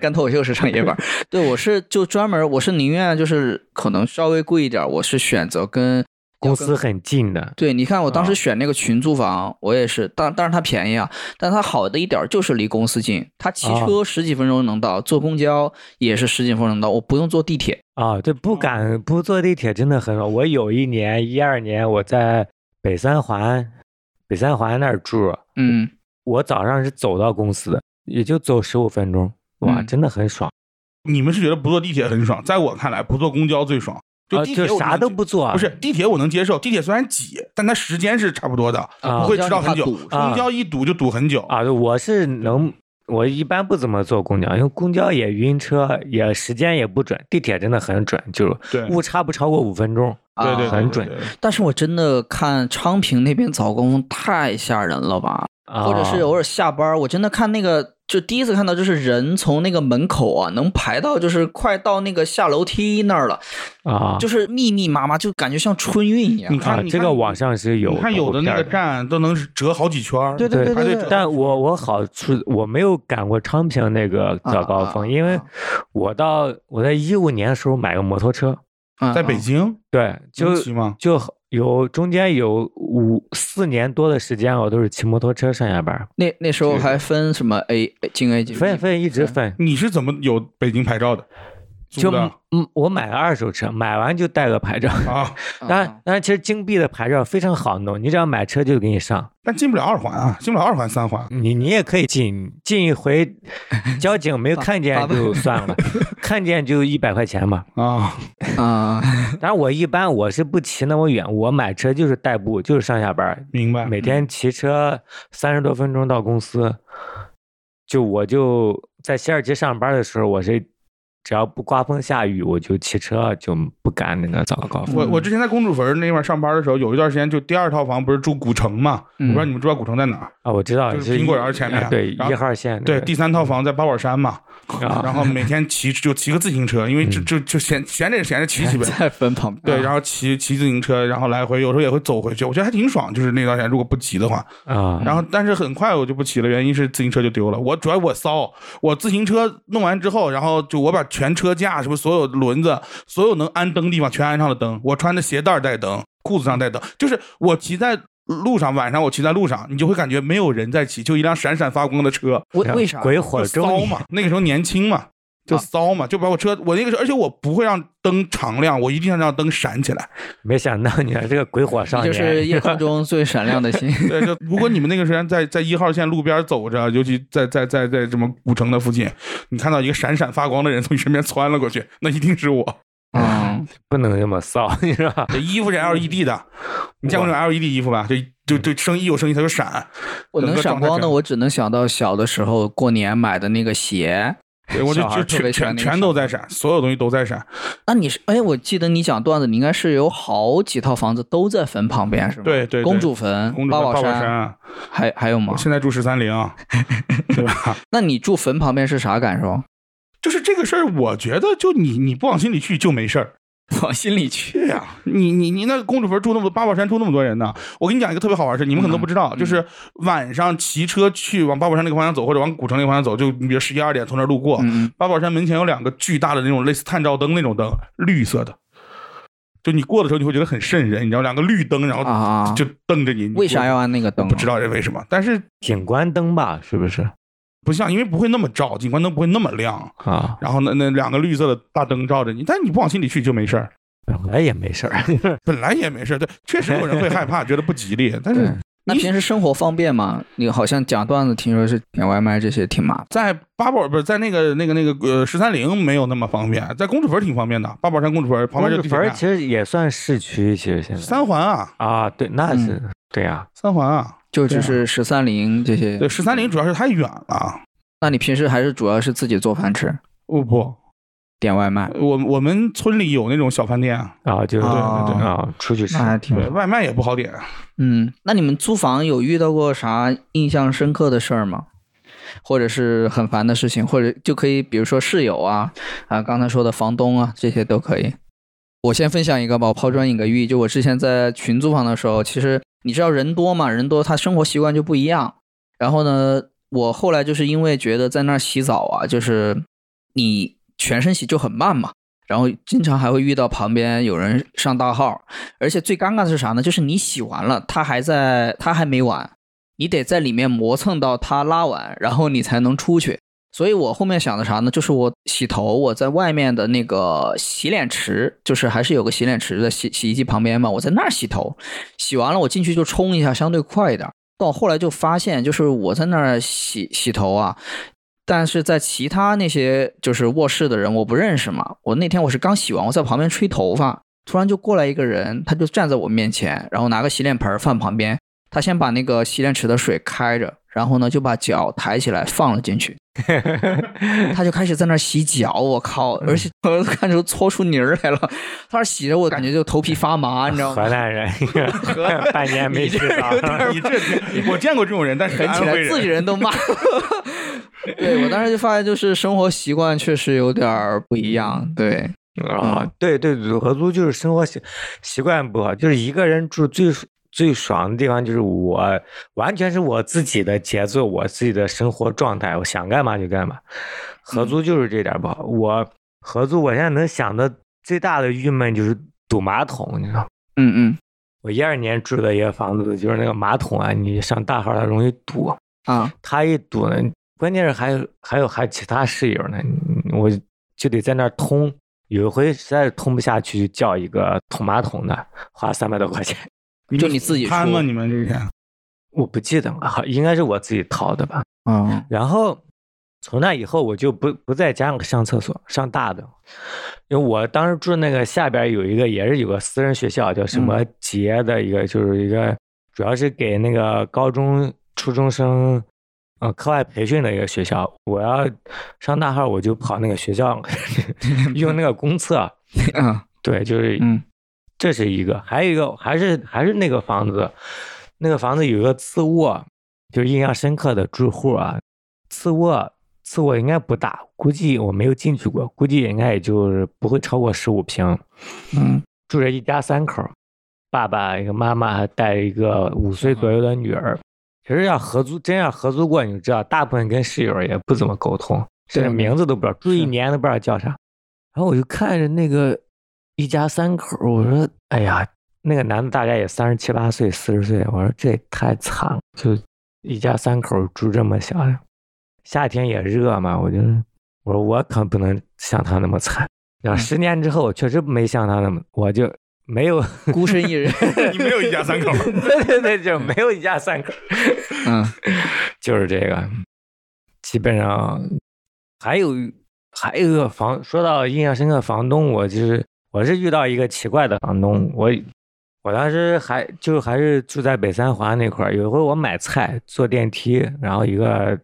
Speaker 4: 干脱口秀是上夜班儿，对我是就专门，我是宁愿就是可能稍微贵一点儿，我是选择跟
Speaker 1: 公司。很近的，
Speaker 4: 对，你看我当
Speaker 1: 啊
Speaker 4: 时选那个群租房，我也是，当当然它便宜啊，但它好的一点儿就是离公司近，它骑
Speaker 1: 啊
Speaker 4: 车十几分钟能到，坐公交也是十几分钟能到，我不用坐地铁。
Speaker 1: 啊，对，
Speaker 3: 哦
Speaker 1: 不赶不坐地铁真的很好。我有一年一二年我在北三环，北三环那儿住，
Speaker 4: 嗯，
Speaker 1: 我早上是走到公司的，也就走十五分钟，哇，
Speaker 4: 嗯
Speaker 1: 真的很爽。
Speaker 3: 你们是觉得不坐地铁很爽，在我看来，不坐公交最爽。就
Speaker 1: 啊，
Speaker 3: 地铁、
Speaker 1: 就啥都不。啊做，
Speaker 3: 不是地铁我能接受，地铁虽然挤，但它时间是差不多的，
Speaker 1: 啊
Speaker 3: 不会迟到很久。
Speaker 4: 公交你怕
Speaker 1: 堵
Speaker 3: 公交一堵就堵很久。
Speaker 1: 啊，我是
Speaker 3: 嗯
Speaker 1: 能，我一般不怎么坐公交，因为公交也晕车，也时间也不准，地铁真的很准，就是
Speaker 3: 对
Speaker 1: 误差不超过五分钟。
Speaker 3: 对对，
Speaker 4: 啊
Speaker 1: 很准
Speaker 4: 但是我真的看昌平那边早高峰太吓人了吧，
Speaker 1: 啊、
Speaker 4: 或者是偶尔下班儿，我真的看那个，就第一次看到，就是人从那个门口啊，能排到就是快到那个下楼梯那儿了，
Speaker 1: 啊，
Speaker 4: 就是密密麻麻，就感觉像春运一样
Speaker 3: 你。
Speaker 1: 啊
Speaker 3: 看，，你
Speaker 1: 这
Speaker 3: 看
Speaker 1: 个网上是有
Speaker 3: 你看有的那
Speaker 1: 图
Speaker 3: 个
Speaker 1: 片
Speaker 3: 站都能折好几圈儿。
Speaker 4: 对
Speaker 1: 对
Speaker 4: 对
Speaker 3: 排队
Speaker 4: 对
Speaker 3: 者
Speaker 4: 对，
Speaker 1: 但我我好处我没有赶过昌平那个早高峰，
Speaker 4: 啊啊
Speaker 1: 因为
Speaker 4: 啊
Speaker 1: 我到我在一五年的时候买个摩托车，
Speaker 4: 但
Speaker 3: 嗯在北京
Speaker 1: 对，啊就
Speaker 3: 能骑吗？
Speaker 1: 就有中间有五四年多的时间，我都是骑摩托车上下班儿，
Speaker 4: 那那时候还分什么 A 京 A 京
Speaker 1: 分分一直
Speaker 4: 分
Speaker 1: 分，
Speaker 3: 你是怎么有北京牌照的？租
Speaker 1: 就
Speaker 3: 的
Speaker 1: 嗯，我买了二手车，买完就带个牌照。
Speaker 3: 啊，
Speaker 4: 嗯
Speaker 1: 当然，当然，其实金币的牌照非常好弄，你只要买车就给你上，
Speaker 3: 但进不了二环啊，进不了二环、三环。
Speaker 1: 你你也可以进进一回，交警没有
Speaker 4: 把
Speaker 1: 看
Speaker 4: 把
Speaker 1: 见
Speaker 4: 把
Speaker 1: 就算了，看见就一百块钱嘛。
Speaker 3: 啊，
Speaker 4: 啊，
Speaker 1: 当然，我一般我是不骑那么远，我买车就是代步，就是上下班儿，
Speaker 3: 明白。
Speaker 1: 每天骑车三十多分钟到公司。就我就在西二旗上班的时候，我是只要不刮风下雨，我就骑车就不敢那个早高峰。
Speaker 3: 我我之前在公主坟那边上班的时候，有一段时间就第二套房不是住古城嘛？我
Speaker 4: 嗯
Speaker 3: 不知道你们知道古城在哪儿？
Speaker 1: 啊，我知道，
Speaker 3: 就是苹果园前面
Speaker 1: 啊对
Speaker 3: 然后
Speaker 1: 一号线那个，
Speaker 3: 对，第三套房在八宝山嘛。
Speaker 1: 啊
Speaker 3: 然后每天骑就骑个自行车，因为就
Speaker 1: 嗯
Speaker 3: 就就闲闲着闲着骑 骑呗。
Speaker 4: 在坟旁边。啊
Speaker 3: 对，然后骑骑自行车，然后来回，有时候也会走回去，我觉得还挺爽。就是那段时间，如果不急的话，
Speaker 1: 啊，
Speaker 3: 然后但是很快我就不骑了，原因是自行车就丢了。我主要我骚，我自行车弄完之后，然后就我把全车架什么所有轮子、所有能安灯地方全安上了灯，我穿着鞋带儿带灯，裤子上带灯，就是我骑在。路上晚上我骑在路上，你就会感觉没有人在骑，就一辆闪闪发光的车，
Speaker 4: 为为啥？
Speaker 1: 鬼火
Speaker 3: 就
Speaker 1: 中
Speaker 3: 骚嘛，那个时候年轻嘛，就
Speaker 4: 啊
Speaker 3: 骚嘛，就把我车，我那个时候，而且我不会让灯常亮，我一定要让灯闪起来。
Speaker 1: 没想到你还是个鬼火
Speaker 4: 你
Speaker 1: 少
Speaker 4: 就
Speaker 1: 年，
Speaker 4: 是夜空中最闪亮的星。
Speaker 3: 对，就如果你们那个时间在在一号线路边走着，尤其在在在在什么古城的附近，你看到一个闪闪发光的人从你身边窜了过去，那一定是我。
Speaker 4: 嗯，
Speaker 1: 不能这么骚，你知道
Speaker 4: 啊
Speaker 1: 吧？
Speaker 3: 这衣 服是 LED 的，你见过那种 LED 衣服吧？就就就声一有声音它就 闪。
Speaker 4: 我能闪光的，我只能想到小的时候过年买的那个鞋。
Speaker 3: 对，我就
Speaker 4: 小孩
Speaker 3: 就
Speaker 4: 特别
Speaker 3: 全
Speaker 4: 喜
Speaker 3: 全
Speaker 4: 欢那个
Speaker 3: 全
Speaker 4: 闪
Speaker 3: 都在闪，所有东西都在闪。
Speaker 4: 那你是？哎，我记得你讲段子，你应该是有好几套房子都在坟旁边，是吗？
Speaker 3: 对对对
Speaker 4: 公主坟、
Speaker 3: 公主
Speaker 4: 八
Speaker 3: 和宝
Speaker 4: 山，
Speaker 3: 山，
Speaker 4: 还还有吗
Speaker 3: 我？现在住十三 陵，对吧？
Speaker 4: 那你住坟旁边是啥感受？
Speaker 3: 就是这个事儿，我觉得就你你不往心里去就没事儿。
Speaker 4: 往心里去。
Speaker 3: 对呀、你你你那公主坟住那么多，八宝山住那么多人呢。我跟你讲一个特别好玩的事，你们可能都不知道，
Speaker 4: 嗯
Speaker 3: 就是晚上骑车去往八宝山那个方向走，或者往古城那个方向走，就你比如十一二点从那儿路过，
Speaker 4: 嗯，
Speaker 3: 八宝山门前有两个巨大的那种类似探照灯那种灯，绿色的，就你过的时候你会觉得很瘆人，你知道两个绿灯，然后
Speaker 4: 啊，
Speaker 3: 哦就瞪着你。你
Speaker 4: 为啥要按那个灯啊？
Speaker 3: 不知道这为什么？但是
Speaker 1: 景观灯吧，是不是
Speaker 3: 不像，因为不会那么照，景观灯不会那么亮。
Speaker 1: 啊？
Speaker 3: 然后呢，那两个绿色的大灯照着你，但是你不往心里去就没事儿。
Speaker 1: 本来哎也没事儿，
Speaker 3: 本来也没事儿，对，确实有人会害 怕，觉得不吉利，但是
Speaker 4: 对。那平时生活方便吗？你好像讲段子，听说是点外卖这些挺麻烦。
Speaker 3: 在八宝不是在那个那个那个呃十三陵没有那么方便，在公主坟挺方便的，八宝山公主坟旁边就
Speaker 1: 公主
Speaker 3: 地铁
Speaker 1: 坟
Speaker 3: 站
Speaker 1: 其实也算市区，其实现在
Speaker 3: 三嗯环啊，
Speaker 1: 啊，对，那是、对呀、
Speaker 3: 三环啊，
Speaker 4: 就就
Speaker 3: 对啊
Speaker 4: 是十三陵这些。
Speaker 3: 对，十三陵。主要是太远了。
Speaker 4: 那你平时还是主要是自己做饭吃，
Speaker 3: 哦不，
Speaker 4: 点外卖？
Speaker 3: 我我们村里有那种小饭店，
Speaker 1: 啊，就是
Speaker 3: 对
Speaker 4: 啊
Speaker 3: 对对，
Speaker 1: 啊，出去吃
Speaker 4: 那还挺
Speaker 3: 对外卖也不好点。
Speaker 4: 嗯，那你们租房有遇到过啥印象深刻的事儿吗？或者是很烦的事情，或者就可以，比如说室友啊，啊，刚才说的房东啊，这些都可以。我先分享一个吧，我抛砖引个玉。就我之前在群租房的时候，其实你知道人多嘛，人多他生活习惯就不一样。然后呢，我后来就是因为觉得在那儿洗澡啊，就是你全身洗就很慢嘛，然后经常还会遇到旁边有人上大号，而且最尴尬的是啥呢？就是你洗完了，他还在，他还没完，你得在里面磨蹭到他拉完，然后你才能出去。所以我后面想的啥呢？就是我洗头，我在外面的那个洗脸池，就是还是有个洗脸池在洗洗衣机旁边嘛，我在那儿洗头，洗完了我进去就冲一下，相对快一点。但我后来就发现，就是我在那儿洗洗头啊，但是在其他那些就是卧室的人我不认识嘛，我那天我是刚洗完，我在旁边吹头发，突然就过来一个人，他就站在我面前，然后拿个洗脸盆儿放旁边，他先把那个洗脸池的水开着，然后呢就把脚抬起来放了进去，他就开始在那儿洗脚，我靠！而且 我都看出搓出泥儿来了，他那洗着我感觉就头皮发麻，你知道吗
Speaker 1: 河？南人， 半年没
Speaker 4: 你
Speaker 1: 吃
Speaker 4: 这
Speaker 1: 到
Speaker 4: 有点儿
Speaker 3: 你这 我见过这种人，但是
Speaker 4: 狠起
Speaker 3: 安
Speaker 4: 来
Speaker 3: 徽，人
Speaker 4: 自己人都 骂。对我当时就发现，就是生活习惯确实有点儿不一样。对，
Speaker 1: 啊，对对对，合租就是生活习习惯不好，就是一个人住最舒最爽的地方就是我完全是我自己的节奏，我自己的生活状态，我想干嘛就干嘛。合租就是这点不好，我合租我现在能想的最大的郁闷就是堵马桶，你知道吗。
Speaker 4: 嗯嗯
Speaker 1: 我一二年住的一个房子，就是那个马桶啊，你上大号它容易堵，
Speaker 4: 啊，
Speaker 1: 它一堵呢，关键是还有还有还有其他室友呢，你我就得在那儿通。有一回实在是通不下去，就叫一个通马桶的，花三百多块钱，
Speaker 4: 就你自己
Speaker 3: 贪吗？
Speaker 4: 出
Speaker 3: 你们这些
Speaker 1: 我不记得了，好应该是我自己掏的吧。
Speaker 4: 啊，
Speaker 1: 然后从那以后，我就不不在家上厕所，上大的，因为我当时住那个下边有一个也是有个私人学校，叫什么杰的一个，就是一个主要是给那个高中初中生呃课外培训的一个学校，我要上大号我就跑那个学校 用那个公厕，
Speaker 4: 啊，
Speaker 1: 对，就是
Speaker 4: 嗯
Speaker 1: 这是一个，还有一个还是还是那个房子，那个房子有一个次卧，就是印象深刻的住户啊，次卧次卧应该不大，估计我没有进去过，估计应该也就是不会超过十五平，
Speaker 4: 嗯
Speaker 1: 住着一家三口儿，爸爸一个妈妈还带着一个五岁左右的女儿。其实要合租，真要合租过，你就知道，大部分跟室友也不怎么沟通，甚至
Speaker 4: 对
Speaker 1: 名字都不知道，住一
Speaker 4: 是
Speaker 1: 年都不知道叫啥。然后我就看着那个一家三口儿，我说：“哎呀，那个男的大概也三十七八岁、四十岁。”我说：“这也太惨了，就一家三口儿住这么小，夏天也热嘛。”我就我说我可不能像他那么惨。然
Speaker 4: 嗯
Speaker 1: 后十年之后，我确实没像他那么，我就没有，，
Speaker 4: 孤身一人，
Speaker 3: 你没有一家三口
Speaker 1: 对对对，就没有一家三口，
Speaker 4: 嗯
Speaker 1: 就是这个，基本上还有还有一个房，说到印象深刻房东，我就是我是遇到一个奇怪的房东，我我当时还就还是住在北三环那块儿，有一回我买菜坐电梯，然后一个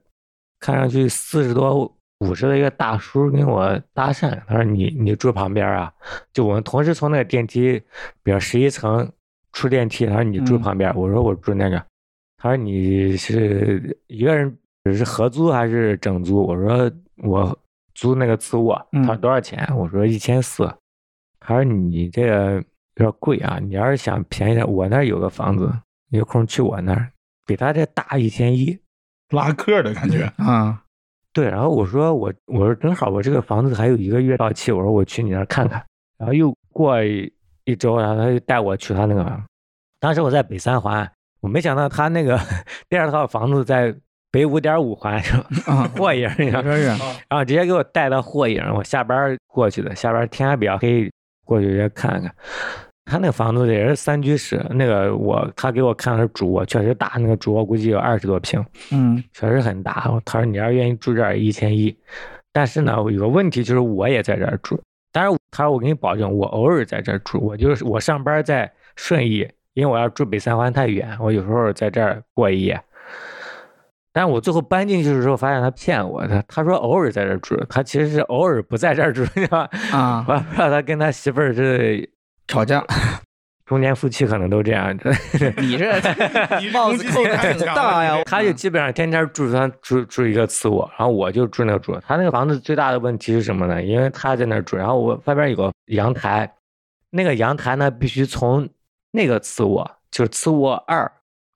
Speaker 1: 看上去四十多五十的一个大叔跟我搭讪，他说你你住旁边啊，就我们同时从那个电梯，比如十一层出电梯，他说你住
Speaker 4: 嗯
Speaker 1: 旁边，我说我住那个，他说你是一个人是合租还是整租？我说我租那个次卧，他说
Speaker 4: 嗯
Speaker 1: 多少钱？我说一千四，他说你这个有点贵啊，你要是想便宜点，我那儿有个房子，你有空去我那儿，比他这大一千一。
Speaker 3: 拉客的感觉。
Speaker 4: 啊，
Speaker 1: 对，然后我说我我说正好我这个房子还有一个月到期，我说我去你那儿看看。然后又过一一周，然后他就带我去他那个房，当时我在北三环，我没想到他那个 第二套房子在北五点五环，
Speaker 4: 啊
Speaker 1: 霍营，你知道
Speaker 4: 有点
Speaker 3: 哦
Speaker 4: 远，
Speaker 1: 然后直接给我带到霍营，我下班儿过去的，下班儿天还比较黑，过去直接看看。他那房子也是三居室，那个我他给我看的是主卧，确实大，那个主卧估计有二十多平，
Speaker 4: 嗯
Speaker 1: 确实很大。我他说你要愿意住这儿一千一，但是呢，我有个问题就是我也在这儿住，当然他说我给你保证，我偶尔在这儿住，我就是我上班在顺义，因为我要住北三环太远，我有时候在这儿过一夜。但是我最后搬进去的时候，发现他骗我，他他说偶尔在这儿住，他其实是偶尔不在这儿住，你知道吧？
Speaker 4: 啊
Speaker 1: 我，也不知道他跟他媳妇儿是
Speaker 4: 吵架，
Speaker 1: 中年夫妻，可能都这样。
Speaker 4: 你这帽子扣的挺大呀，
Speaker 1: 他就基本上天天住他住住一个次卧，然后我就住那个主卧。他那个房子最大的问题是什么呢？因为他在那儿住，然后我外边有个阳台，那个阳台呢必须从那个次卧，就是次卧二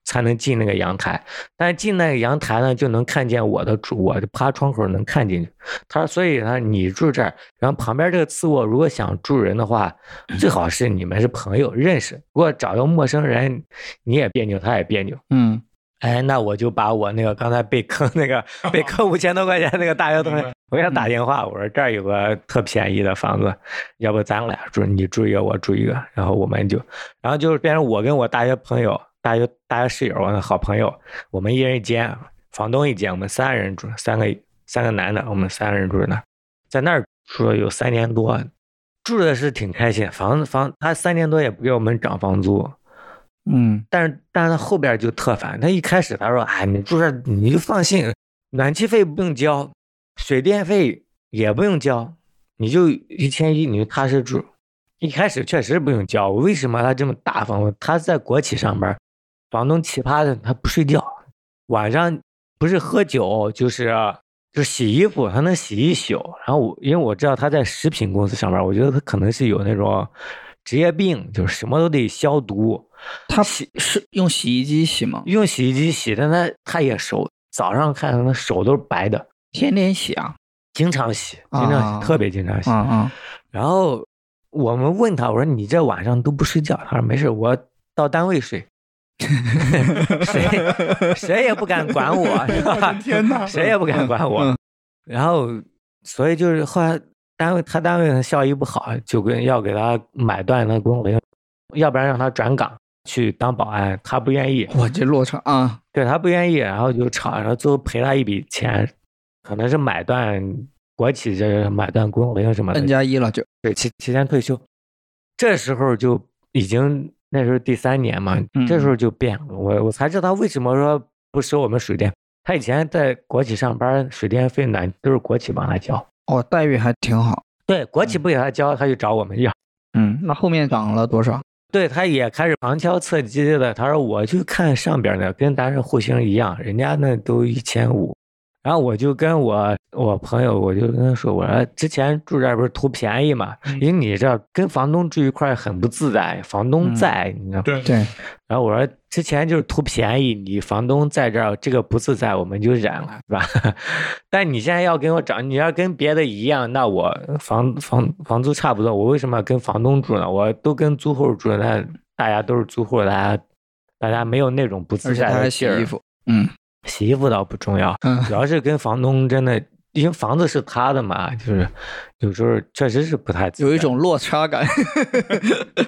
Speaker 1: 才能进那个阳台，但是进那个阳台呢就能看见我的主卧，就趴窗口能看进去。他说，所以呢你住这儿，然后旁边这个次卧如果想住人的话，最好是你们是朋友认识，如果找一个陌生人，你也别扭，他也别扭。
Speaker 4: 嗯
Speaker 1: 哎，那我就把我那个刚才被坑那个被坑五千多块钱那个大学同
Speaker 3: 明
Speaker 1: 学
Speaker 3: 白，
Speaker 1: 我给他打
Speaker 4: 嗯
Speaker 1: 电话，我说这儿有个特便宜的房子，要不咱俩住，你住一个，我住一个，然后我们就，然后就是变成我跟我大学朋友、大学大学室友，我的好朋友，我们一人一间，房东一间，我们三人住，三个三个男的，我们三人住那儿，在那儿住了有三年多，住的是挺开心，房子房他三年多也不给我们涨房租，
Speaker 4: 嗯
Speaker 1: 但是但是他后边就特烦，他一开始他说，哎，你住这儿你就放心，暖气费不用交，水电费也不用交，你就一千一你就踏实住。一开始确实不用交，为什么他这么大方？他在国企上班，房东奇葩的他不睡觉，晚上不是喝酒就是。啊就洗衣服，他能洗一宿。然后我因为我知道他在食品公司上班，我觉得他可能是有那种职业病，就是什么都得消毒。
Speaker 4: 他是用洗衣机洗吗？
Speaker 1: 用洗衣机洗，但他他也熟。早上看他的手都是白的，
Speaker 4: 天天洗啊？
Speaker 1: 经常洗，经常洗，
Speaker 4: 啊
Speaker 1: 特别经
Speaker 3: 嗯
Speaker 1: 常洗。
Speaker 4: 啊啊，
Speaker 1: 然后我们问他，我说你这晚上都不睡觉？他说没事，我到单位睡。谁谁也不敢管我，是吧？
Speaker 3: 天哪
Speaker 1: 谁也不敢管我。然后，所以就是后来单位他单位的效益不好，就跟要给他买断那工龄，要不然让他转岗去当保安，他不愿意。
Speaker 4: 我这落差啊，
Speaker 1: 对他不愿意，然后就吵，然后最后赔他一笔钱，可能是买断国企这买断工龄什么的
Speaker 4: n，加一了就，
Speaker 1: 对，提提前退休。这时候就已经嗯那时候第三年嘛，这时候就变了，我我才知道为什么说不收我们水电，他以前在国企上班，水电费暖都是国企帮他交。嗯
Speaker 4: 哦，待遇还挺好。
Speaker 1: 对，国企不给他交，他就找我们要。
Speaker 4: 嗯，那后面涨了多少？
Speaker 1: 对，他也开始旁敲侧击的。他说：“我就看上边的，跟咱这户型一样，人家那都一千五。”然后我就跟我我朋友，我就跟他说：“我说之前住这儿不是图便宜嘛，因为你这跟房东住一块儿很不自在，房东
Speaker 4: 嗯
Speaker 1: 在，你知道吗？
Speaker 3: 对，
Speaker 4: 对，
Speaker 1: 然后我说之前就是图便宜，你房东在这儿，这个不自在我们就忍了，是吧？ 但你现在要跟我涨，你要跟别的一样，那我房房房租差不多，我为什么要跟房东住呢？我都跟租户住，那大家都是租户，大家大家没有那种不自
Speaker 4: 而且
Speaker 1: 在
Speaker 4: 他还
Speaker 1: 的
Speaker 4: 洗
Speaker 1: 劲儿
Speaker 4: 衣，服。嗯
Speaker 1: 洗衣服倒不重要，
Speaker 4: 嗯
Speaker 1: 主要是跟房东真的，因为房子是他的嘛，就是有时候确实是不太自
Speaker 4: 有一
Speaker 1: 在
Speaker 4: 种落差 感。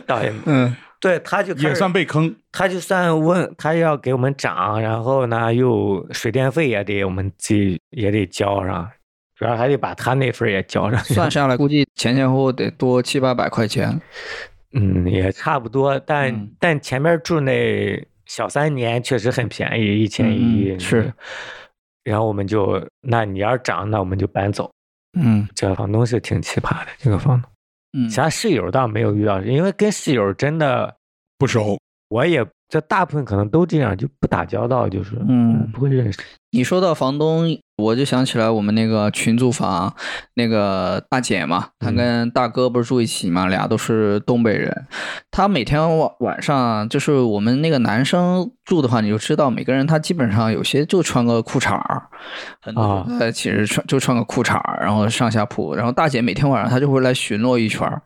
Speaker 1: 倒也
Speaker 4: 嗯
Speaker 1: 对，他就开
Speaker 3: 也
Speaker 1: 始
Speaker 3: 算被坑。
Speaker 1: 他就算问他要给我们涨，然后呢又水电费也得我们自己也得交上，主要还得把他那份儿也交上。
Speaker 4: 算下来估计前前后后得多七八百块钱。
Speaker 1: 嗯，也差不多，但、
Speaker 4: 嗯
Speaker 1: 但前面住那小三年确实很便宜，一千一
Speaker 4: 嗯是。
Speaker 1: 然后我们就，那你要是涨，那我们就搬走。
Speaker 4: 嗯
Speaker 1: 这个房东是挺奇葩的，这个房东，
Speaker 4: 嗯
Speaker 1: 其他室友倒没有遇到，因为跟室友真的
Speaker 3: 不熟，
Speaker 1: 我也这大部分可能都这样，就不打交道，就是
Speaker 4: 嗯
Speaker 1: 不会认识。
Speaker 4: 你说到房东，我就想起来我们那个群租房，那个大姐嘛，她
Speaker 1: 嗯
Speaker 4: 跟大哥不是住一起嘛，俩都是东北人。她每天晚晚上就是我们那个男生住的话，你就知道每个人他基本上有些就穿个裤衩儿，很多
Speaker 1: 啊
Speaker 4: 呃其实穿就穿个裤衩儿，然后上下铺。然后大姐每天晚上她就会来巡逻一圈儿，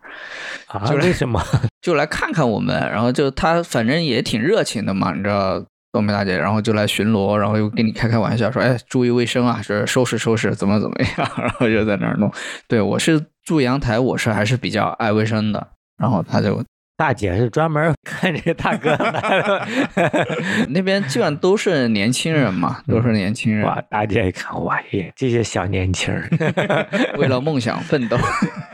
Speaker 1: 啊？
Speaker 4: 就是
Speaker 1: 为什么？
Speaker 4: 就来看看我们，然后就他反正也挺热情的嘛，你知道东北大姐，然后就来巡逻，然后又跟你开开玩笑说，哎，注意卫生啊，是收拾收拾，怎么怎么样， 然后就在那儿弄。对我是住阳台，我是还是比较爱卫生的，然后他就
Speaker 1: 大姐是专门 看这大哥来 的。
Speaker 4: 那边基本上都是年轻人嘛，都是年
Speaker 3: 嗯
Speaker 4: 轻 人，
Speaker 1: 哇，大姐一看，哇耶，这些小年轻儿，
Speaker 4: 为了梦想奋斗。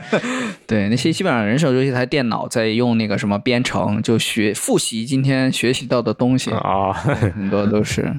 Speaker 4: 对，那些基本上人手就一台电脑，在用那个什么编程，就学复习今天学习到的东
Speaker 3: 嗯
Speaker 4: 西。
Speaker 1: 哦，
Speaker 4: 很多都是。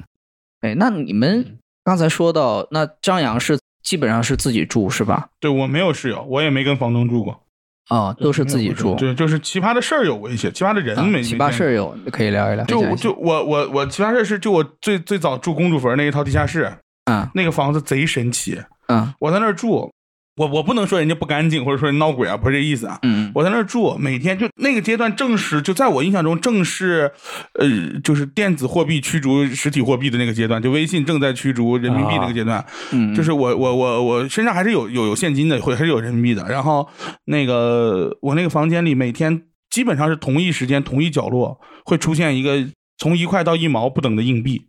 Speaker 4: 哎，那你
Speaker 3: 嗯
Speaker 4: 们刚才说到，那张扬是基本上是自己住是吧？
Speaker 3: 对我没有室友，我也没跟房东住过，
Speaker 4: 啊、都是自己住。
Speaker 3: 对，就是奇葩的事儿有过一些，奇葩的人
Speaker 4: 啊
Speaker 3: 没。
Speaker 4: 奇葩
Speaker 3: 没见
Speaker 4: 室友可以聊一聊。
Speaker 3: 就
Speaker 4: 讲一
Speaker 3: 就
Speaker 4: 讲
Speaker 3: 我我我奇葩事儿是就我最最早住公主坟那一套地下室，
Speaker 4: 嗯
Speaker 3: 那个房子贼神奇。
Speaker 4: 嗯
Speaker 3: 我在那儿住，我我不能说人家不干净或者说人闹鬼啊，不是这意思啊。
Speaker 4: 嗯，
Speaker 3: 我在那儿住，每天就那个阶段正是就在我印象中正是，呃，就是电子货币驱逐实体货币的那个阶段，就微信正在驱逐人民币那个阶段。
Speaker 4: 嗯
Speaker 3: 就是我我我我身上还是有有有现金的，会还是有人民币的。然后那个我那个房间里每天基本上是同一时间同一角落会出现一个从一块到一毛不等的硬币，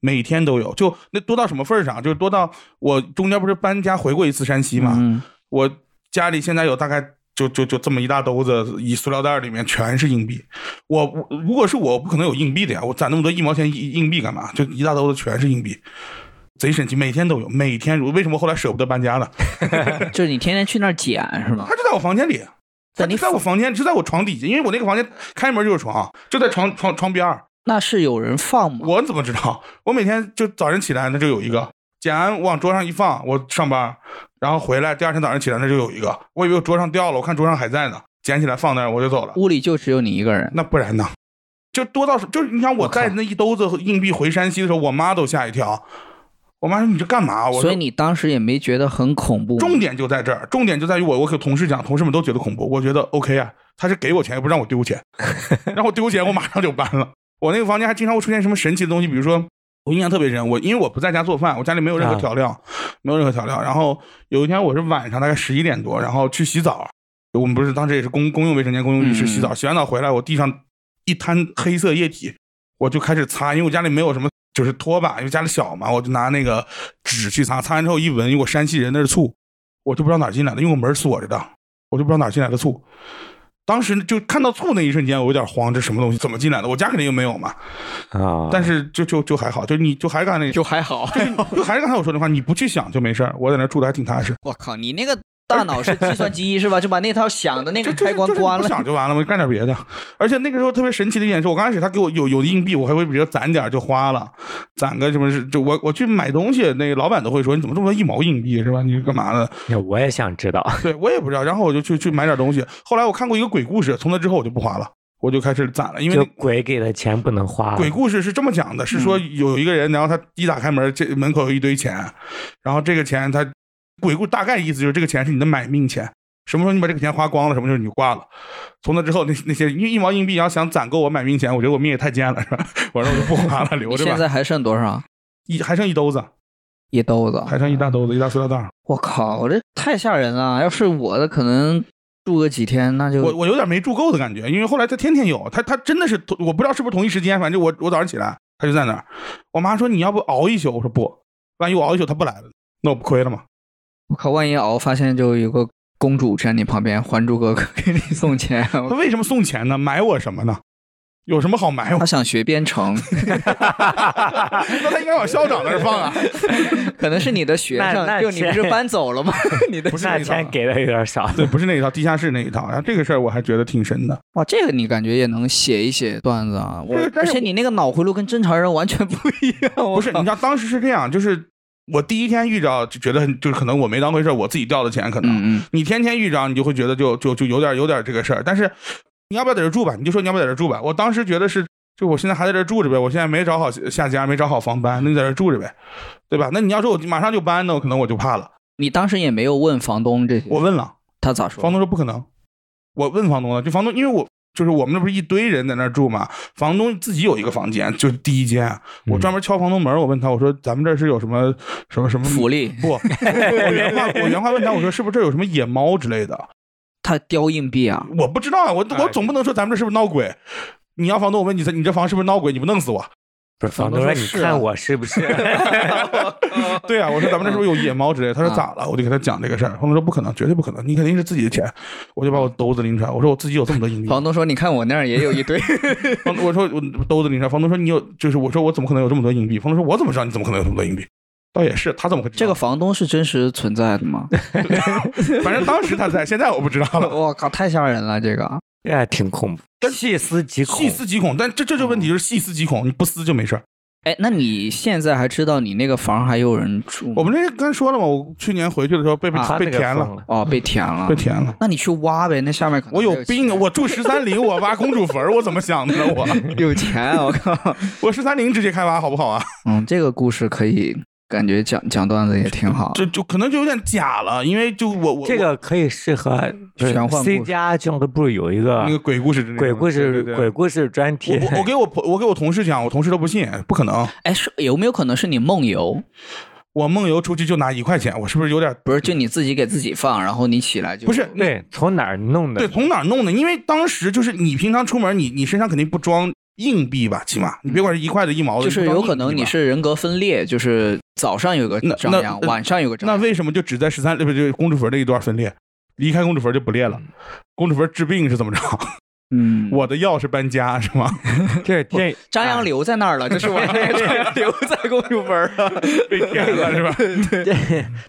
Speaker 3: 每天都有，就那多到什么份儿上？就是多到我中间不是搬家回过一次山西嘛，
Speaker 4: 嗯
Speaker 3: 我家里现在有大概就就就这么一大兜子，以塑料袋里面全是硬币。我我如果是我，我不可能有硬币的呀，我攒那么多一毛钱硬硬币干嘛？就一大兜子全是硬币，贼神奇，每天都有，每天如为什么后来舍不得搬家呢？
Speaker 4: 就是你天天去那儿捡是吗
Speaker 3: 它？就在我房间里。它
Speaker 4: 在你
Speaker 3: 就在我房间，就在我床底下，因为我那个房间开门就是床，就在床床床边儿。
Speaker 4: 那是有人放吗？
Speaker 3: 我怎么知道？我每天就早晨起来，那就有一个捡完往桌上一放，我上班，然后回来第二天早上起来那就有一个。我以为我桌上掉了，我看桌上还在呢，捡起来放那儿我就走了。
Speaker 4: 屋里就只有你一个人。
Speaker 3: 那不然呢？就多到就是你想我
Speaker 4: 我靠
Speaker 3: 带那一兜子硬币回山西的时候，我妈都吓一跳。我妈说你这干嘛？我说
Speaker 4: 所以你当时也没觉得很恐怖吗，
Speaker 3: 重点就在这儿，重点就在于我我给同事讲，同事们都觉得恐怖，我觉得 OK 啊，他是给我钱，又不让我丢钱，让我丢钱我马上就搬了。我那个房间还经常会出现什么神奇的东西，比如说我印象特别深，我因为我不在家做饭，我家里没有任何
Speaker 1: 啊
Speaker 3: 调料，没有任何调料。然后有一天我是晚上大概十一点多，然后去洗澡，我们不是当时也是公公用卫生间、公用浴室
Speaker 4: 嗯
Speaker 3: 洗澡，洗完澡回来，我地上一滩黑色液体，我就开始擦，因为我家里没有什么就是拖把，因为家里小嘛，我就拿那个纸去擦，擦完之后一闻，因为我山西人那是醋，我就不知道哪儿进来的，因为我门锁着的，我就不知道哪儿进来的醋。当时就看到醋那一瞬间，我有点慌，这什么东西？怎么进来的？我家肯定又没有嘛。
Speaker 1: 啊，
Speaker 3: 但是就就就还好，就你就还干那个，
Speaker 4: 就还好。
Speaker 3: 就还是刚才我说的话，你不去想就没事儿。我在那儿住的还挺踏实。
Speaker 4: 我靠，你那个大脑是计算机是吧？就把那套想的那
Speaker 3: 就
Speaker 4: 个
Speaker 3: 就是
Speaker 4: 开关
Speaker 3: 就是
Speaker 4: 关
Speaker 3: 不
Speaker 4: 了。
Speaker 3: 想就完了嘛，干点别的。而且那个时候特别神奇的一点是，我刚开始他给我有有的硬币，我还会比如攒点儿就花了，攒个什么是就我我去买东西，那个老板都会说你怎么这么多一毛硬币是吧？你是干嘛的？
Speaker 1: 那我也想知道，
Speaker 3: 对我也不知道。然后我就去去买点东西。后来我看过一个鬼故事，从那之后我就不花了，我就开始攒了，因为
Speaker 1: 就
Speaker 3: 那
Speaker 1: 鬼给的钱不能
Speaker 4: 啊
Speaker 1: 花。
Speaker 3: 鬼故事是这么讲的，是说
Speaker 4: 嗯
Speaker 3: 有一个人，然后他一打开门，这门口有一堆钱，然后这个钱他鬼故大概意思就是这个钱是你的买命钱，什么时候你把这个钱花光了，什么时候你就挂了。从那之后，那那些因为一毛硬币，要想攒够我买命钱，我觉得我命也太贱了，是吧？ 我说我就不花了，留
Speaker 4: 你
Speaker 3: 着
Speaker 4: 现
Speaker 3: 吧。
Speaker 4: 在还剩多少？
Speaker 3: 一还剩一兜子，
Speaker 4: 一 兜子。
Speaker 3: 还剩一大兜子，一大塑料袋儿。
Speaker 4: 我靠，这太吓人了！要是我的，可能住个几天，那就
Speaker 3: 我我有点没住够的感觉，因为后来他天天有，他他真的是同我不知道是不是同一时间，反正我我早上起来他就在那儿。我妈说你要不熬一宿，我说不，万一我熬一宿他不来了，那我不亏了吗？
Speaker 4: 我靠，万一熬发现就有个公主站你旁边，《还珠格格》给你送钱，
Speaker 3: 他为什么送钱呢？买我什么呢？有什么好买我
Speaker 4: 她？想学编程，
Speaker 3: 那他应该往校长那儿放啊！
Speaker 4: 可能是你的学
Speaker 1: 那
Speaker 4: 生，
Speaker 1: 那
Speaker 4: 就你不是
Speaker 1: 钱
Speaker 4: 搬走 了吗？你的
Speaker 3: 不是那
Speaker 1: 那
Speaker 3: 一套啊
Speaker 1: 钱给的有点少。
Speaker 3: 对，不是那一套，地下室那一套。然后这个事儿我还觉得挺神的。
Speaker 4: 哇，这个你感觉也能写一写段子啊？我
Speaker 3: 对但
Speaker 4: 而
Speaker 3: 是
Speaker 4: 且你那个脑回路跟正常人完全不一样。
Speaker 3: 不是，你知
Speaker 4: 道，
Speaker 3: 道当时是这样，就是我第一天遇着就觉得很，就是可能我没当回事儿，我自己掉的钱可能。
Speaker 4: 嗯嗯，
Speaker 3: 你天天遇着，你就会觉得就就就有点有点这个事儿。但是你要不要在这儿住吧？你就说你要不要在这儿住吧。我当时觉得是，就我现在还在这儿住着呗，我现在没找好下家，没找好房搬，那你在这儿住着呗，对吧？那你要说我马上就搬，那我可能我就怕了。
Speaker 4: 你当时也没有问房东这些，
Speaker 3: 我问了。
Speaker 4: 他咋说？
Speaker 3: 房东说不可能。我问房东了，就房东，因为我就是我们那不是一堆人在那儿住嘛，房东自己有一个房间，就是第一间。我
Speaker 4: 嗯
Speaker 3: 专门敲房东门，我问他，我说咱们这是有什么什么什么
Speaker 4: 福？利，
Speaker 3: 不，我原话我原话问他，我说是不是这有什么野猫之类的？
Speaker 4: 他叼硬币啊？
Speaker 3: 我不知道啊，我
Speaker 1: 哎
Speaker 3: 我总不能说咱们这是不是闹鬼？你要房东，我问你，你这房是不是闹鬼？你不弄死我？
Speaker 1: 不是
Speaker 4: 房
Speaker 1: 房
Speaker 4: 东
Speaker 1: 东
Speaker 4: 说
Speaker 1: 说你
Speaker 4: 是啊
Speaker 1: 看我是不是？
Speaker 3: 对啊，我说咱们这是不是有野猫之类的？他
Speaker 4: 嗯
Speaker 3: 说咋了？我就给他讲这个事儿。房东说不可能，绝对不可能，你肯定是自己的钱。我就把我
Speaker 4: 嗯
Speaker 3: 兜子拎出来，我说我自己有这么多硬币。
Speaker 4: 房东说：“你看我那儿也有一堆。
Speaker 3: 房我说我兜子里上，房东说你有，就是我说我怎么可能有这么多硬币？房东说我怎么知道你怎么可能有这么多硬币？倒也是，他怎么会”知
Speaker 4: 这个
Speaker 3: 道？
Speaker 4: 房东是真实存在 的吗？
Speaker 3: 这个 反正当时他在，现在我不知 道了。
Speaker 4: 我靠，太吓人了！这个
Speaker 1: 这还哎挺恐怖，细思极恐。
Speaker 3: 细思极恐，但这这就问题就是细思极恐，你不思就没事儿。
Speaker 4: 哎，那你现在还知道你那个房还有人住吗？
Speaker 3: 我们这刚才说了嘛，我去年回去的时候被被
Speaker 4: 啊
Speaker 3: 被填
Speaker 1: 了，
Speaker 3: 了，
Speaker 1: 啊
Speaker 4: 哦，被填了
Speaker 3: 被。填了。
Speaker 4: 那你去挖呗，那下面可能
Speaker 3: 我有
Speaker 4: 还
Speaker 3: 病啊！
Speaker 4: 钱
Speaker 3: 我住十三陵，我挖公主坟儿，我怎么想的呢？我
Speaker 4: 有钱啊，我靠！
Speaker 3: 我十三陵直接开挖好不好啊？
Speaker 4: 嗯，这个故事可以，感觉讲讲段子也挺好。
Speaker 3: 这就可能就有点假了，因为就我我
Speaker 1: 这个可以适合不是
Speaker 4: 玄幻故事
Speaker 1: C 加俱乐部有一
Speaker 3: 我
Speaker 1: 个
Speaker 3: 那个鬼故事之类的
Speaker 1: 鬼故
Speaker 3: 对
Speaker 1: 事
Speaker 3: 对对
Speaker 1: 鬼故事专题。
Speaker 3: 我我我给我朋我给我同事讲，我同事都不信，不可能。
Speaker 4: 哎，是有没有可能是你梦游？
Speaker 3: 我梦游出去就拿一块钱，我是不是有点
Speaker 4: 不是，就你自己给自己放，然后你起来就
Speaker 3: 不是？
Speaker 1: 对，从哪儿弄的？
Speaker 3: 对，从哪儿弄的？因为当时就是你平常出门，你你身上肯定不装硬币吧，起码你别管是一块的、一毛的，
Speaker 4: 嗯就是
Speaker 3: 你不装
Speaker 4: 有可能
Speaker 3: 硬币
Speaker 4: 你
Speaker 3: 吧。
Speaker 4: 是人格分裂，就是早上有个
Speaker 3: 那
Speaker 4: 张
Speaker 3: 那
Speaker 4: 扬，
Speaker 3: 呃
Speaker 4: 晚上有个张
Speaker 3: 那
Speaker 4: 扬。
Speaker 3: 为什么就只在十三呃不就公主坟那一段分裂？离开公主坟就不裂了。公主坟治病是怎么着？
Speaker 4: 嗯，
Speaker 3: 我的药是搬家是吗？
Speaker 1: 这这
Speaker 4: 张扬
Speaker 1: 哎
Speaker 4: 留在那儿了，就是我 留在公主坟儿了。
Speaker 3: 被填了是吧？
Speaker 1: 这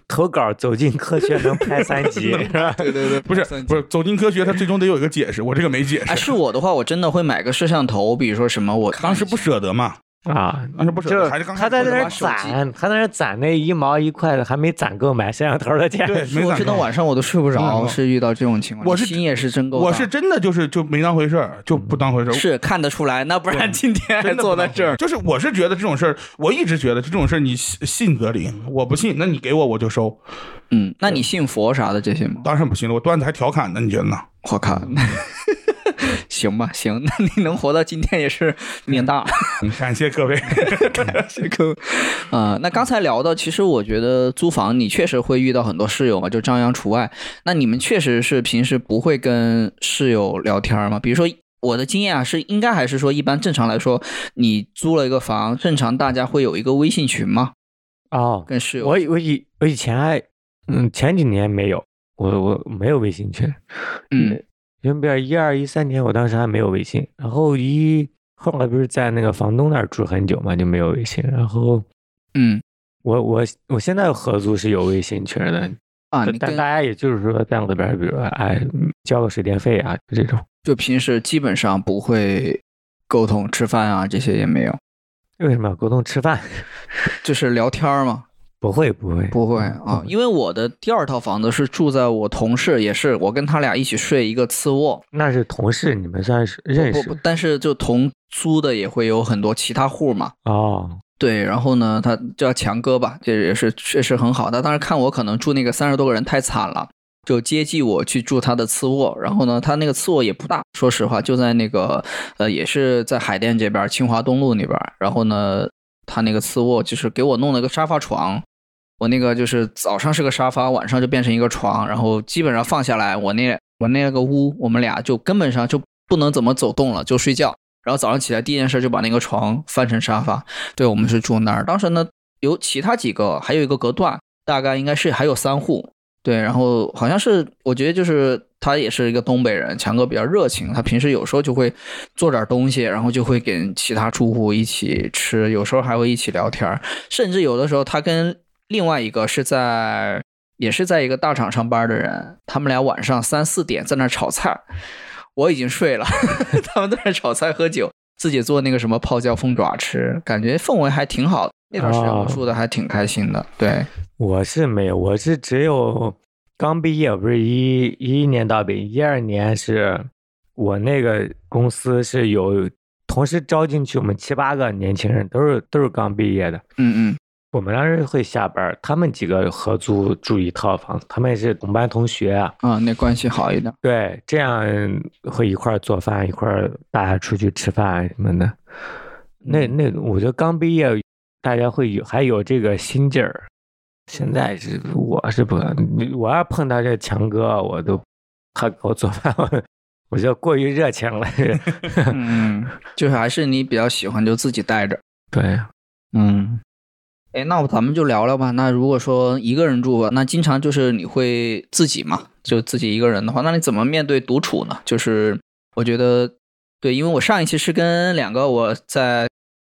Speaker 1: 投稿走进科学能拍三集，是吧？
Speaker 4: 对对对，
Speaker 3: 不是不是，走进科学，它最终得有一个解释。我这个没解
Speaker 4: 哎，
Speaker 3: 释。
Speaker 4: 是我的话，我真的会买个摄像头，比如说什么我
Speaker 3: 当时不舍得嘛，
Speaker 1: 啊，
Speaker 3: 当时不舍
Speaker 1: 就
Speaker 3: 得，还是刚
Speaker 1: 他
Speaker 3: 开始
Speaker 1: 在那
Speaker 3: 的
Speaker 1: 儿
Speaker 3: 话
Speaker 1: 攒，他在那儿攒那一毛一块的，还没攒够买摄像头的钱。
Speaker 3: 对，没
Speaker 4: 哎我
Speaker 3: 攒
Speaker 4: 这到
Speaker 3: 够
Speaker 4: 晚上我都睡不
Speaker 3: 没攒
Speaker 4: 着，
Speaker 3: 够
Speaker 4: 是遇到这种情况。
Speaker 3: 我是
Speaker 4: 心也是真够大，
Speaker 3: 我是真的就是就没当回事儿，就不当回事儿。
Speaker 4: 是看得出来，那不然今天还
Speaker 3: 真的不
Speaker 4: 坐在
Speaker 3: 能
Speaker 4: 这儿。
Speaker 3: 就是我是觉得这种事儿，我一直觉得这种事儿你信信则灵，我不信，那你给我我就收，
Speaker 4: 嗯，那你信佛啥的这些吗？
Speaker 3: 当然不信了。我段子还调侃呢，你觉得呢？
Speaker 4: 我靠， 行吧，行，那你能活到今天也是命大。
Speaker 3: 嗯感谢各位，
Speaker 4: 这个， 呃，那刚才聊到，其实我觉得租房你确实会遇到很多室友嘛，就张扬除外。那你们确实是平时不会跟室友聊天吗？比如说。我的经验啊，是应该还是说，一般正常来说，你租了一个房，正常大家会有一个微信群吗？
Speaker 1: 哦，
Speaker 4: 跟室友？
Speaker 1: 我以我以我以前还嗯前几年没有，我我没有微信群，
Speaker 4: 嗯，
Speaker 1: 原本一二一三年我当时还没有微信，然后一后来不是在那个房东那儿住很久嘛，就没有微信。然后
Speaker 4: 嗯
Speaker 1: 我我我现在合租是有微信群的，
Speaker 4: 啊，
Speaker 1: 但
Speaker 4: 你
Speaker 1: 但
Speaker 4: 跟
Speaker 1: 大家也就是说，在我这边，比如说，哎，嗯交个水电费啊，就这种。
Speaker 4: 就平时基本上不会沟通，吃饭啊这些也没有，
Speaker 1: 为什么要沟通吃饭？
Speaker 4: 就是聊天儿嘛。
Speaker 1: 不会，不会，嗯
Speaker 4: 不会啊，因为我的第二套房子是住在我同事，也是我跟他俩一起睡一个次卧，
Speaker 1: 那是同事，你们算是认
Speaker 4: 不
Speaker 1: 识
Speaker 4: 不，但是就同租的也会有很多其他户嘛。
Speaker 1: 哦。
Speaker 4: 对，然后呢，他叫强哥吧，这也是确实很好。他当时看我可能住那个三十多个人太惨了，就接济我去住他的次卧。然后呢，他那个次卧也不大，说实话，就在那个呃，也是在海淀这边清华东路那边。然后呢，他那个次卧就是给我弄了个沙发床，我那个就是早上是个沙发，晚上就变成一个床，然后基本上放下来，我那我那个屋，我们俩就根本上就不能怎么走动了，就睡觉。然后早上起来第一件事就把那个床翻成沙发，对，我们是住那儿。当时呢，有其他几个，还有一个隔断，大概应该是还有三户。对，然后好像是我觉得就是他也是一个东北人，强哥比较热情，他平时有时候就会做点东西，然后就会跟其他住户一起吃，有时候还会一起聊天儿，甚至有的时候他跟另外一个是在也是在一个大厂上班的人，他们俩晚上三四点在那儿炒菜儿，我已经睡了， 他们在那儿炒菜喝酒，自己做那个什么泡椒凤爪吃，感觉氛围还挺好的。那段时间我
Speaker 1: 哦
Speaker 4: 住的还挺开心的，对，
Speaker 1: 我是没有，我是只有刚毕业，不是一一一年到北京，一二年是我那个公司是有同时招进去我们七八个年轻人，都是都是刚毕业的。
Speaker 4: 嗯嗯
Speaker 1: 我们当时会下班儿，他们几个合租住一套房子，他们也是同班同学啊。
Speaker 4: 啊，那关系好一点。
Speaker 1: 对，这样会一块儿做饭，一块儿大家出去吃饭什么的。那那，我觉得刚毕业，大家会有还有这个心劲儿。现在是我是不可能，你我要碰到这强哥，我都他给我做饭，我我就过于热情了。
Speaker 4: 嗯，就是还是你比较喜欢就自己待着。
Speaker 1: 对，
Speaker 4: 嗯，哎，那我咱们就聊聊吧。那如果说一个人住吧，那经常就是你会自己嘛，就自己一个人的话，那你怎么面对独处呢？就是我觉得，对，因为我上一期是跟两个我在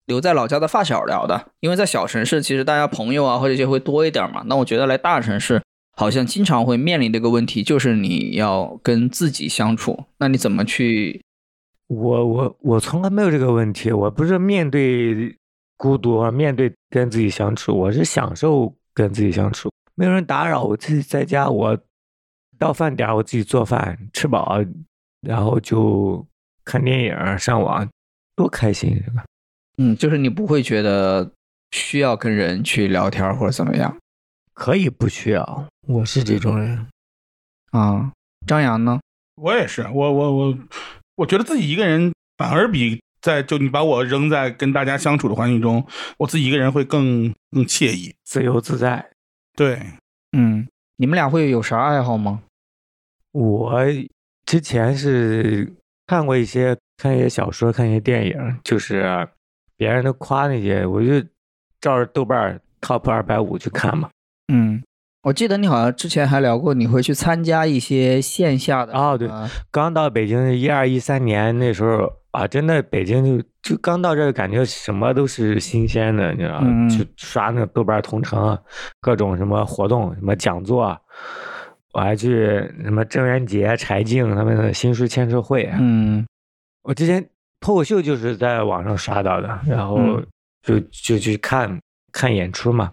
Speaker 4: 留在老家的发小聊的，因为在小城市其实大家朋友啊或者就会多一点嘛。那我觉得来大城市。好像经常会面临这个问题，就是你要跟自己相处，那你怎么去
Speaker 1: 我我我从来没有这个问题，我不是面对孤独啊，面对跟自己相处，我是享受跟自己相处，没有人打扰，我自己在家，我到饭点儿我自己做饭，吃饱，然后就看电影儿、上网，多开心！这个
Speaker 4: 嗯，就是你不会觉得需要跟人去聊天儿或者怎么样
Speaker 1: 可以不需要，我是这种人。
Speaker 4: 啊？张扬呢？
Speaker 3: 我也是，我我我，我觉得自己一个人反而比在就你把我扔在跟大家相处的环境中，我自己一个人会更更惬意。
Speaker 1: 自由自在。
Speaker 3: 对，
Speaker 4: 嗯，你们俩会有啥爱好吗？
Speaker 1: 我之前是看过一些看一些小说，看一些电影，就是别人都夸那些，我就照着豆瓣儿 top 二百五去看嘛。
Speaker 4: 嗯，我记得你好像之前还聊过，你会去参加一些线下的
Speaker 1: 哦对
Speaker 4: 啊
Speaker 1: 刚到北京一二一三年那时候啊，真的北京就就刚到这儿，感觉什么都是新鲜的，你知道
Speaker 4: 嗯
Speaker 1: 吗？去刷那个豆瓣儿同城啊，各种什么活动、什么讲座啊，我还去什么郑渊洁、柴静他们的新书签售会啊，
Speaker 4: 嗯
Speaker 1: 我之前脱口秀就是在网上刷到的，然后
Speaker 4: 嗯
Speaker 1: 就就去看看演出嘛。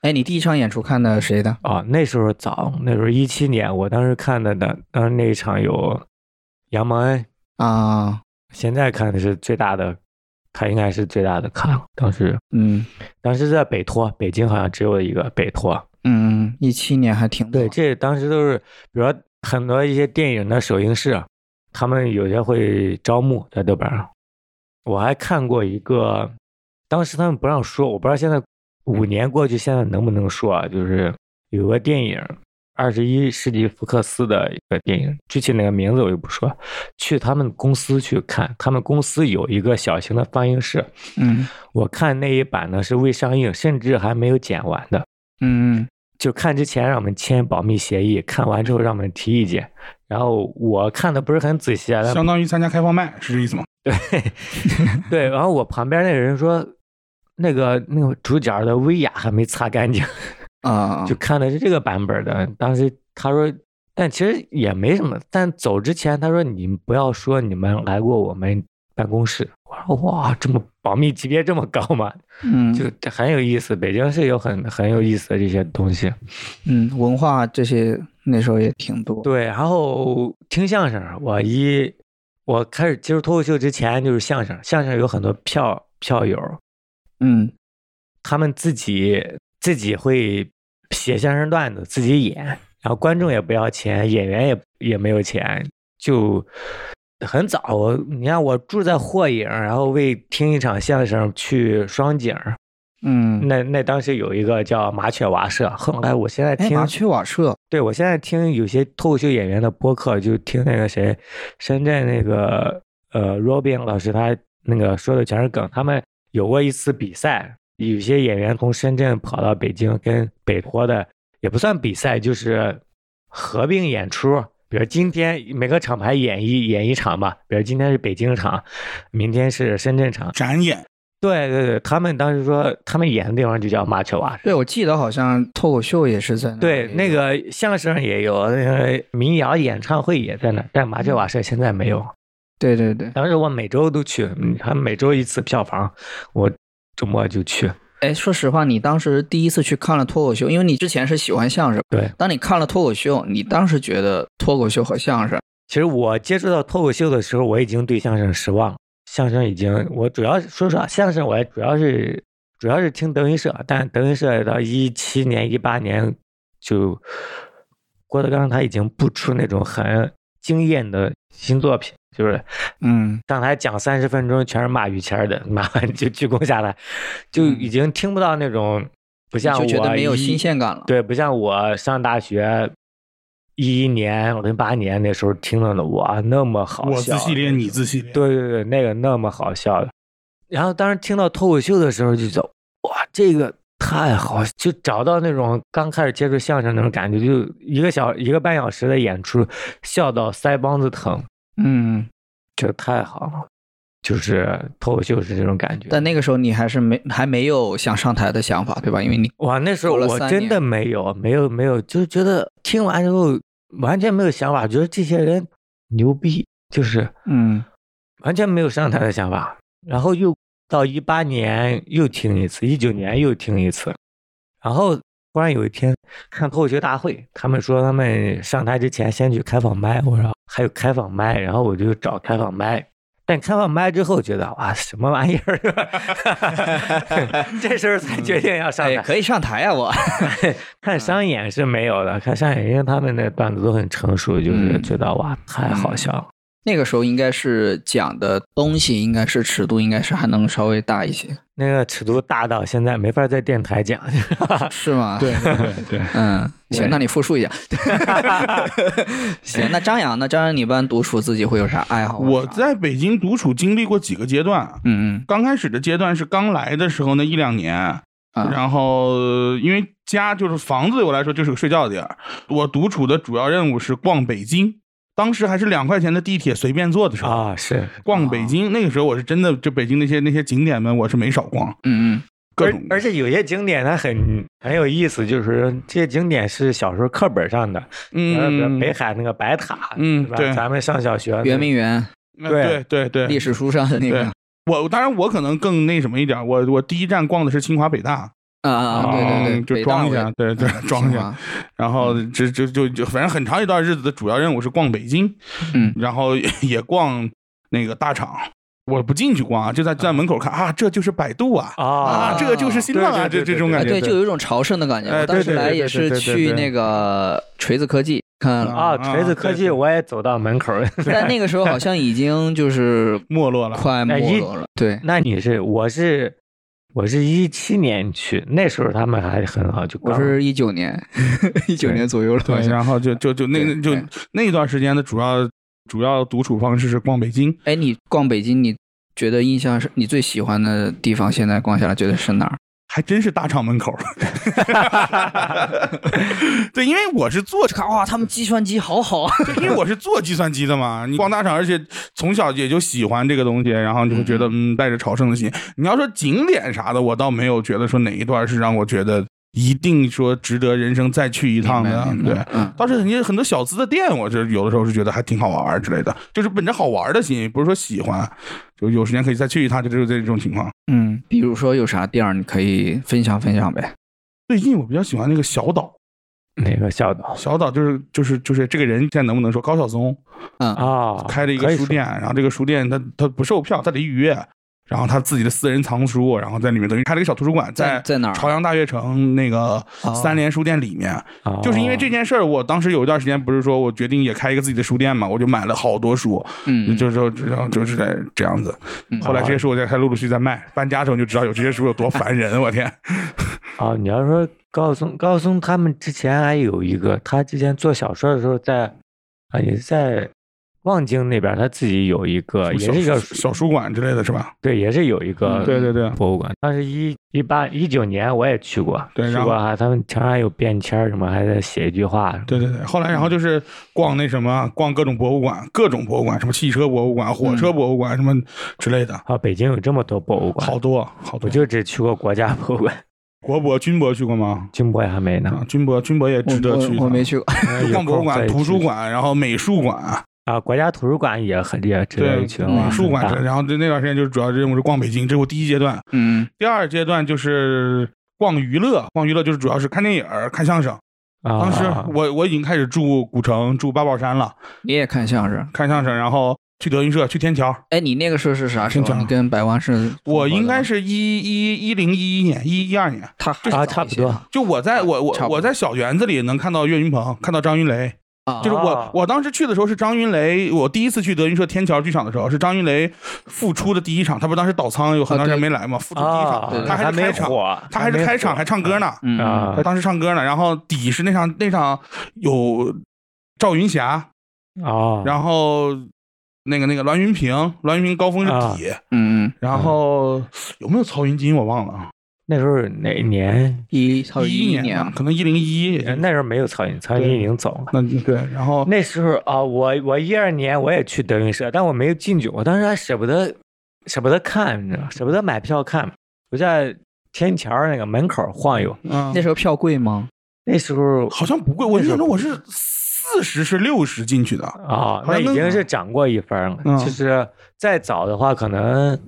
Speaker 4: 哎，你第一场演出看的谁的？
Speaker 1: 啊，那时候早，那时候一七年，我当时看的呢，当时那一场有杨蒙恩，
Speaker 4: 啊，
Speaker 1: 现在看的是最大的，他应该是最大的看了。当时
Speaker 4: 嗯
Speaker 1: 当时在北托，北京好像只有一个北托。
Speaker 4: 嗯，一七年还挺
Speaker 1: 对，
Speaker 4: 好
Speaker 1: 这当时都是，比如说很多一些电影的首映式，啊他们有些会招募在豆瓣上。我还看过一个，当时他们不让说，我不知道现在五年过去现在能不能说啊？就是有个电影，二十一世纪福克斯的一个电影，具体哪个名字我就不说。去他们公司去看，他们公司有一个小型的放映室，
Speaker 4: 嗯
Speaker 1: 我看那一版呢是未上映，甚至还没有剪完的。
Speaker 4: 嗯
Speaker 1: 就看之前让我们签保密协议，看完之后让我们提意见。然后我看的不是很仔细啊，但
Speaker 3: 相当于参加开放麦是这意思吗？
Speaker 1: 对。然后我旁边那个人说，那个那个主角的威亚还没擦干净，
Speaker 4: 啊
Speaker 1: 就看的是这个版本的。当时他说，但其实也没什么。但走之前他说，你们不要说你们来过我们办公室。我说哇，这么保密级别这么高吗？
Speaker 4: 嗯
Speaker 1: 就这很有意思。北京是有很很有意思的这些东西。
Speaker 4: 嗯，文化这些那时候也挺多。
Speaker 1: 对，然后听相声，我一我开始接触脱口秀之前就是相声，相声有很多票票友，
Speaker 4: 嗯
Speaker 1: 他们自己自己会写相声段子，自己演，然后观众也不要钱，演员也也没有钱，就很早。我你看我住在霍营，然后为听一场相声去双井，
Speaker 4: 嗯，
Speaker 1: 那那当时有一个叫麻雀瓦舍，后来我现在
Speaker 4: 哎，
Speaker 1: 听
Speaker 4: 麻雀瓦舍，
Speaker 1: 对，我现在听有些脱口秀演员的播客，就听那个谁，深圳那个呃 Robin 老师，他那个说的全是梗。他们有过一次比赛，有些演员从深圳跑到北京，跟北托的也不算比赛，就是合并演出。比如今天每个厂牌演一演一场吧，比如今天是北京场，明天是深圳场。
Speaker 3: 展演，
Speaker 1: 对对对，他们当时说他们演的地方就叫麻雀瓦舍。
Speaker 4: 对我记得好像脱口秀嗯也是在那里
Speaker 1: 对，那个相声也有，那个民谣演唱会也在那儿，但麻雀瓦舍现在没有。
Speaker 4: 对对对。
Speaker 1: 当时我每周都去，嗯还每周一次票房，我周末就去。
Speaker 4: 哎，说实话，你当时第一次去看了脱口秀，因为你之前是喜欢相声，
Speaker 1: 对，
Speaker 4: 当你看了脱口秀，你当时觉得脱口秀和相声，
Speaker 1: 其实我接触到脱口秀的时候，我已经对相声失望了。相声已经，我主要是说实话，相声我也主要是主要是听德云社，但德云社到一七年、一八年就郭德纲他已经不出那种很惊艳的新作品，就是
Speaker 4: 嗯
Speaker 1: 上台讲三十分钟全是骂于谦儿的， 骂完就鞠躬下来，就已经听不到那种不像我
Speaker 4: 嗯就觉得没有
Speaker 1: 一
Speaker 4: 新鲜感了。
Speaker 1: 对，不像我上大学一一年、零八年那时候听到的哇那么好
Speaker 3: 我
Speaker 1: 笑，
Speaker 4: 啊
Speaker 3: 自系列，你自系列，
Speaker 1: 对对对，那个那么好笑的。然后当时听到脱口秀的时候就走，哇，这个太好，就找到那种刚开始接触相声那种感觉，就一个小一个半小时的演出，笑到腮帮子疼。
Speaker 4: 嗯，
Speaker 1: 这太好了，就是脱口秀是这种感觉。
Speaker 4: 但那个时候你还是没还没有想上台的想法，对吧？因为你
Speaker 1: 哇，那时候
Speaker 4: 过了
Speaker 1: 我
Speaker 4: 三
Speaker 1: 真的
Speaker 4: 年
Speaker 1: 没有，没有，没有，就是觉得听完之后完全没有想法，觉得这些人牛逼，就是
Speaker 4: 嗯
Speaker 1: 完全没有上台的想法。然后又到一八年又听一次，一九年又听一次，然后忽然有一天看脱口秀大会，他们说他们上台之前先去开放麦，我说还有开放麦，然后我就找开放麦。但开放麦之后觉得哇什么玩意儿， 这时候才决定要上
Speaker 4: 哎
Speaker 1: 台。
Speaker 4: 可以上台啊我
Speaker 1: 看
Speaker 3: 嗯
Speaker 1: 商演是没有的，看商演因为他们的段子都很成熟，就是
Speaker 4: 嗯
Speaker 1: 觉得哇太
Speaker 3: 嗯
Speaker 1: 好笑了。
Speaker 4: 那个时候应该是讲的东西，应该是尺度，应该是还能稍微大一些，
Speaker 1: 那个尺度大到现在没法在电台 讲，
Speaker 4: 是吗？对，
Speaker 3: 对对，
Speaker 4: 嗯，
Speaker 1: 对
Speaker 4: 行，那你复述一 下。行，那张扬呢？张扬，你一般独处自己会有啥爱好啊？
Speaker 3: 我在北京独处经历过几个阶段啊，
Speaker 4: 嗯
Speaker 3: 刚开始的阶段是刚来的时候那一两年，
Speaker 4: 嗯啊，
Speaker 3: 然后呃因为家就是房子对我来说就是个睡觉的地儿，我独处的主要任务是逛北京。当时还是两块钱的地铁随便坐的时候，
Speaker 1: 啊是，
Speaker 3: 逛北京那个时候我是真的，就北京那些那些景点们我是没少逛，
Speaker 4: 嗯嗯，
Speaker 3: 各
Speaker 1: 而
Speaker 3: 种
Speaker 1: 而且有些景点它很很有意思，就是这些景点是小时候课本上的，
Speaker 4: 呃
Speaker 1: 比如
Speaker 3: 嗯
Speaker 1: 北海那个白塔，
Speaker 3: 嗯
Speaker 1: 吧
Speaker 3: 对
Speaker 1: 咱们上小学
Speaker 4: 圆明园
Speaker 3: 呃
Speaker 1: 对
Speaker 3: 对对对
Speaker 4: 历史书上的那个
Speaker 3: 对我当然我可能更那什么一点，我我第一站逛的是清华北大，
Speaker 4: 啊啊啊，对对
Speaker 3: 嗯
Speaker 4: 对，
Speaker 3: 就
Speaker 4: 北大
Speaker 3: 装一
Speaker 4: 我也
Speaker 3: 下，对对
Speaker 4: 嗯
Speaker 3: 装一
Speaker 4: 清
Speaker 3: 下，
Speaker 4: 华
Speaker 3: 然后
Speaker 1: 嗯
Speaker 3: 这就就就反正很长一段日子的主要任务是逛北京，
Speaker 4: 嗯
Speaker 3: 然后也也逛那个大厂，我不进去逛啊，就在在门口看啊，这就是百度啊，
Speaker 1: 啊
Speaker 3: 啊，这个就是新浪啊，
Speaker 1: 对对
Speaker 3: 这
Speaker 1: 对
Speaker 3: 这种
Speaker 4: 啊，
Speaker 3: 感觉，
Speaker 4: 对，就有一种朝圣的感觉。
Speaker 3: 哎
Speaker 4: 我当时
Speaker 3: 对对对
Speaker 4: 来
Speaker 3: 对
Speaker 4: 也
Speaker 3: 对
Speaker 4: 是
Speaker 3: 对对对
Speaker 4: 去那个锤子科技看了，
Speaker 1: 啊
Speaker 3: 啊
Speaker 1: 锤子科
Speaker 3: 对
Speaker 1: 技
Speaker 3: 对
Speaker 1: 我也走到门口儿，
Speaker 4: 但那个时候好像已 经就是
Speaker 3: 没落了。
Speaker 4: 快没落了。对，
Speaker 1: 那你是我是我是一七年去，那时候他们还很好，就
Speaker 4: 我
Speaker 1: 刚
Speaker 4: 是一九年，一九年左右了，好
Speaker 3: 对，
Speaker 4: 像。
Speaker 3: 然后就就就那
Speaker 4: 对
Speaker 3: 那就
Speaker 4: 对
Speaker 3: 那一段时间的主要主要独处方式是逛北京，
Speaker 4: 哎，你逛北京，你觉得印象是你最喜欢的地方？现在逛下来觉得是哪儿？
Speaker 3: 还真是大厂 门口。 对，因为我是坐车，
Speaker 4: 哇，啊他们计算机好好啊！
Speaker 3: 因为我是做计算机的嘛，你逛大厂，而且从小也就喜欢这个东西，然后就会嗯觉得嗯，带着朝圣的心。你要说景点啥的，我倒没有觉得说哪一段是让我觉得一定说值得人生再去一趟的。
Speaker 4: 明白
Speaker 3: 对，
Speaker 4: 嗯
Speaker 3: 当时人家很多小资的店，我是有的时候是觉得还挺好玩儿之类的，就是本着好玩儿的心，不是说喜欢，就有时间可以再去一趟，就是这种情况。
Speaker 4: 嗯，比如说有啥地儿你可以分享分享呗。
Speaker 3: 最近我比较喜欢那个小岛，
Speaker 1: 哪个小岛
Speaker 3: 小岛就是就是就是这个人现在能不能说高晓松
Speaker 1: 啊？
Speaker 3: 开了一
Speaker 1: 可以
Speaker 3: 个书
Speaker 1: 说
Speaker 3: 店，然后这个书店他他不售票，他得预约，然后他自己的私人藏书，然后在里面等于开了一个小图书馆，
Speaker 4: 在在哪儿？啊
Speaker 3: 朝阳大悦城那个
Speaker 4: 哦
Speaker 3: 三联书店里面，
Speaker 1: 哦
Speaker 3: 就是因为这件事儿，我当时有一段时间不是说我决定也开一个自己的书店嘛，我就买了好多书，
Speaker 4: 嗯，
Speaker 3: 就就就就就是在这样子
Speaker 4: 嗯。
Speaker 3: 后来这
Speaker 1: 啊
Speaker 3: 些书我在开陆陆续续在卖，搬家的时候你就知道有这些书有多烦人，我天！
Speaker 1: 哦，你要说高晓松，高晓松他们之前还有一个，他之前做小说的时候在啊，也是在望京那边，他自己有一个，呃也
Speaker 3: 小
Speaker 1: 是一个呃
Speaker 3: 小书馆之类的是吧？
Speaker 1: 对，也是有一个
Speaker 4: 嗯
Speaker 3: 对对对。
Speaker 1: 博物馆。当时一一八一九年我也去过，
Speaker 3: 对
Speaker 1: 去
Speaker 3: 然
Speaker 1: 过啊
Speaker 3: 后
Speaker 1: 还他们墙上有便签儿什么，还在写一句话什么。
Speaker 3: 对对对，后来然后就是逛那什么，逛各种博物馆，各种博物馆，什么汽车博物馆、火车博物馆什么之类的，
Speaker 1: 啊，北京有这么多博物馆，
Speaker 3: 好多好
Speaker 1: 嗯我
Speaker 3: 多。
Speaker 1: 就只去过国家博物馆，
Speaker 3: 国博、军博去过吗？
Speaker 1: 军博也还没呢
Speaker 3: 啊。，军博军博也值得
Speaker 4: 我
Speaker 3: 去一
Speaker 4: 我我
Speaker 3: 趟
Speaker 4: 没去过。
Speaker 1: 哎 有
Speaker 3: 啊逛博物
Speaker 1: 空再
Speaker 3: 馆、图书
Speaker 1: 去
Speaker 3: 馆，然后美术馆，
Speaker 1: 啊，国家图书馆也很也值得
Speaker 3: 对
Speaker 1: 一去
Speaker 4: 嗯
Speaker 1: 啊。
Speaker 3: 美术馆
Speaker 1: 很
Speaker 3: 之
Speaker 1: 大
Speaker 3: 类的，然后那段时间就是主要任务是逛北京，这是我第一阶段。
Speaker 4: 嗯
Speaker 3: 第二阶段就是逛娱乐，逛娱乐就是主要是看电影儿、看相声。
Speaker 1: 啊
Speaker 3: 当时我我已经开始住古城、住八宝山了，
Speaker 4: 你也看相声？
Speaker 3: 看相声，然后去德云社、去天桥。
Speaker 4: 哎，你那个时候是啥时
Speaker 3: 真
Speaker 4: 候？
Speaker 3: 假
Speaker 4: 你跟百万是？
Speaker 3: 我应该是一一一零一一年、一一二年，
Speaker 4: 他还
Speaker 1: 啊，
Speaker 4: 早
Speaker 1: 差
Speaker 4: 一
Speaker 1: 不
Speaker 4: 些
Speaker 1: 多。
Speaker 3: 就我
Speaker 1: 啊
Speaker 3: 在我
Speaker 4: 差
Speaker 3: 我
Speaker 4: 不多
Speaker 3: 我在小园子里能看到岳云鹏，看到张云雷。
Speaker 4: 啊，
Speaker 3: 就是
Speaker 1: 啊
Speaker 3: 我我当时去的时候是张云雷，我第一次去德云社天桥剧场的时候是张云雷复出的第一场，他不是当时倒仓有很长时间没来嘛，复出第一场，
Speaker 1: 啊
Speaker 4: 对，
Speaker 3: 他还是
Speaker 1: 没
Speaker 3: 开场，
Speaker 1: 火，
Speaker 3: 他还是
Speaker 1: 没
Speaker 3: 开场
Speaker 1: 火
Speaker 3: 还唱歌呢，
Speaker 4: 嗯
Speaker 1: 啊
Speaker 3: 他当时唱歌呢，然后底是那场那场有赵云
Speaker 1: 啊
Speaker 3: 霞，
Speaker 1: 哦，
Speaker 3: 然后那个那个栾云平，栾云平高峰是
Speaker 1: 啊
Speaker 3: 底，
Speaker 4: 嗯嗯，
Speaker 3: 然后有没有曹云金我忘了啊，
Speaker 1: 那时候是哪
Speaker 3: 嗯
Speaker 1: 一年？
Speaker 4: 一到
Speaker 3: 一
Speaker 4: 一
Speaker 3: 年吧
Speaker 4: 啊，
Speaker 3: 可能一零一
Speaker 1: 呃
Speaker 3: 一，
Speaker 1: 那时候没有曹云，曹云
Speaker 3: 对
Speaker 1: 金已经走了。
Speaker 3: 那对，然后
Speaker 1: 那时候啊，我我一二年我也去德云社，但我没有进去，我当时还舍不得，舍不得看，你知道吗，舍不得买票看。我在天桥那个门口晃悠，
Speaker 3: 嗯
Speaker 4: 那时候票贵吗？
Speaker 1: 那时候
Speaker 3: 好像不贵，我
Speaker 1: 那
Speaker 3: 印
Speaker 1: 时候
Speaker 3: 象中我是四十是六十进去的。
Speaker 1: 啊、
Speaker 3: 好
Speaker 1: 那
Speaker 3: 像
Speaker 1: 已
Speaker 3: 那
Speaker 1: 经
Speaker 3: 个
Speaker 1: 是涨过一分了。
Speaker 3: 嗯
Speaker 1: 就是再早的话，可能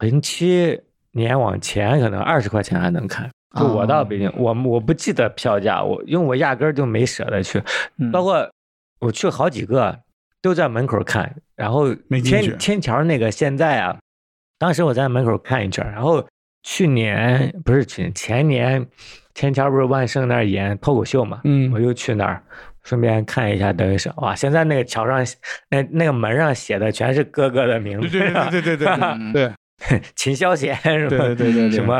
Speaker 1: 零七年往前，可能二十块钱还能看。就我
Speaker 3: 哦
Speaker 1: 到北京，我我不记得票价，我因为我压根儿就没舍得去，
Speaker 4: 嗯
Speaker 1: 包括我去好几个都在门口看，然后
Speaker 3: 没进去
Speaker 1: 天天桥那个现在啊，当时我在门口看一圈，然后去年不是去年前年天桥不是万盛那儿演脱口秀嘛，
Speaker 3: 嗯
Speaker 1: 我又去那儿顺便看一下德云社，哇，现在那个桥上那那个门上写的全是哥哥的名字，
Speaker 3: 对对对对对对对
Speaker 4: 嗯
Speaker 3: 对
Speaker 1: 秦霄贤什
Speaker 3: 对对
Speaker 1: 么
Speaker 3: 对对，
Speaker 1: 什么，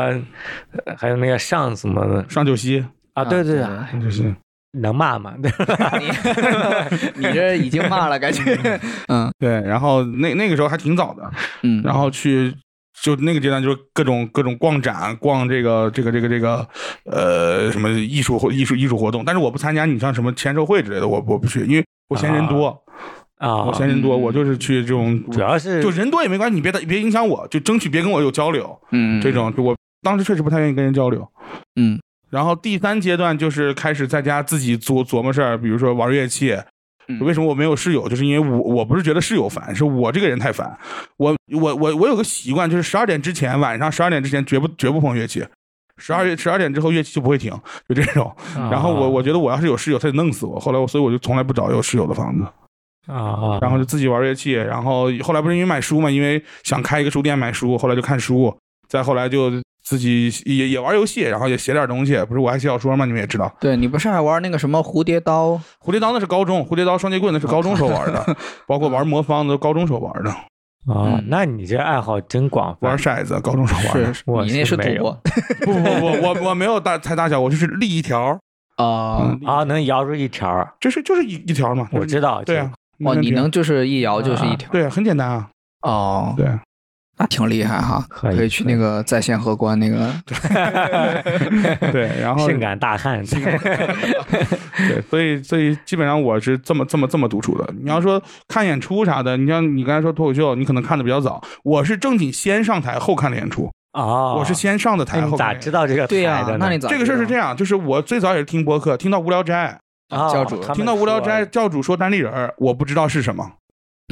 Speaker 1: 呃还有那个上什么的
Speaker 3: 上九溪，
Speaker 1: 啊，对对对，
Speaker 4: 啊
Speaker 3: 上九溪，
Speaker 1: 能骂吗？
Speaker 4: 你你这已经骂了，感觉嗯
Speaker 3: 对，然后那那个时候还挺早的，
Speaker 4: 嗯，
Speaker 3: 然后去就那个阶段就是各种各种逛展、逛这个这个这个这个呃什么艺术活艺术艺术活动，但是我不参加你像什么签售会之类的，我我不去，因为我嫌人多，
Speaker 1: 啊，
Speaker 3: 我嫌人多，
Speaker 4: 嗯
Speaker 3: 我就是去这种
Speaker 1: 主要是
Speaker 3: 就人多也没关系，你别别影响我，就争取别跟我有交流，
Speaker 4: 嗯
Speaker 3: 这种就我当时确实不太愿意跟人交流。
Speaker 4: 嗯
Speaker 3: 然后第三阶段就是开始在家自己琢琢磨事儿，比如说玩乐器。
Speaker 4: 嗯
Speaker 3: 为什么我没有室友？就是因为我我不是觉得室友烦，是我这个人太烦。我我我我有个习惯，就是十二点之前，晚上十二点之前绝不绝不碰乐器。十二月
Speaker 4: 嗯
Speaker 3: 十二点之后乐器就不会停，就这种。
Speaker 1: 啊
Speaker 4: 啊
Speaker 3: 然后我我觉得我要是有室友，他得弄死我。后来我所以我就从来不找有室友的房子，
Speaker 1: 啊啊，
Speaker 3: 然后就自己玩乐器。然后后来不是因为买书嘛，因为想开一个书店买书，后来就看书，再后来就自己也也玩游戏，然后也写点东西。不是我还写小说嘛，你们也知道。
Speaker 4: 对你不是还玩那个什么蝴蝶刀？
Speaker 3: 蝴蝶刀那是高中，蝴蝶刀、双截棍那是高中时候玩的，包括玩魔方都高中时候玩的，
Speaker 1: 啊
Speaker 4: 嗯，
Speaker 1: 那你这爱好真广
Speaker 3: 玩
Speaker 1: 泛
Speaker 3: 骰子高中时候玩的。
Speaker 4: 是
Speaker 1: 我
Speaker 4: 你那
Speaker 1: 是
Speaker 4: 是
Speaker 1: 没有
Speaker 4: 赌博
Speaker 3: 不不不，我我没有大猜大小，我就是立一条，
Speaker 4: 啊
Speaker 3: 嗯
Speaker 1: 啊，能摇出一条儿，
Speaker 3: 就是就是一一条嘛。
Speaker 1: 我知
Speaker 3: 道，
Speaker 1: 道，
Speaker 3: 对
Speaker 1: 就
Speaker 3: 啊，，
Speaker 4: 哦，
Speaker 3: 没问
Speaker 4: 你
Speaker 3: 题啊
Speaker 4: 能就是一摇就是一条
Speaker 3: 对啊，很简单啊，
Speaker 4: 哦，
Speaker 3: 对啊，
Speaker 4: 那挺厉害哈，
Speaker 1: 可以
Speaker 4: 可以去那个在线荷官那个
Speaker 3: 对，然后
Speaker 1: 性感大 汉，
Speaker 3: 对，所以所以基本上我是这么这么这么独处的。你要说看演出啥的，你像你刚才说脱口秀，你可能看的比较早，我是正经先上台后看的演出，
Speaker 1: 哦，
Speaker 3: 我是先上的台，
Speaker 1: 那
Speaker 3: 后
Speaker 1: 你咋
Speaker 3: 面
Speaker 1: 知道这个
Speaker 4: 对呀
Speaker 1: 牌的呢？，
Speaker 4: 那你咋
Speaker 3: 这个事儿是这样，就是我最早也是听播客，听到《无聊斋
Speaker 1: 哦
Speaker 4: 教主》，
Speaker 1: 他们
Speaker 3: 听到《无聊
Speaker 1: 说
Speaker 3: 斋》教主说单立人儿，我不知道是什么，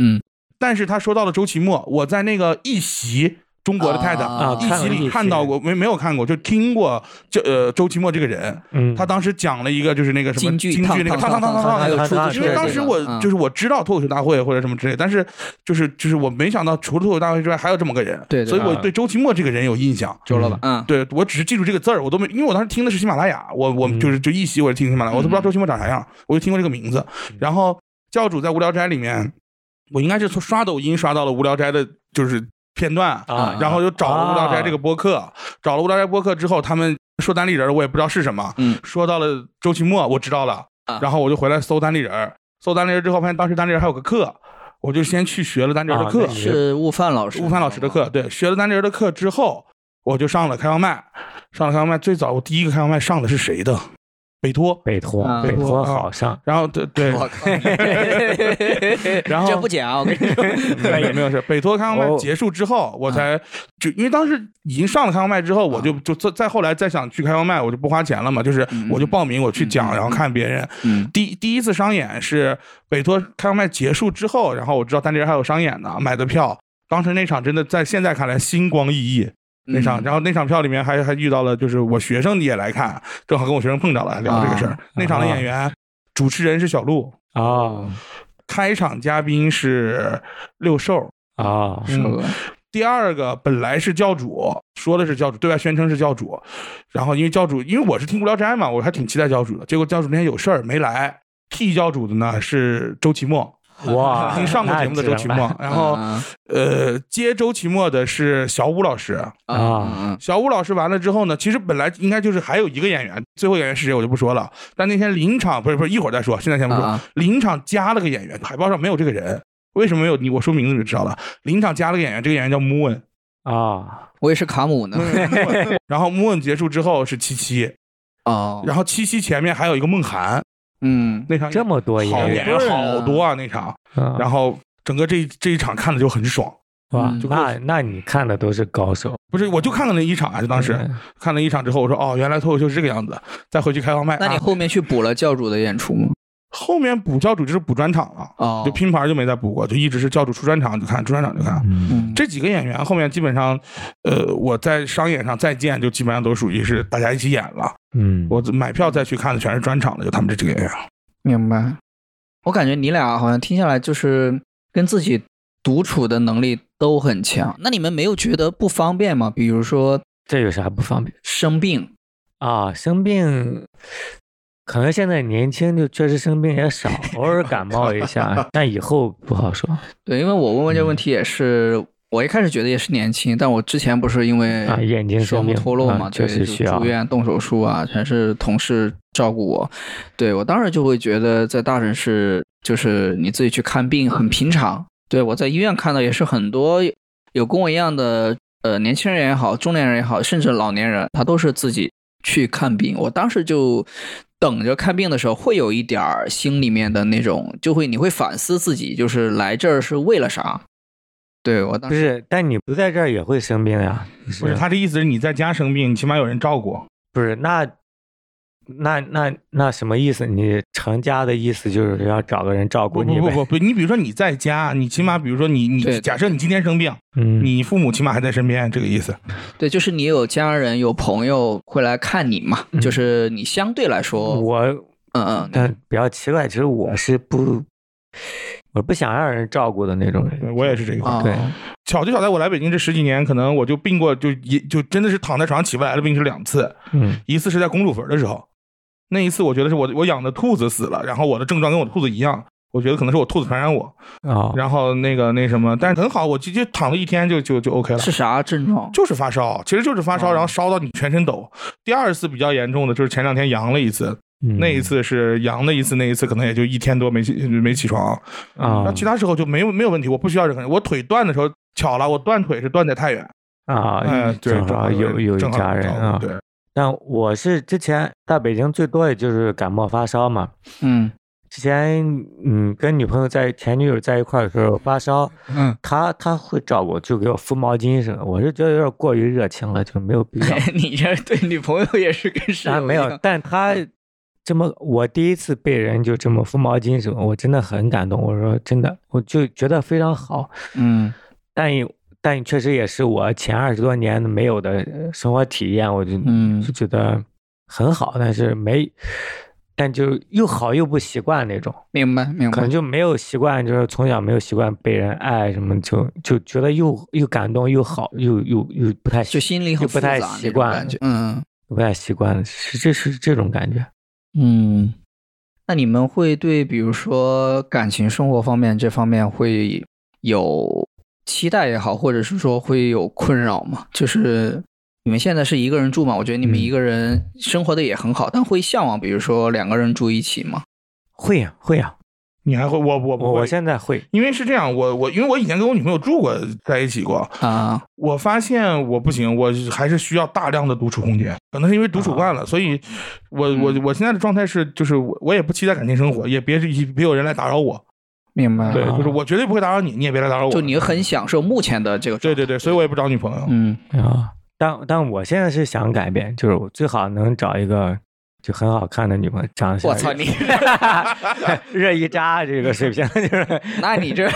Speaker 4: 嗯，
Speaker 3: 但是他说到了周奇墨，我在那个一席。中国的太太
Speaker 4: 啊
Speaker 3: 一
Speaker 1: 看
Speaker 3: 席
Speaker 1: 了一
Speaker 3: 里
Speaker 1: 席
Speaker 3: 看到过，没没有看过，就听过就呃周奇墨这个人，
Speaker 1: 嗯，
Speaker 3: 他当时讲了一个就是那个什么
Speaker 4: 京剧
Speaker 3: 京剧那个
Speaker 4: 烫
Speaker 3: 烫烫烫烫烫
Speaker 4: 还有出租
Speaker 1: 对
Speaker 3: 因
Speaker 4: 车
Speaker 1: 啊
Speaker 3: 为
Speaker 1: 对嗯
Speaker 3: 当
Speaker 1: 对
Speaker 3: 时我就是是我知道脱口秀大会或者什么之类，但是就是就是我没想到除了脱口秀大会之外还有这么个人，
Speaker 4: 对对
Speaker 3: 所以我
Speaker 1: 啊
Speaker 3: 对周奇墨这个人有印象。
Speaker 4: 周老板，嗯，
Speaker 3: 对我只是记住这个字儿，我都没，因为我当时听的是喜马拉雅，我我
Speaker 1: 嗯
Speaker 3: 就是就一席我是听喜马拉雅，我都不知道
Speaker 4: 嗯
Speaker 3: 周奇墨长啥样，我就听过这个名字。
Speaker 1: 嗯
Speaker 3: 然后教主在无聊斋里面，我应该是从刷抖音刷到了无聊斋的，就是片段，
Speaker 1: 啊，
Speaker 3: 然后又找了无聊斋
Speaker 1: 啊
Speaker 3: 这个播客，找了无聊斋播客之后，他们说单立人儿，我也不知道是什么，
Speaker 4: 嗯
Speaker 3: 说到了周奇墨，我知道了
Speaker 4: 啊，
Speaker 3: 然后我就回来搜单立人儿，搜单立人儿之后发现当时单立人儿还有个课，我就先去学了单立人儿的
Speaker 1: 啊
Speaker 3: 课
Speaker 1: 那，是
Speaker 4: 是悟饭老师，
Speaker 3: 悟饭老师的课，对，学了单立人的课之后，我就上了开放麦，上了开放麦，最早我第一个开放麦上的是谁的？北托，
Speaker 1: 北托
Speaker 4: 啊，
Speaker 1: 北托
Speaker 3: 啊
Speaker 1: 好上，
Speaker 3: 然后对对，
Speaker 4: 我靠，
Speaker 3: 然 后
Speaker 4: 这不假，我跟你说，
Speaker 3: 没有没有事。北托开放
Speaker 4: 哦
Speaker 3: 麦结束之后，我
Speaker 4: 啊
Speaker 3: 才就因为当时已经上了开放麦之后，我就就再再后来再想去开放麦，我就不花钱了嘛，就是
Speaker 4: 嗯
Speaker 3: 我就报名我去
Speaker 4: 嗯
Speaker 3: 讲，
Speaker 4: 嗯
Speaker 3: 然后看别人。
Speaker 4: 嗯
Speaker 3: 第第一次商演是北托开放麦结束之后，然后我知道单立人还有商演呢，买的票。当时那场真的在现在看来星光熠熠，
Speaker 4: 嗯
Speaker 3: 那场，然后那场票里面还还遇到了，就是我学生也来看，正好跟我学生碰着了，聊这个事
Speaker 4: 啊
Speaker 3: 儿。那场的演员，主持人是小鹿，
Speaker 1: 哦
Speaker 3: 开场嘉宾是六兽，
Speaker 1: 哦，
Speaker 3: 啊
Speaker 4: 是
Speaker 3: 嗯
Speaker 4: 吧
Speaker 3: 第二个本来是教主，说的是教主，对外宣称是教主，然后因为教主，因为我是听无聊斋嘛，我还挺期待教主的，结果教主那天有事儿没来。替教主的呢是周奇墨，
Speaker 1: 哇，
Speaker 3: 听上过
Speaker 1: 那
Speaker 3: 节目的周
Speaker 1: 只
Speaker 3: 奇
Speaker 1: 能
Speaker 3: 墨，然后
Speaker 4: 啊
Speaker 3: 呃接周奇墨的是小武老师，
Speaker 4: 啊
Speaker 1: 啊
Speaker 4: 嗯
Speaker 3: 小武老师完了之后呢，其实本来应该就是还有一个演员，最后演员是谁我就不说了。但那天临场不是不是一会儿再说，现在先不说。
Speaker 4: 啊
Speaker 3: 临场加了个演员，海报上没有这个人，为什么没有你？我说名字你就知道了。临场加了个演员，这个演员叫 Moon，
Speaker 1: 啊，
Speaker 4: 我也是卡姆呢，
Speaker 3: 嗯 然后 Moon 结束之后是七七，
Speaker 4: 哦，
Speaker 3: 然后七七前面还有一个梦涵，
Speaker 4: 嗯，
Speaker 3: 那场
Speaker 1: 这么多
Speaker 3: 好
Speaker 1: 演
Speaker 3: 演
Speaker 1: 员，
Speaker 3: 员好多啊那场，
Speaker 1: 嗯
Speaker 3: 然后整个这这一场看的就很爽。
Speaker 1: 哇
Speaker 4: 嗯，
Speaker 1: 那那你看的都是高手，
Speaker 3: 不是，我就看了那一场啊，就当时
Speaker 1: 嗯
Speaker 3: 看了一场之后，我说哦，原来脱口秀是这个样子。再回去开放麦，
Speaker 4: 那你
Speaker 3: 啊
Speaker 4: 后面去补了教主的演出吗？
Speaker 3: 后面补教主就是补专场了。
Speaker 4: 哦，
Speaker 3: 就拼盘就没再补过，就一直是教主出专场就看，出专场就看。
Speaker 1: 嗯
Speaker 4: 嗯
Speaker 3: 这几个演员后面基本上，呃，我在商演上再见就基本上都属于是大家一起演了。
Speaker 1: 嗯，
Speaker 3: 我买票再去看的全是专场的，就他们这几个演员。
Speaker 4: 明白。我感觉你俩好像听下来就是跟自己独处的能力都很强。那你们没有觉得不方便吗？比如说
Speaker 1: 这有啥不方便
Speaker 4: 生病，
Speaker 1: 啊？生病。可能现在年轻就确实生病也少，偶尔感冒一 下，但以后不好说啊
Speaker 4: 对，因为我问问这个问题也是，我一开始觉得也是年轻，但我之前不是因为
Speaker 1: 啊。眼睛
Speaker 4: 手
Speaker 1: 生
Speaker 4: 部
Speaker 1: 病
Speaker 4: 脱落
Speaker 1: 啊
Speaker 4: 嘛，
Speaker 1: 确
Speaker 4: 对，
Speaker 1: 实
Speaker 4: 就
Speaker 1: 需要
Speaker 4: 住。院动手术啊，全是同事照顾我。对我当时就会觉得，在大城市就是你自己去看病很平常。对我在医院看到也是很多有跟我一样的呃年轻人也好，中年人也好，甚至老年人，他都是自己去看病。我当时就等着看病的时候，会有一点儿心里面的那种，就会你会反思自己，就是来这儿是为了啥？对我当
Speaker 1: 不
Speaker 4: 时
Speaker 1: 是，但你不在这儿也会生病呀。
Speaker 3: 不是他这意思是你在家生病，你起码有人照顾。
Speaker 1: 不是那那那那什么意思？你成家的意思就是要找个人照
Speaker 3: 不
Speaker 1: 顾
Speaker 3: 不
Speaker 1: 你
Speaker 3: 不
Speaker 1: 呗？
Speaker 3: 不不，你比如说你在家，你起码比如说你
Speaker 4: 对对
Speaker 3: 你假设你今天生病，
Speaker 1: 嗯，
Speaker 3: 你父母起码还在身边，这个意思。
Speaker 4: 对，就是你有家人有朋友会来看你嘛，
Speaker 1: 嗯
Speaker 4: 就是你相对来说，
Speaker 1: 我
Speaker 4: 嗯嗯，
Speaker 1: 但比较奇怪，其实我是不我不想让人照顾的那种
Speaker 3: 对
Speaker 1: 人。
Speaker 3: 我也是这个话。
Speaker 4: 啊
Speaker 1: 对
Speaker 3: 巧就巧在我来北京这十几年，可能我就病过，就也就真的是躺在床上起不来的病是两次。
Speaker 1: 嗯
Speaker 3: 一次是在公主坟的时候，那一次我觉得是我我养的兔子死了，然后我的症状跟我的兔子一样，我觉得可能是我兔子传染我，
Speaker 1: 哦，
Speaker 3: 然后那个那什么，但是很好，我直接躺了一天就就就 OK 了。
Speaker 4: 是啥症状？嗯
Speaker 3: 就是发烧，其实就是发烧，
Speaker 4: 哦
Speaker 3: 然后烧到你全身抖。第二次比较严重的就是前两天阳了一次，
Speaker 1: 嗯
Speaker 3: 那一次是阳的一次，那一次可能也就一天多没起没起床，
Speaker 1: 啊
Speaker 3: 那其他时候就没有没有问题，我不需要任何人。我腿断的时候巧了，我断腿是断在太原，
Speaker 1: 啊，
Speaker 3: 哎，对，
Speaker 1: 正好有有一
Speaker 3: 正好
Speaker 1: 家人啊。
Speaker 3: 对，
Speaker 1: 但我是之前在北京最多也就是感冒发烧嘛，
Speaker 4: 嗯
Speaker 1: 之前嗯跟女朋友在前女友在一块儿的时候发烧，
Speaker 3: 嗯，
Speaker 1: 她她会照顾，就给我敷毛巾什么，我是觉得有点过于热情了，就没有 必要。
Speaker 4: 你这对女朋友也是跟
Speaker 1: 啊，
Speaker 4: 啥
Speaker 1: 没有，但她这么，我第一次被人就这么敷毛巾什么，我真的很感动。我说真的，我就觉得非常好。
Speaker 4: 嗯
Speaker 1: 但也但确实也是我前二十多年没有的呃生活体验，我就
Speaker 4: 嗯
Speaker 1: 就觉得很好，但是没，但就又好又不习惯那种，
Speaker 4: 明白明
Speaker 1: 可
Speaker 4: 白
Speaker 1: 能，就没有习惯，就是从小没有习惯被人爱什么，就就觉得又又感动又好，又又又不太
Speaker 4: 就心里很
Speaker 1: 就不太
Speaker 4: 复杂那
Speaker 1: 习
Speaker 4: 种
Speaker 1: 惯
Speaker 4: 感觉，嗯
Speaker 1: 不太习惯，是这是这种感觉。
Speaker 4: 嗯。那你们会对比如说感情生活方面这方面会有期待也好，或者是说会有困扰吗？就是你们现在是一个人住嘛？我觉得你们
Speaker 1: 嗯
Speaker 4: 一个人生活的也很好，但会向往比如说两个人住一起吗？
Speaker 1: 会呀、会呀、
Speaker 3: 你还会我我不
Speaker 1: 我
Speaker 3: 会
Speaker 1: 我现在会，
Speaker 3: 因为是这样，我我因为我以前跟我女朋友住过，在一起过，
Speaker 4: 啊，
Speaker 3: 我发现我不行，我还是需要大量的独处空间，可能是因为独处
Speaker 4: 啊
Speaker 3: 惯了，所以我，我
Speaker 4: 嗯
Speaker 3: 我现在的状态是，就是我我也不期待感情生活，也别是别有人来打扰我，
Speaker 4: 明白了。
Speaker 3: 对，就是我绝对不会打扰你，你也别来打扰我，
Speaker 4: 啊就你很享受目前的这个状
Speaker 3: 对
Speaker 4: 态。
Speaker 3: 对对，所以我也不找女朋友，
Speaker 4: 嗯
Speaker 1: 啊，但但我现在是想改变，就是我最好能找一个就很好看的女朋友，长得像
Speaker 4: 我操你
Speaker 1: 热依扎这个水平，就是
Speaker 4: 那你这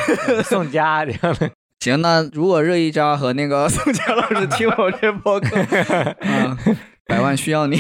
Speaker 1: 宋佳这样的。
Speaker 4: 行，那如果热依扎和那个 宋佳老师听我这播客，嗯，百万需要你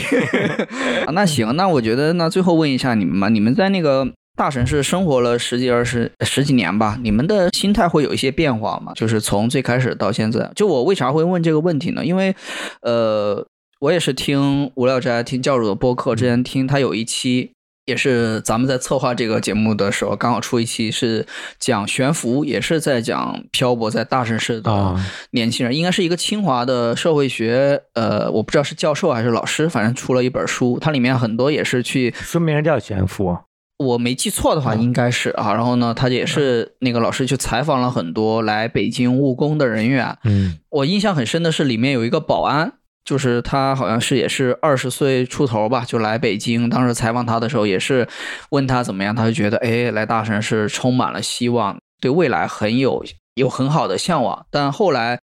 Speaker 4: 啊那行，那我觉得那最后问一下你们吧，你们在那个大城市生活了十几二十十几年吧，你们的心态会有一些变化吗？就是从最开始到现在，就我为啥会问这个问题呢？因为，呃，我也是听无聊斋听教主的播客，之前听他有一期。也是咱们在策划这个节目的时候，刚好出一期是讲悬浮，也是在讲漂泊在大城市的
Speaker 1: 啊
Speaker 4: 年轻人，应该是一个清华的社会学，呃，我不知道是教授还是老师，反正出了一本书，它里面很多也是去，
Speaker 1: 书名叫《悬浮》，
Speaker 4: 我没记错的话应该是啊，然后呢，他也是那个老师去采访了很多来北京务工的人员，
Speaker 1: 嗯
Speaker 4: 我印象很深的是里面有一个保安。就是他好像是也是二十岁出头吧，就来北京。当时采访他的时候，也是问他怎么样，他就觉得哎，来大城市充满了希望，对未来很有有很好的向往。但后来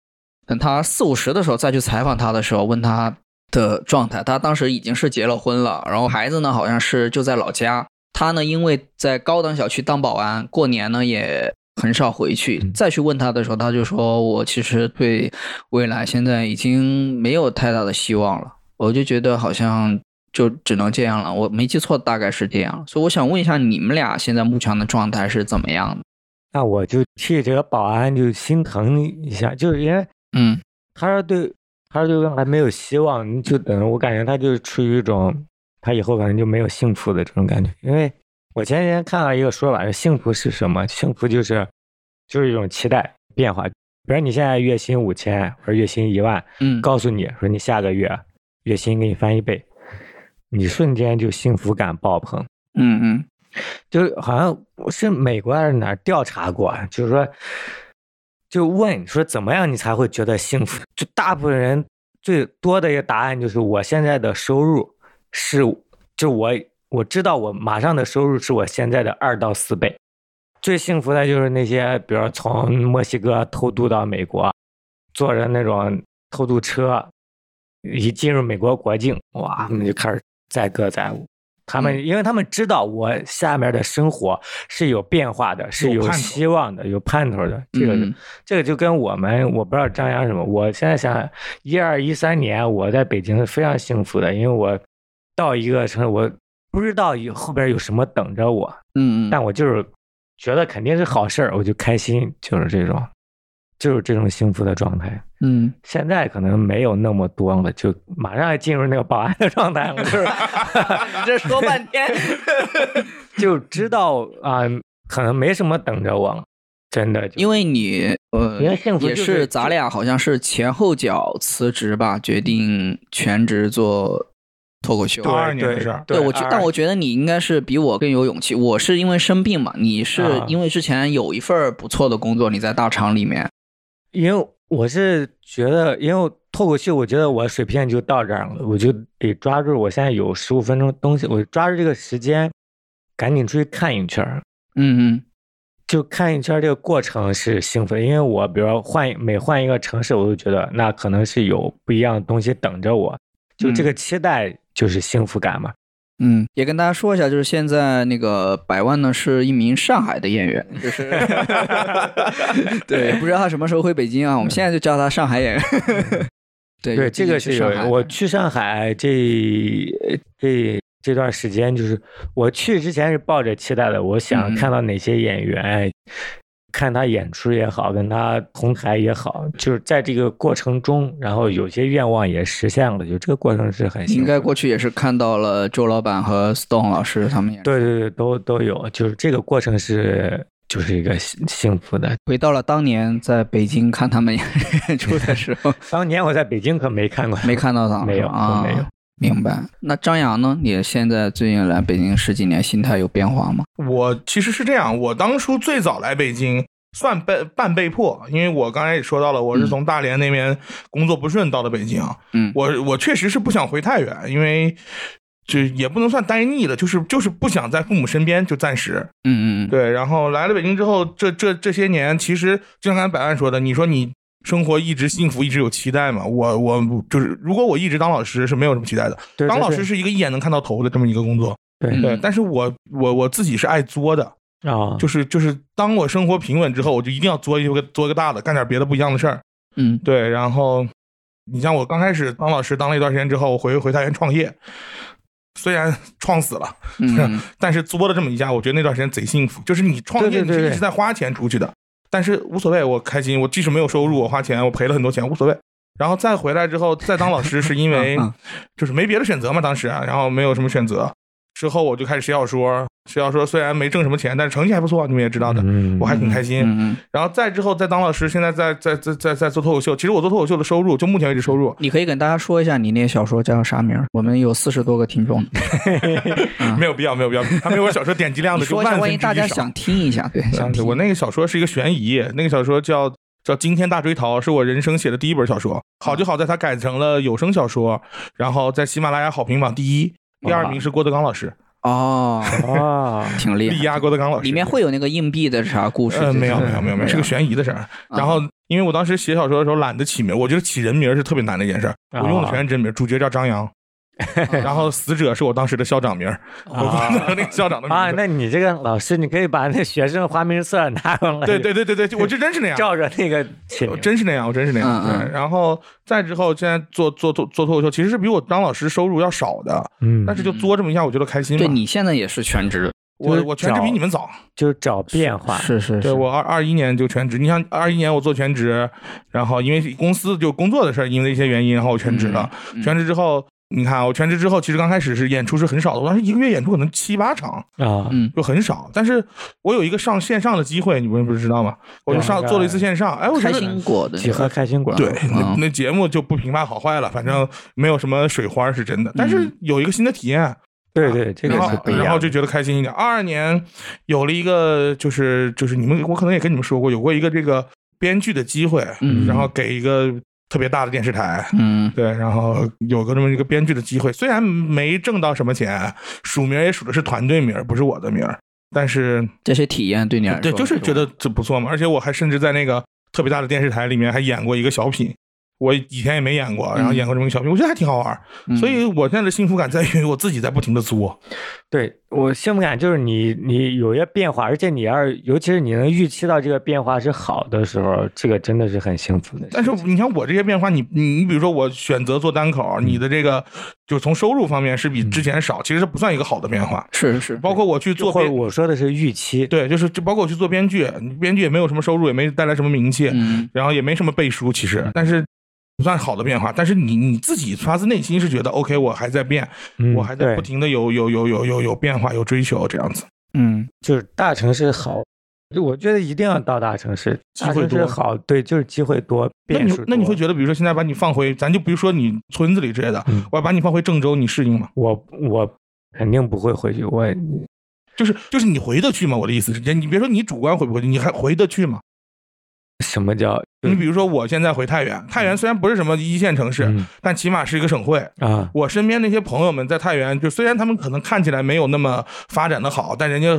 Speaker 4: 等他四五十的时候再去采访他的时候，问他的状态，他当时已经是结了婚了，然后孩子呢好像是就在老家。他呢因为在高档小区当保安，过年呢也很少回去。
Speaker 1: 嗯
Speaker 4: 再去问他的时候，他就说我其实对未来现在已经没有太大的希望了，我就觉得好像。就只能这样了，我没记错，大概是这样。所以我想问一下，你们俩现在目前的状态是怎么样的？
Speaker 1: 那我就替这个保安就心疼一下，就是因为
Speaker 4: 嗯
Speaker 1: 他说对，他说对未来没有希望，你就等。我感觉他就是处于一种他以后可能就没有幸福的这种感觉。因为我前几天看到一个说法是幸福是什么？幸福就是就是一种期待变化。比如你现在月薪五千或者月薪一万，
Speaker 4: 嗯，
Speaker 1: 告诉你说你下个月月薪给你翻一倍，你瞬间就幸福感爆棚。
Speaker 4: 嗯嗯
Speaker 1: 就是好像我是美国还是哪儿调查过啊，就是说，就问说怎么样你才会觉得幸福？就大部分人最多的一个答案就是我现在的收入是，就我我知道我马上的收入是我现在的二到四倍。最幸福的就是那些，比如说从墨西哥偷渡到美国，坐着那种偷渡车，一进入美国国境，哇，他们就开始载歌载舞。他们，
Speaker 4: 嗯
Speaker 1: 因为他们知道我下面的生活是有变化的，是
Speaker 3: 有
Speaker 1: 有
Speaker 3: 盼头
Speaker 1: 希望的，有盼头的。这个是
Speaker 4: 嗯
Speaker 1: 这个就跟我们，我不知道张扬什么。我现在想想，一二一三年我在北京是非常幸福的，因为我到一个城市，我不知道有后边有什么等着我，
Speaker 4: 嗯嗯，
Speaker 1: 但我就是觉得肯定是好事儿，我就开心，就是这种，就是这种幸福的状态。
Speaker 4: 嗯，
Speaker 1: 现在可能没有那么多了，就马上要进入那个保安的状态了，就是
Speaker 4: 你这说半天，
Speaker 1: 就知道啊、可能没什么等着我了，真的就。
Speaker 4: 因为你呃
Speaker 1: 因为幸福
Speaker 4: 也
Speaker 1: 就是
Speaker 4: 是咱俩好像是前后脚辞职吧，决定全职做脱口秀。
Speaker 3: 对22年的事儿
Speaker 4: 对，我觉，但
Speaker 1: 22
Speaker 4: 我觉得你应该是比我更有勇气。我是因为生病嘛，你是
Speaker 1: 啊
Speaker 4: 因为之前有一份儿不错的工作，你在大厂里面。
Speaker 1: 因为我是觉得，因为脱口秀，我觉得我水平就到这儿了，我就得抓住我现在有十五分钟东西，我抓住这个时间，赶紧出去看一圈儿。
Speaker 4: 嗯
Speaker 1: 就看一圈儿这个过程是兴奋的，因为我比如说换每换一个城市，我都觉得那可能是有不一样的东西等着我，就这
Speaker 4: 嗯
Speaker 1: 个期待就是幸福感嘛。
Speaker 4: 嗯嗯，也跟大家说一下，就是现在那个百万呢是一名上海的演员，就是 对，不知道他什么时候回北京啊，我们现在就叫他上海演员。
Speaker 1: 嗯
Speaker 4: 对
Speaker 1: 对，这个
Speaker 4: 是
Speaker 1: 是有
Speaker 4: 上海。
Speaker 1: 我去上海这呃这这段时间，就是我去之前是抱着期待的，我想
Speaker 4: 嗯
Speaker 1: 看到哪些演员，看他演出也好，跟他同台也好，就是在这个过程中，然后有些愿望也实现了，就这个过程是很幸
Speaker 4: 应该
Speaker 1: 福的
Speaker 4: 过去也是看到了周老板和 Stone 老师他们演，
Speaker 1: 对对对，都都有，就是这个过程是就是一个幸幸福的。
Speaker 4: 回到了当年在北京看他们演 出的时 候，
Speaker 1: 当年我在北京可没看过，
Speaker 4: 没看到他，
Speaker 1: 没有
Speaker 4: 啊，
Speaker 1: 没有。
Speaker 4: 明白。那张扬呢？你现在最近来北京十几年，心态有变化吗？
Speaker 3: 我其实是这样，我当初最早来北京算被半被迫，因为我刚才也说到了，我是从大连那边工作不顺到的北京，
Speaker 4: 嗯
Speaker 3: 我我确实是不想回太原，因为。就也不能算呆腻了，就是就是不想在父母身边，就暂时
Speaker 4: 嗯嗯嗯，
Speaker 3: 对。然后来了北京之后，这这这些年，其实就像刚才百万说的，你说你生活一直幸福，一直有期待嘛？我我就是，如果我一直当老师是没有什么期待的，
Speaker 1: 对对
Speaker 3: 当老师
Speaker 1: 对
Speaker 3: 是一个一眼能看到头的这么一个工作，
Speaker 1: 对
Speaker 4: 嗯
Speaker 3: 对。但是我我我自己是爱作的，
Speaker 1: 啊，
Speaker 3: 就是就是，当我生活平稳之后，我就一定要做一个做一个大的，干点别的不一样的事儿。
Speaker 4: 嗯
Speaker 3: 对，然后你像我刚开始当老师当了一段时间之后，我回回太原创业，虽然创死了，
Speaker 4: 嗯 嗯
Speaker 3: 但是作了这么一下，我觉得那段时间贼幸福。就是你创业，
Speaker 1: 对对
Speaker 3: 你是
Speaker 1: 对
Speaker 3: 一直在花钱出去的，但是无所谓，我开心，我即使没有收入，我花钱，我赔了很多钱，无所谓。然后再回来之后，再当老师，是因为
Speaker 4: 嗯嗯
Speaker 3: 就是没别的选择嘛，当时、啊，然后没有什么选择。之后我就开始写小说，写小说虽然没挣什么钱，但是成绩还不错，你们也知道的。
Speaker 1: 嗯
Speaker 3: 我还挺开心。
Speaker 4: 嗯嗯，
Speaker 3: 然后再之后再当老师，现在在在在在在做脱口秀。其实我做脱口秀的收入，就目前为止收入，
Speaker 4: 你可以跟大家说一下你那小说叫啥名儿？我们有四十多个听众，嗯
Speaker 3: 没有必要，没有必要，它没有我小说点击量
Speaker 4: 你
Speaker 3: 的就
Speaker 4: 说一下，
Speaker 3: 万分
Speaker 4: 万
Speaker 3: 之一
Speaker 4: 一大家
Speaker 3: 少
Speaker 4: 想听一下，对，想
Speaker 3: 嗯对
Speaker 4: 听。
Speaker 3: 我那个小说是一个悬疑，那个小说叫叫《惊天大追逃》，是我人生写的第一本小说。好
Speaker 4: 啊
Speaker 3: 就好在它改成了有声小说，然后在喜马拉雅好评榜第一，第二名是郭德纲老师，
Speaker 4: 哦，
Speaker 1: 啊，
Speaker 4: 挺厉
Speaker 3: 力
Speaker 4: 害。
Speaker 3: 压郭德纲老师。
Speaker 4: 里面会有那个硬币的啥故事？
Speaker 3: 呃没有
Speaker 4: 就是
Speaker 3: 没有没有没有，是个悬疑的事
Speaker 4: 啊
Speaker 3: 儿。然后因为我当时写小说的时候懒得起名，我觉得起人名是特别难的一件事儿，
Speaker 4: 啊
Speaker 3: 我用的全是真名，主角叫张 扬，然后死者是我当时的校长名儿，我
Speaker 1: 啊
Speaker 3: 当时那个校长的名
Speaker 1: 啊，
Speaker 3: 字。
Speaker 1: 那你这个老师，你可以把那学生花名册拿过来，
Speaker 3: 对，对对对对，就我就真是那样。
Speaker 1: 照着那个起名
Speaker 3: 我哦真是那样，我真是那样。
Speaker 4: 嗯嗯
Speaker 3: 对然后再之后，现在做做做做脱口秀，其实是比我当老师收入要少的，
Speaker 1: 嗯
Speaker 3: 但是就作这么一下，我觉得开心嘛。
Speaker 4: 对你现在也是全职，
Speaker 1: 就是
Speaker 3: 我我全职比
Speaker 1: 找
Speaker 3: 你们早，
Speaker 1: 就是找变化，
Speaker 4: 是是
Speaker 3: 对
Speaker 4: 是，
Speaker 3: 我二二一年就全职。你像二一年我做全职，然后因为公司就工作的事儿，因为一些原因，然后我全职了。
Speaker 4: 嗯嗯
Speaker 3: 全职之后，你看啊我全职之后，其实刚开始是演出是很少的，我当时一个月演出可能七八场，
Speaker 1: 啊，
Speaker 4: 嗯
Speaker 3: 就很少。但是我有一个上线上的机会，你们不是知道吗？我就上
Speaker 1: 对
Speaker 3: 做了一次线上，哎，我觉
Speaker 4: 开
Speaker 3: 得
Speaker 4: 心果的
Speaker 1: 几何开心果，
Speaker 3: 对，那
Speaker 1: 啊
Speaker 4: 嗯
Speaker 3: 那节目就不评判好坏了，反正没有什么水花是真的，但是有一个新的体验，
Speaker 1: 对对，嗯这个
Speaker 3: 啊然
Speaker 1: 是
Speaker 3: 后
Speaker 1: 不一
Speaker 3: 然后
Speaker 1: 样
Speaker 3: 就
Speaker 1: 的，
Speaker 3: 觉得开心一点。二二年有了一个就是就是你们我可能也跟你们说过，有过一个这个编剧的机会，
Speaker 4: 嗯
Speaker 3: 然后给一个特别大的电视台。
Speaker 4: 嗯
Speaker 3: 对，然后有个这么一个编剧的机会，虽然没挣到什么钱，署名也署的是团队名，不是我的名儿，但是
Speaker 4: 这些体验对你来说，
Speaker 3: 对，就是觉得这不错嘛。而且我还甚至在那个特别大的电视台里面还演过一个小品，我以前也没演过，然后演过这么一个小品，我觉得还挺好玩儿。
Speaker 4: 嗯，
Speaker 3: 所以我现在的幸福感在于我自己在不停的作，
Speaker 1: 对我幸福感就是你你有些变化，而且你要是尤其是你能预期到这个变化是好的时候，这个真的是很幸福的事情，
Speaker 3: 但是你像我这些变化，你你你比如说我选择做单口，你的这个就从收入方面是比之前少，其实这不算一个好的变化。
Speaker 4: 是是，
Speaker 3: 包括我去做
Speaker 1: 或者
Speaker 3: 编，
Speaker 1: 我说的是预期，
Speaker 3: 对，就是就包括我去做编剧，编剧也没有什么收入，也没带来什么名气，
Speaker 4: 嗯
Speaker 3: 然后也没什么背书，其实，但是不算好的变化。但是你你自己发自内心是觉得，OK，我还在变，
Speaker 1: 嗯
Speaker 3: 我还在不
Speaker 1: 对
Speaker 3: 停的有有有有有有变化，有追求这样子。
Speaker 4: 嗯
Speaker 1: 就是大城市好。就我觉得一定要到大城市，
Speaker 3: 机
Speaker 1: 大
Speaker 3: 会
Speaker 1: 城市
Speaker 3: 多
Speaker 1: 好，对，就是机会多，
Speaker 3: 那
Speaker 1: 变
Speaker 3: 你
Speaker 1: 数
Speaker 3: 那你会
Speaker 1: 多
Speaker 3: 觉得，比如说现在把你放回，咱就比如说你村子里之类的，
Speaker 1: 嗯
Speaker 3: 我要把你放回郑州，你适应吗？
Speaker 1: 我我肯定不会回去，我
Speaker 3: 就是就是你回得去吗？我的意思是，你别说你主观回不回去，你还回得去吗？
Speaker 1: 什么叫
Speaker 3: 你比如说，我现在回太原，太原虽然不是什么一线城市，
Speaker 1: 嗯
Speaker 3: 但起码是一个省会。
Speaker 1: 啊？
Speaker 3: 我身边那些朋友们在太原，就虽然他们可能看起来没有那么发展的好，但人家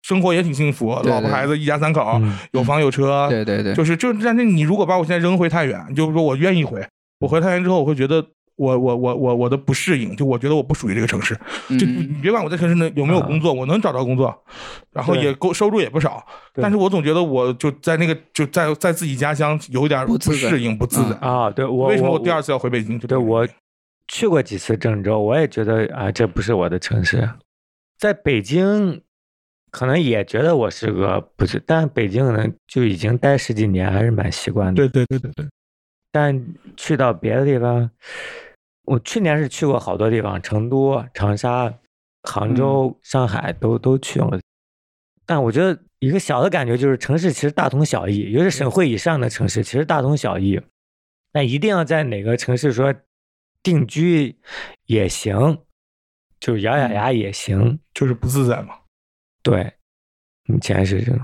Speaker 3: 生活也挺幸福，
Speaker 4: 对
Speaker 3: 老婆孩子一家三口，
Speaker 1: 嗯
Speaker 3: 有房有车，
Speaker 4: 对对对，
Speaker 3: 就是就是，但是你如果把我现在扔回太原，就是说我愿意回，我回太原之后，我会觉得我我我我我的不适应，就我觉得我不属于这个城市。就
Speaker 4: 嗯啊
Speaker 3: 你别管我在城市能有没有工作，我能找着工作，然后
Speaker 1: 对
Speaker 3: 也够收入也不少，
Speaker 1: 对
Speaker 3: 但是我总觉得我就在那个就在在自己家乡有点
Speaker 4: 不
Speaker 3: 不
Speaker 4: 自在
Speaker 3: 适应不自在。
Speaker 1: 啊，对我
Speaker 3: 为什么
Speaker 1: 我
Speaker 3: 我第二次要回北京？就
Speaker 1: 对
Speaker 3: 这个
Speaker 1: 我去过几次郑州，我也觉得啊，这不是我的城市。在北京，可能也觉得我是个不是，但北京可能就已经待十几年，还是蛮习惯的。
Speaker 3: 对对对对对，
Speaker 1: 但去到别的地方，我去年是去过好多地方，成都、长沙、杭州、上海都都去了。但我觉得一个小的感觉就是，城市其实大同小异，尤其是省会以上的城市，其实大同小异。但一定要在哪个城市说定居也行，就是咬咬牙也行。
Speaker 3: 就是不自在嘛。
Speaker 1: 对，目前是这种。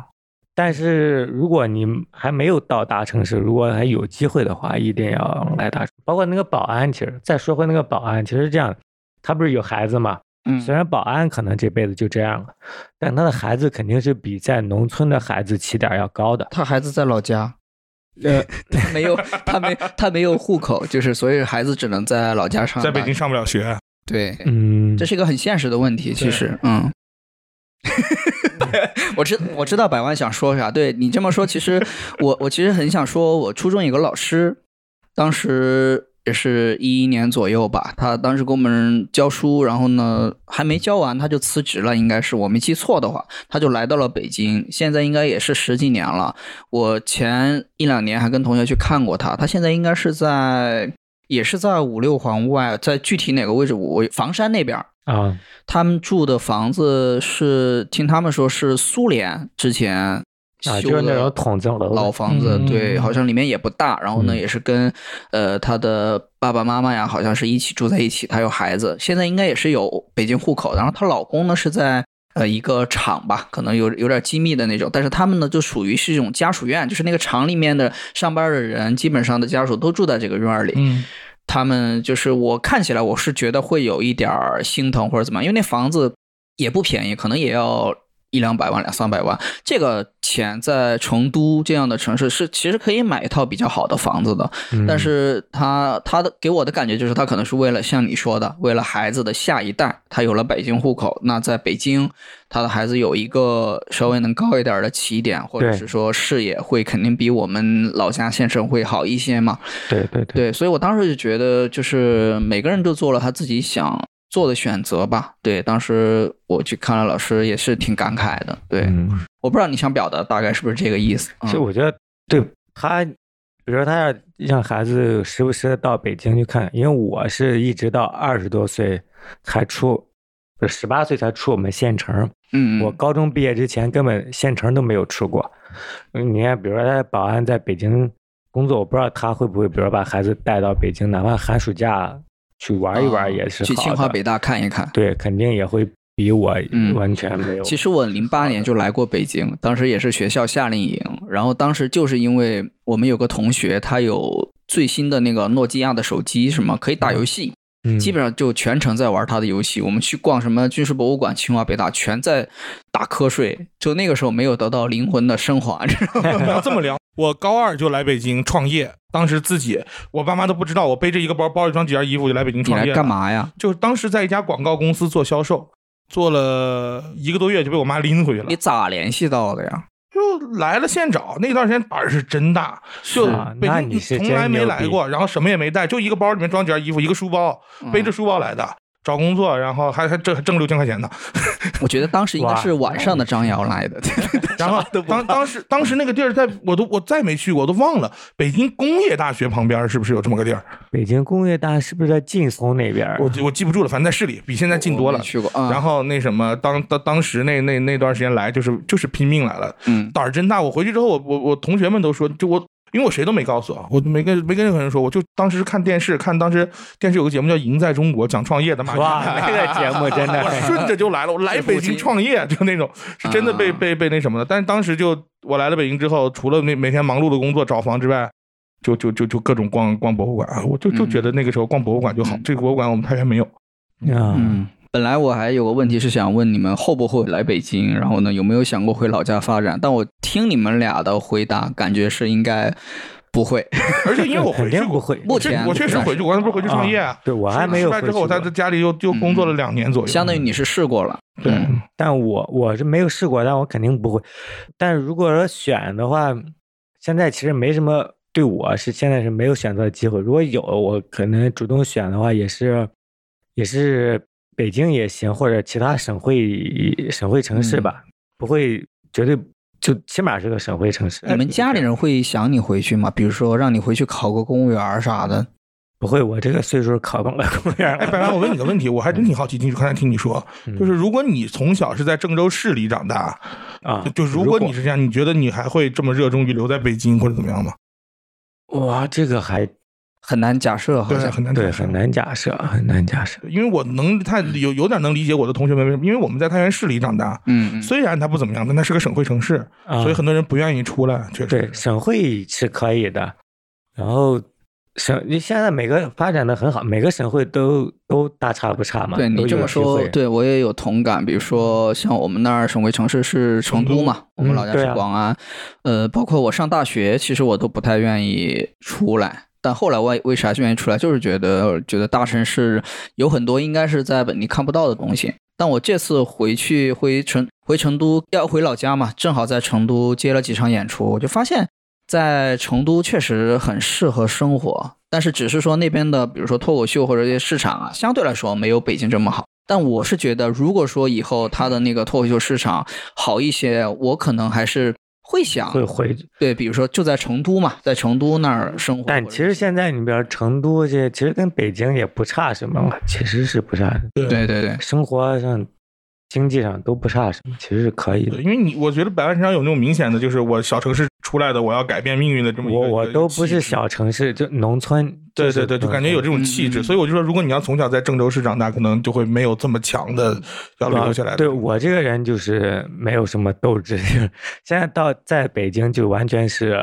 Speaker 1: 但是如果你还没有到大城市，如果还有机会的话，一定要来大城。包括那个保安，其实再说回那个保安，其实这样，他不是有孩子嘛？
Speaker 4: 嗯
Speaker 1: 虽然保安可能这辈子就这样了，但他的孩子肯定是比在农村的孩子起点儿要高的。
Speaker 4: 他孩子在 老家，呃，他没有，他没，他没有户口，就是所以孩子只能在老家上
Speaker 3: 在
Speaker 4: 大学，
Speaker 3: 北京上不了 学，
Speaker 4: 对，
Speaker 1: 嗯，
Speaker 4: 这是一个很现实的问题，其实，嗯。 我知我知道百万想说啥，对你这么说，其实我我其实很想说，我初中有个老师，当时也是一一年左右吧，他当时给我们教书，然后呢还没教完他就辞职了，应该是我没记错的话，他就来到了北京，现在应该也是十几年了。我前一两年还跟同学去看过他，他现在应该是在也是在五六环外，在具体哪个位置我房山那边儿，
Speaker 1: 啊，
Speaker 4: 他们住的房子是听他们说是苏联之前修
Speaker 1: 啊
Speaker 4: 的、
Speaker 1: 就是那种筒子楼的
Speaker 4: 老房子，
Speaker 1: 嗯
Speaker 4: 对，好像里面也不大。然后呢，
Speaker 1: 嗯
Speaker 4: 也是跟呃他的爸爸妈妈呀，好像是一起住在一起。他有孩子，现在应该也是有北京户口。然后她老公呢是在。呃，一个厂吧，可能有有点机密的那种，但是他们呢就属于是一种家属院，就是那个厂里面的上班的人，基本上的家属都住在这个院儿里。
Speaker 3: 嗯，
Speaker 4: 他们就是我看起来我是觉得会有一点儿心疼或者怎么样，因为那房子也不便宜，可能也要一两百万、两三百万。这个钱在成都这样的城市是其实可以买一套比较好的房子的，
Speaker 1: 嗯
Speaker 4: 但是他他的给我的感觉就是他可能是为了像你说的，为了孩子的下一代，他有了北京户口，那在北京他的孩子有一个稍微能高一点儿的起点，或者
Speaker 1: 对
Speaker 4: 是说视野会肯定比我们老家县城会好一些嘛。
Speaker 1: 对对对，
Speaker 4: 对，所以我当时就觉得，就是每个人都做了他自己想做的选择吧。对，当时我去看了老师，也是挺感慨的。对，
Speaker 1: 嗯
Speaker 4: 我不知道你想表达大概是不是这个意思。嗯
Speaker 1: 其实我觉得对他，比如说他要让孩子时不时的到北京去看，因为我是一直到二十多岁才出，不是十八岁才出我们县城。
Speaker 4: 嗯，
Speaker 1: 我高中毕业之前根本县城都没有出过。嗯你看，比如说他保安在北京工作，我不知道他会不会，比如说把孩子带到北京，哪怕寒暑假去玩一玩也是
Speaker 4: 啊去清
Speaker 1: 好
Speaker 4: 华
Speaker 1: 的。
Speaker 4: 北大看一看。
Speaker 1: 对，肯定也会比我
Speaker 4: 嗯
Speaker 1: 完全没有。
Speaker 4: 其实我零八年就来过北京，当时也是学校夏令营，然后当时就是因为我们有个同学，他有最新的那个诺基亚的手机，什么可以打游戏，
Speaker 1: 嗯
Speaker 4: 基本上就全程在玩他的游戏。我们去逛什么军事博物馆、清华北大，全在打瞌睡。就那个时候没有得到灵魂的升华， 知道吗？
Speaker 3: 你要这么聊，我高二就来北京创业，当时自己我爸妈都不知道，我背着一个包，包一双几件衣服就来北京
Speaker 4: 你
Speaker 3: 创
Speaker 4: 来
Speaker 3: 业了
Speaker 4: 干？嘛呀？
Speaker 3: 就是当时在一家广告公司做销售，做了一个多月就被我妈拎回去了
Speaker 4: 你。咋联系到的呀？
Speaker 3: 就来了现找，那段时间胆儿是真大，就是
Speaker 1: 啊
Speaker 3: 北
Speaker 1: 那
Speaker 3: 京
Speaker 1: 你是
Speaker 3: 从来
Speaker 1: 真
Speaker 3: 没
Speaker 1: 牛
Speaker 3: 来
Speaker 1: 逼
Speaker 3: 过，然后什么也没带，就一个包里面装几件衣服，一个书包，
Speaker 4: 嗯
Speaker 3: 背着书包来的，找工作，然后还还挣还挣六千块钱 呢。
Speaker 4: 嗯，我觉得当时应该是晚上的张瑶来的。
Speaker 3: 然后当当时当时那个地儿在，我都我再没去过，我都忘了北京工业大学旁边是不是有这么个地儿？
Speaker 1: 北京工业大是不是在劲松那边儿？
Speaker 3: 我记我记不住了，反正在市里，比现在近多
Speaker 4: 我
Speaker 3: 了
Speaker 4: 没。去过啊。
Speaker 3: 然后那什么，当当当时那那那段时间来，就是就是拼命来了，
Speaker 4: 嗯
Speaker 3: 胆儿真大。我回去之后，我我我同学们都说，就我因为我谁都没告诉啊，我没跟没跟任何人说，我就当时是看电视，看当时电视有个节目叫《赢在中国》，讲创业的嘛。
Speaker 1: 哇，那 个节目真
Speaker 3: 我
Speaker 1: 的，
Speaker 3: 顺着就来了，我来北京创业，就那种是真的被
Speaker 4: 啊
Speaker 3: 被被那什么的。但是当时就我来了北京之后，除了每每天忙碌的工作找房之外，就就就就各种逛逛博物馆啊，我就就
Speaker 4: 嗯
Speaker 3: 觉得那个时候逛博物馆就好
Speaker 4: 嗯。
Speaker 3: 这个博物馆我们太原没有，
Speaker 1: 嗯，
Speaker 4: 嗯，本来我还有个问题是想问你们后不后来北京，然后呢有没有想过回老家发展？但我听你们俩的回答，感觉是应该不会。
Speaker 3: 而且因为我
Speaker 1: 肯
Speaker 3: 回去
Speaker 1: 定不
Speaker 3: 过，
Speaker 1: 会。
Speaker 4: 目
Speaker 3: 我确
Speaker 4: 前
Speaker 3: 我确实回去过，我不是回去创业啊。
Speaker 1: 对我还没有
Speaker 3: 失败之后，我
Speaker 1: 回去
Speaker 3: 在
Speaker 1: 过
Speaker 3: 家里又又工作了两年左右，
Speaker 4: 嗯相当于你是试过了，
Speaker 3: 对
Speaker 4: 嗯
Speaker 1: 但我我是没有试过，但我肯定不会。但如果说选的话，现在其实没什么对我是现在是没有选择的机会。如果有，我可能主动选的话，也是也是北京也行，或者其他省会省会城市
Speaker 4: 嗯
Speaker 1: 吧，不会绝对就起码是个省会城市。
Speaker 4: 你们家里人会想你回去吗？比如说让你回去考个公务员儿啥的。
Speaker 1: 不会，我这个岁数考不了公务员
Speaker 3: 哎，白
Speaker 1: 了。嗯
Speaker 3: 凡，我问你个问题，我还真挺好奇，听刚才听你说，就是如果你从小是在郑州市里长大，
Speaker 1: 啊，
Speaker 3: 就如果你是这样，你觉得你还会这么热衷于留在北京或者怎么样吗？
Speaker 1: 哇，这个还
Speaker 4: 很难假设，好
Speaker 3: 对，
Speaker 4: 像
Speaker 3: 很难
Speaker 1: 对
Speaker 3: 讲，
Speaker 1: 很难假设，很难假设。
Speaker 3: 因为我能太有有点能理解我的同学们为什么，因为我们在太原市里长大，
Speaker 4: 嗯，以
Speaker 3: 虽然它不怎么样，但它是个省会城市，
Speaker 1: 啊
Speaker 3: 所以很多人不愿意出来，确
Speaker 1: 对，
Speaker 3: 实。
Speaker 1: 省会是可以的，然后省你现在每个发展的很好，每个省会都都大差不差嘛。
Speaker 4: 对
Speaker 1: 都
Speaker 4: 你这
Speaker 1: 有
Speaker 4: 么
Speaker 1: 机
Speaker 4: 说
Speaker 1: 会，
Speaker 4: 对我也有同感。比如说像我们那儿省会城市是成
Speaker 3: 成
Speaker 4: 都
Speaker 3: 都
Speaker 4: 嘛，我们
Speaker 1: 嗯
Speaker 4: 老家
Speaker 1: 对
Speaker 4: 是
Speaker 1: 啊
Speaker 4: 广安，呃，包括我上大学，其实我都不太愿意出来。但后来我为啥愿意出来，就是觉得觉得大城市有很多应该是在本地看不到的东西。但我这次回去回成回成都要回老家嘛，正好在成都接了几场演出，我就发现，在成都确实很适合生活，但是只是说那边的，比如说脱口秀或者这些市场啊，相对来说没有北京这么好。但我是觉得，如果说以后它的那个脱口秀市场好一些，我可能还是会想
Speaker 1: 会回。
Speaker 4: 对，比如说就在成都嘛，在成都那儿生活。
Speaker 1: 但其实现在你比如成都这，其实跟北京也不差什么嘛，其实是不差的，
Speaker 4: 对对对，
Speaker 1: 生活上、经济上都不差什么，其实是可以的
Speaker 3: 对，。因为你我觉得百万身上有那种明显的，就是我小城市出来的，我要改变命运的这么一个
Speaker 1: 我我
Speaker 3: 一个
Speaker 1: 都不
Speaker 3: 气质
Speaker 1: 是小城市，就农村。
Speaker 3: 对
Speaker 1: 是
Speaker 3: 对对，就
Speaker 1: 农
Speaker 3: 感觉有
Speaker 1: 村
Speaker 3: 这种气质，
Speaker 4: 嗯嗯
Speaker 3: 所以我就说，如果你要从小在郑州市长大，可能就会没有这么强的要留下来的。
Speaker 1: 对我这个人就是没有什么斗志，就是现在到在北京就完全是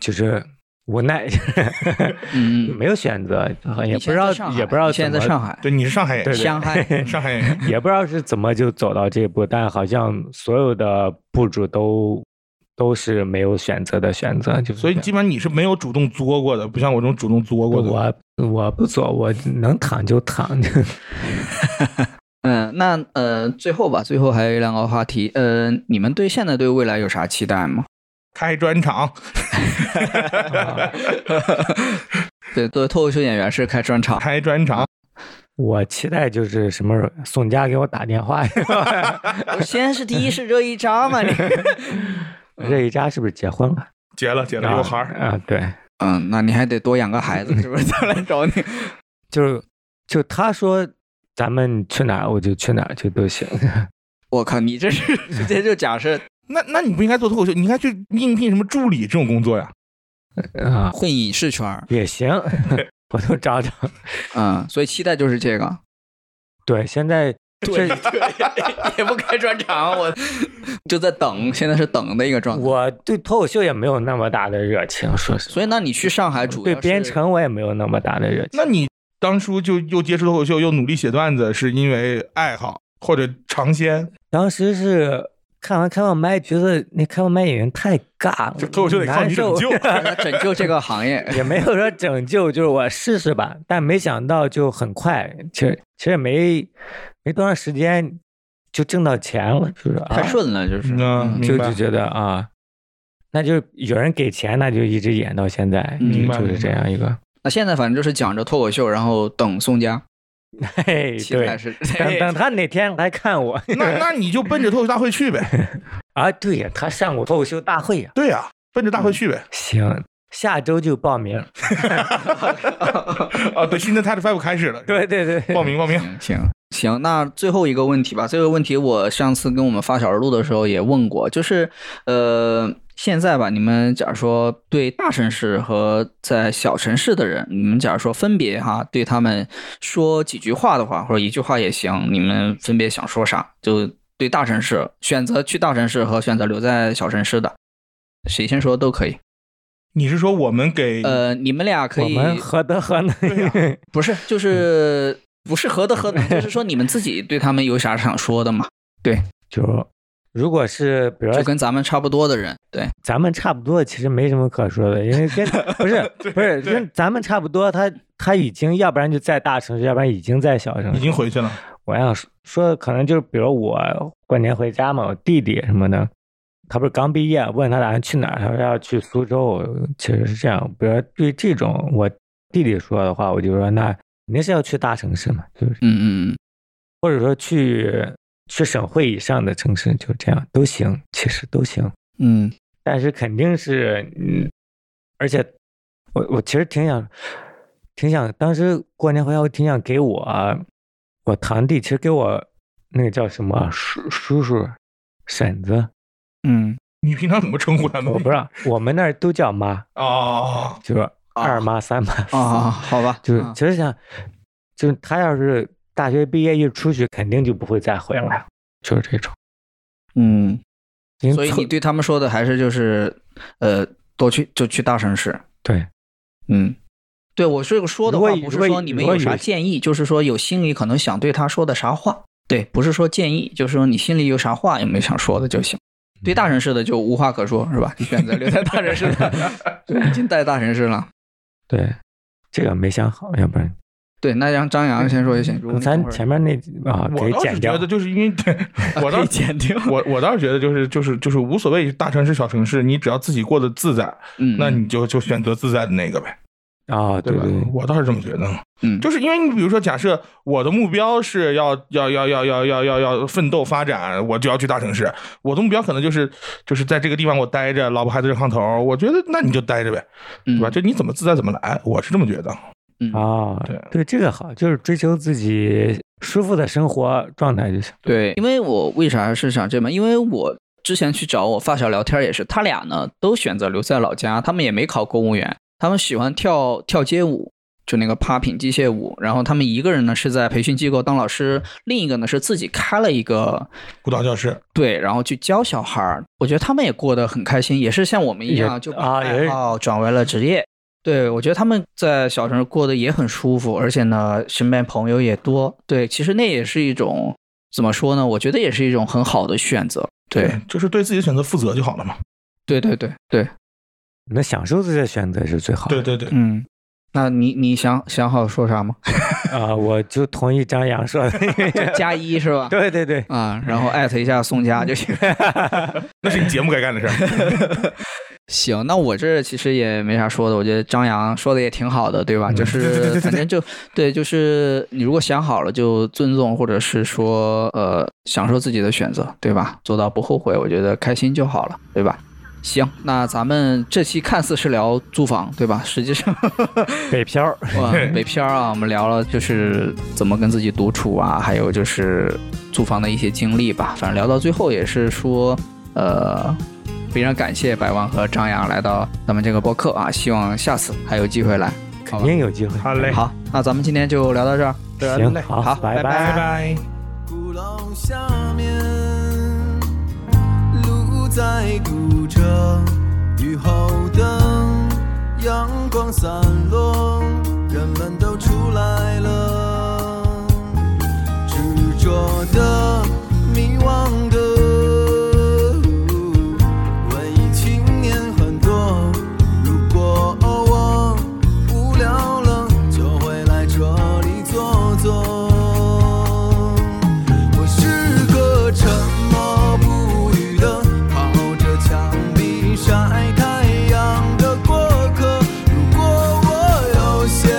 Speaker 1: 就是无 奈，
Speaker 4: 嗯嗯
Speaker 1: 没有选择，也
Speaker 4: 你
Speaker 1: 不
Speaker 4: 现
Speaker 1: 知
Speaker 4: 在
Speaker 1: 道
Speaker 4: 在上海
Speaker 1: 也不知道
Speaker 4: 你现在在
Speaker 1: 怎么
Speaker 4: 上海，
Speaker 3: 对你是上海演
Speaker 1: 对
Speaker 3: 员，
Speaker 4: 上海
Speaker 3: 上海演员，
Speaker 1: 也不知道是怎么就走到这一步，但好像所有的步骤都都是没有选择的选择，就是
Speaker 3: 所以
Speaker 1: 这样
Speaker 3: 基本上你是没有主动作过的，不像我这种主动作过的。
Speaker 1: 我我不做，我能躺就躺。
Speaker 4: 嗯，那呃，最后吧，最后还有两个话题，呃，你们对现在对未来有啥期待吗？
Speaker 3: 开专场，
Speaker 1: 啊
Speaker 4: 对，作为脱口秀演员是开专 场，
Speaker 3: 开专场，
Speaker 1: 我期待就是什么时候宋佳给我打电话，
Speaker 4: 先是第一是热一扎嘛，你
Speaker 1: 这一家是不是结婚了？
Speaker 3: 结了结了，有孩儿。
Speaker 1: 啊，对。
Speaker 4: 嗯，那你还得多养个孩子，是不是再来找你？
Speaker 1: 就是就他说咱们去哪儿我就去哪儿去都行。
Speaker 4: 我靠，你这是直接就假设
Speaker 3: 那那你不应该做脱口秀，你应该去应聘什么助理这种工作呀？
Speaker 1: 啊，
Speaker 4: 混影视圈儿，
Speaker 1: 也行， 我都找 找。
Speaker 4: 嗯，所以期待就是这个。
Speaker 1: 对，现在
Speaker 4: 对
Speaker 1: 这
Speaker 4: 对， 也不开专场，我就在等，现在是等的一个状态。
Speaker 1: 我对脱口秀也没有那么大的热情，说实话。
Speaker 4: 所以，那你去上海主要
Speaker 1: 对
Speaker 4: 是
Speaker 1: 编程我也没有那么大的热情。
Speaker 3: 那你当初就又接触脱口秀，又努力写段子，是因为爱好或者尝鲜？
Speaker 1: 当时是看完开放麦，觉得那开放麦演员太尬了，
Speaker 3: 这脱口秀得靠
Speaker 1: 难
Speaker 3: 你拯
Speaker 1: 受
Speaker 3: 救。
Speaker 4: 来拯救这个行业。
Speaker 1: 也没有说拯救，就是我试试吧。但没想到就很快，其实其实也没没多长时间就挣到钱了，就是啊
Speaker 4: 太顺了，就是。
Speaker 3: 嗯
Speaker 4: 嗯
Speaker 3: 明
Speaker 1: 就
Speaker 3: 白
Speaker 1: 就觉得啊，那就是有人给钱，那就一直演到现在，
Speaker 4: 嗯
Speaker 1: 就
Speaker 4: 明
Speaker 3: 白
Speaker 1: 就是
Speaker 3: 明
Speaker 1: 这
Speaker 3: 白
Speaker 1: 样一个。
Speaker 4: 那现在反正就是讲着脱口秀，然后等宋佳，
Speaker 1: 嘿，
Speaker 4: 期待
Speaker 1: 哎对，
Speaker 4: 是。
Speaker 1: 等等他哪天来看我
Speaker 3: 那那你就奔着脱口秀大会去呗。
Speaker 1: 啊？对呀，他上过脱口秀大会呀、
Speaker 3: 对呀、奔着大会去呗。
Speaker 1: 行，下周就报名。
Speaker 3: 啊，对，新的 Type Five 开始了，
Speaker 1: 对，对对，
Speaker 3: 报名报名。
Speaker 4: 行行行，那最后一个问题吧。这个问题我上次跟我们发小录的时候也问过，就是呃，现在吧，你们假如说对大城市和在小城市的人，你们假如说分别哈对他们说几句话的话，或者一句话也行，你们分别想说啥？就对大城市选择去大城市和选择留在小城市的，谁先说都可以。
Speaker 3: 你是说我们给
Speaker 4: 呃，你们俩可
Speaker 1: 嗯我
Speaker 4: 以
Speaker 1: 们何德何能？
Speaker 3: 对
Speaker 4: 不是就是不是何德何 能，就是说你们自己对他们有啥想说的嘛？
Speaker 1: 就如果是比如
Speaker 4: 就
Speaker 1: 说
Speaker 4: 跟咱们差不多的人，对，
Speaker 1: 咱们差不多，其实没什么可说的，因为跟不是不是
Speaker 3: 对
Speaker 1: 跟咱们差不多，他他已经要不然就在大城市，要不然已经在小城
Speaker 3: 已
Speaker 1: 市。
Speaker 3: 经回去了？
Speaker 1: 我想说说的可能就是比如我过年回家嘛，我弟弟什么的，他不是刚毕业，问他打算去哪儿，他说要去苏州，其实是这样。比如说对这种我弟弟说的话，我就说那肯定是要去大城市嘛，就是
Speaker 4: 嗯嗯
Speaker 1: 或者说去去省会以上的城市，就这样都行，其实都行。
Speaker 4: 嗯，
Speaker 1: 但是肯定是，嗯，而且我我其实挺想，挺想，当时过年回家，我挺想给我我堂弟，其实给我那个叫什么啊叔叔叔婶子，
Speaker 4: 嗯
Speaker 3: 你平常怎么称呼他们？
Speaker 1: 我不知道，我们那儿都叫妈，
Speaker 3: 哦，
Speaker 1: 就是二妈、三妈、
Speaker 4: 嗯啊，好吧，
Speaker 1: 就是
Speaker 4: 啊
Speaker 1: 其实想，就是他要是大学毕业一出去，肯定就不会再回来了，就是这种。
Speaker 4: 嗯，
Speaker 1: 因为
Speaker 4: 所以
Speaker 1: 凑
Speaker 4: 你对他们说的还是就是，呃，多去就去大城市。
Speaker 1: 对
Speaker 4: 嗯，对我这个说的话
Speaker 1: 如果
Speaker 4: 不是
Speaker 1: 如
Speaker 4: 说
Speaker 1: 果
Speaker 4: 你们
Speaker 1: 如果
Speaker 4: 有啥
Speaker 1: 有
Speaker 4: 建议，就是说有心里可能想对他说的啥话。对，不是说建议，就是说你心里有啥话有没有想说的就行。对大城市的就无话可说，是吧？你选择留在大城市 的，就已经在大城市了。
Speaker 1: 对，这个没想好，要不然
Speaker 4: 对，那让张扬先说就行。如果你等
Speaker 1: 咱
Speaker 4: 会儿
Speaker 1: 前面那啊
Speaker 3: 我
Speaker 1: 给
Speaker 3: 倒
Speaker 1: 剪
Speaker 3: 是
Speaker 1: 掉
Speaker 3: 觉得。就是因为 对 我
Speaker 4: 可
Speaker 3: 倒
Speaker 4: 以剪掉，
Speaker 3: 我我倒是觉得就是就是就是无所谓大城市小城市，你只要自己过得自在，
Speaker 4: 嗯，
Speaker 3: 那你就就选择自在的那个呗，
Speaker 1: 啊、对
Speaker 3: 吧
Speaker 1: 对，？
Speaker 3: 我倒是这么觉得。
Speaker 4: 嗯，
Speaker 3: 就是因为你比如说，假设我的目标是要要要要要要要要奋斗发展，我就要去大城市。我的目标可能就是就是在这个地方我待着，老婆孩子热炕头儿。我觉得那你就待着呗，
Speaker 4: 嗯
Speaker 3: 对吧？就你怎么自在怎么来，我是这么觉得。
Speaker 4: 嗯
Speaker 1: 啊，
Speaker 3: 对
Speaker 1: 对，这个好，就是追求自己舒服的生活状态就行。
Speaker 4: 对，因为我为啥是想这么？因为我之前去找我发小聊天也是，他俩呢都选择留在老家，他们也没考公务员，他们喜欢跳跳街舞，就那个 popping 机械舞。然后他们一个人呢是在培训机构当老师，另一个呢是自己开了一个
Speaker 3: 孤岛教室，
Speaker 4: 对，然后去教小孩儿。我觉得他们也过得很开心，也是像我们一
Speaker 1: 也
Speaker 4: 样，就把
Speaker 1: 啊也
Speaker 4: 爱
Speaker 1: 是
Speaker 4: 好转为了职业。对，我觉得他们在小城市过得也很舒服，而且呢，身边朋友也多。对，其实那也是一种怎么说呢？我觉得也是一种很好的选择。对，，
Speaker 3: 嗯就是对自己的选择负责就好了嘛。
Speaker 4: 对，对，对，对，
Speaker 1: 能享受自己的选择是最好
Speaker 3: 对
Speaker 1: 的。
Speaker 3: 对对，
Speaker 4: 嗯。那你你想想好说啥吗？
Speaker 1: 啊、我就同意张扬说的。
Speaker 4: 就加一是吧？
Speaker 1: 对对对，
Speaker 4: 啊，然后艾特一下宋佳就行。
Speaker 3: 那是你节目该干的事儿。
Speaker 4: 行，那我这其实也没啥说的，我觉得张扬说的也挺好的，对吧？就
Speaker 3: 嗯对对对
Speaker 4: 是
Speaker 3: 对
Speaker 4: 反正就对，就是你如果想好了，就尊重或者是说呃享受自己的选择，对吧？做到不后悔，我觉得开心就好了，对吧？行，那咱们这期看似是聊租房，对吧？实际上
Speaker 1: 北漂儿，
Speaker 4: 哇，北漂啊，我们聊了就是怎么跟自己独处啊，还有就是租房的一些经历吧。反正聊到最后也是说，呃，非常感谢百万和张扬来到咱们这个播客啊，希望下次还有机会来。
Speaker 1: 肯定有机会。
Speaker 3: 好嘞，
Speaker 4: 好，那咱们今天就聊到这儿。
Speaker 3: 得
Speaker 1: 行
Speaker 3: 嘞，
Speaker 1: 好，
Speaker 4: 好
Speaker 1: 拜
Speaker 4: 拜
Speaker 3: 拜拜。
Speaker 2: 鼓楼下面，路在鼓着，雨后灯，阳光散落，人们都出来了，执着的，迷惘的，文艺青年很多。如果我无聊了，就会来这里坐坐。我是个沉默不语的，靠着墙壁晒太阳的过客。如果我有些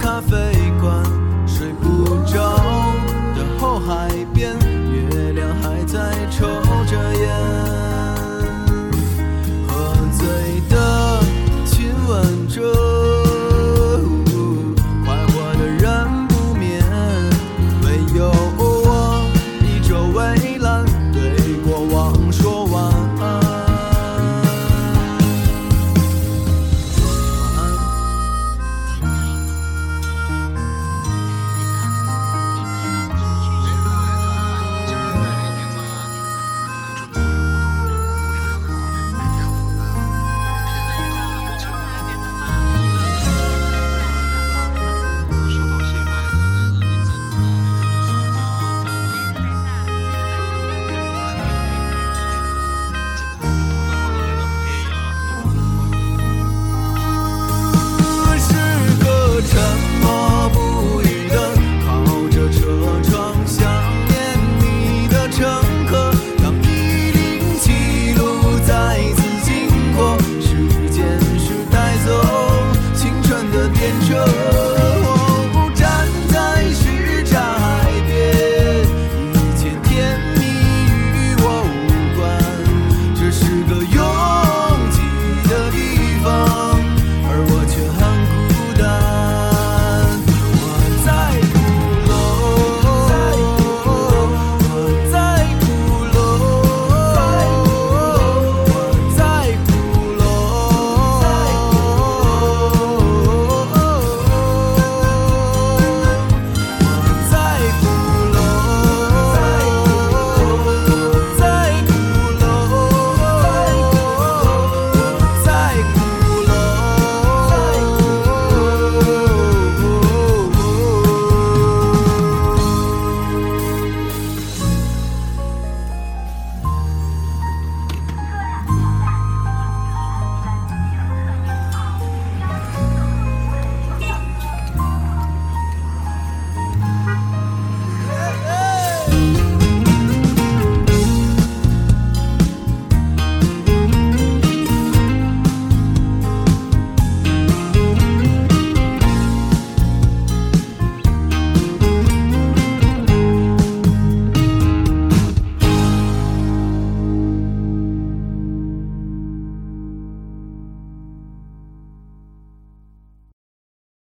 Speaker 2: 咖啡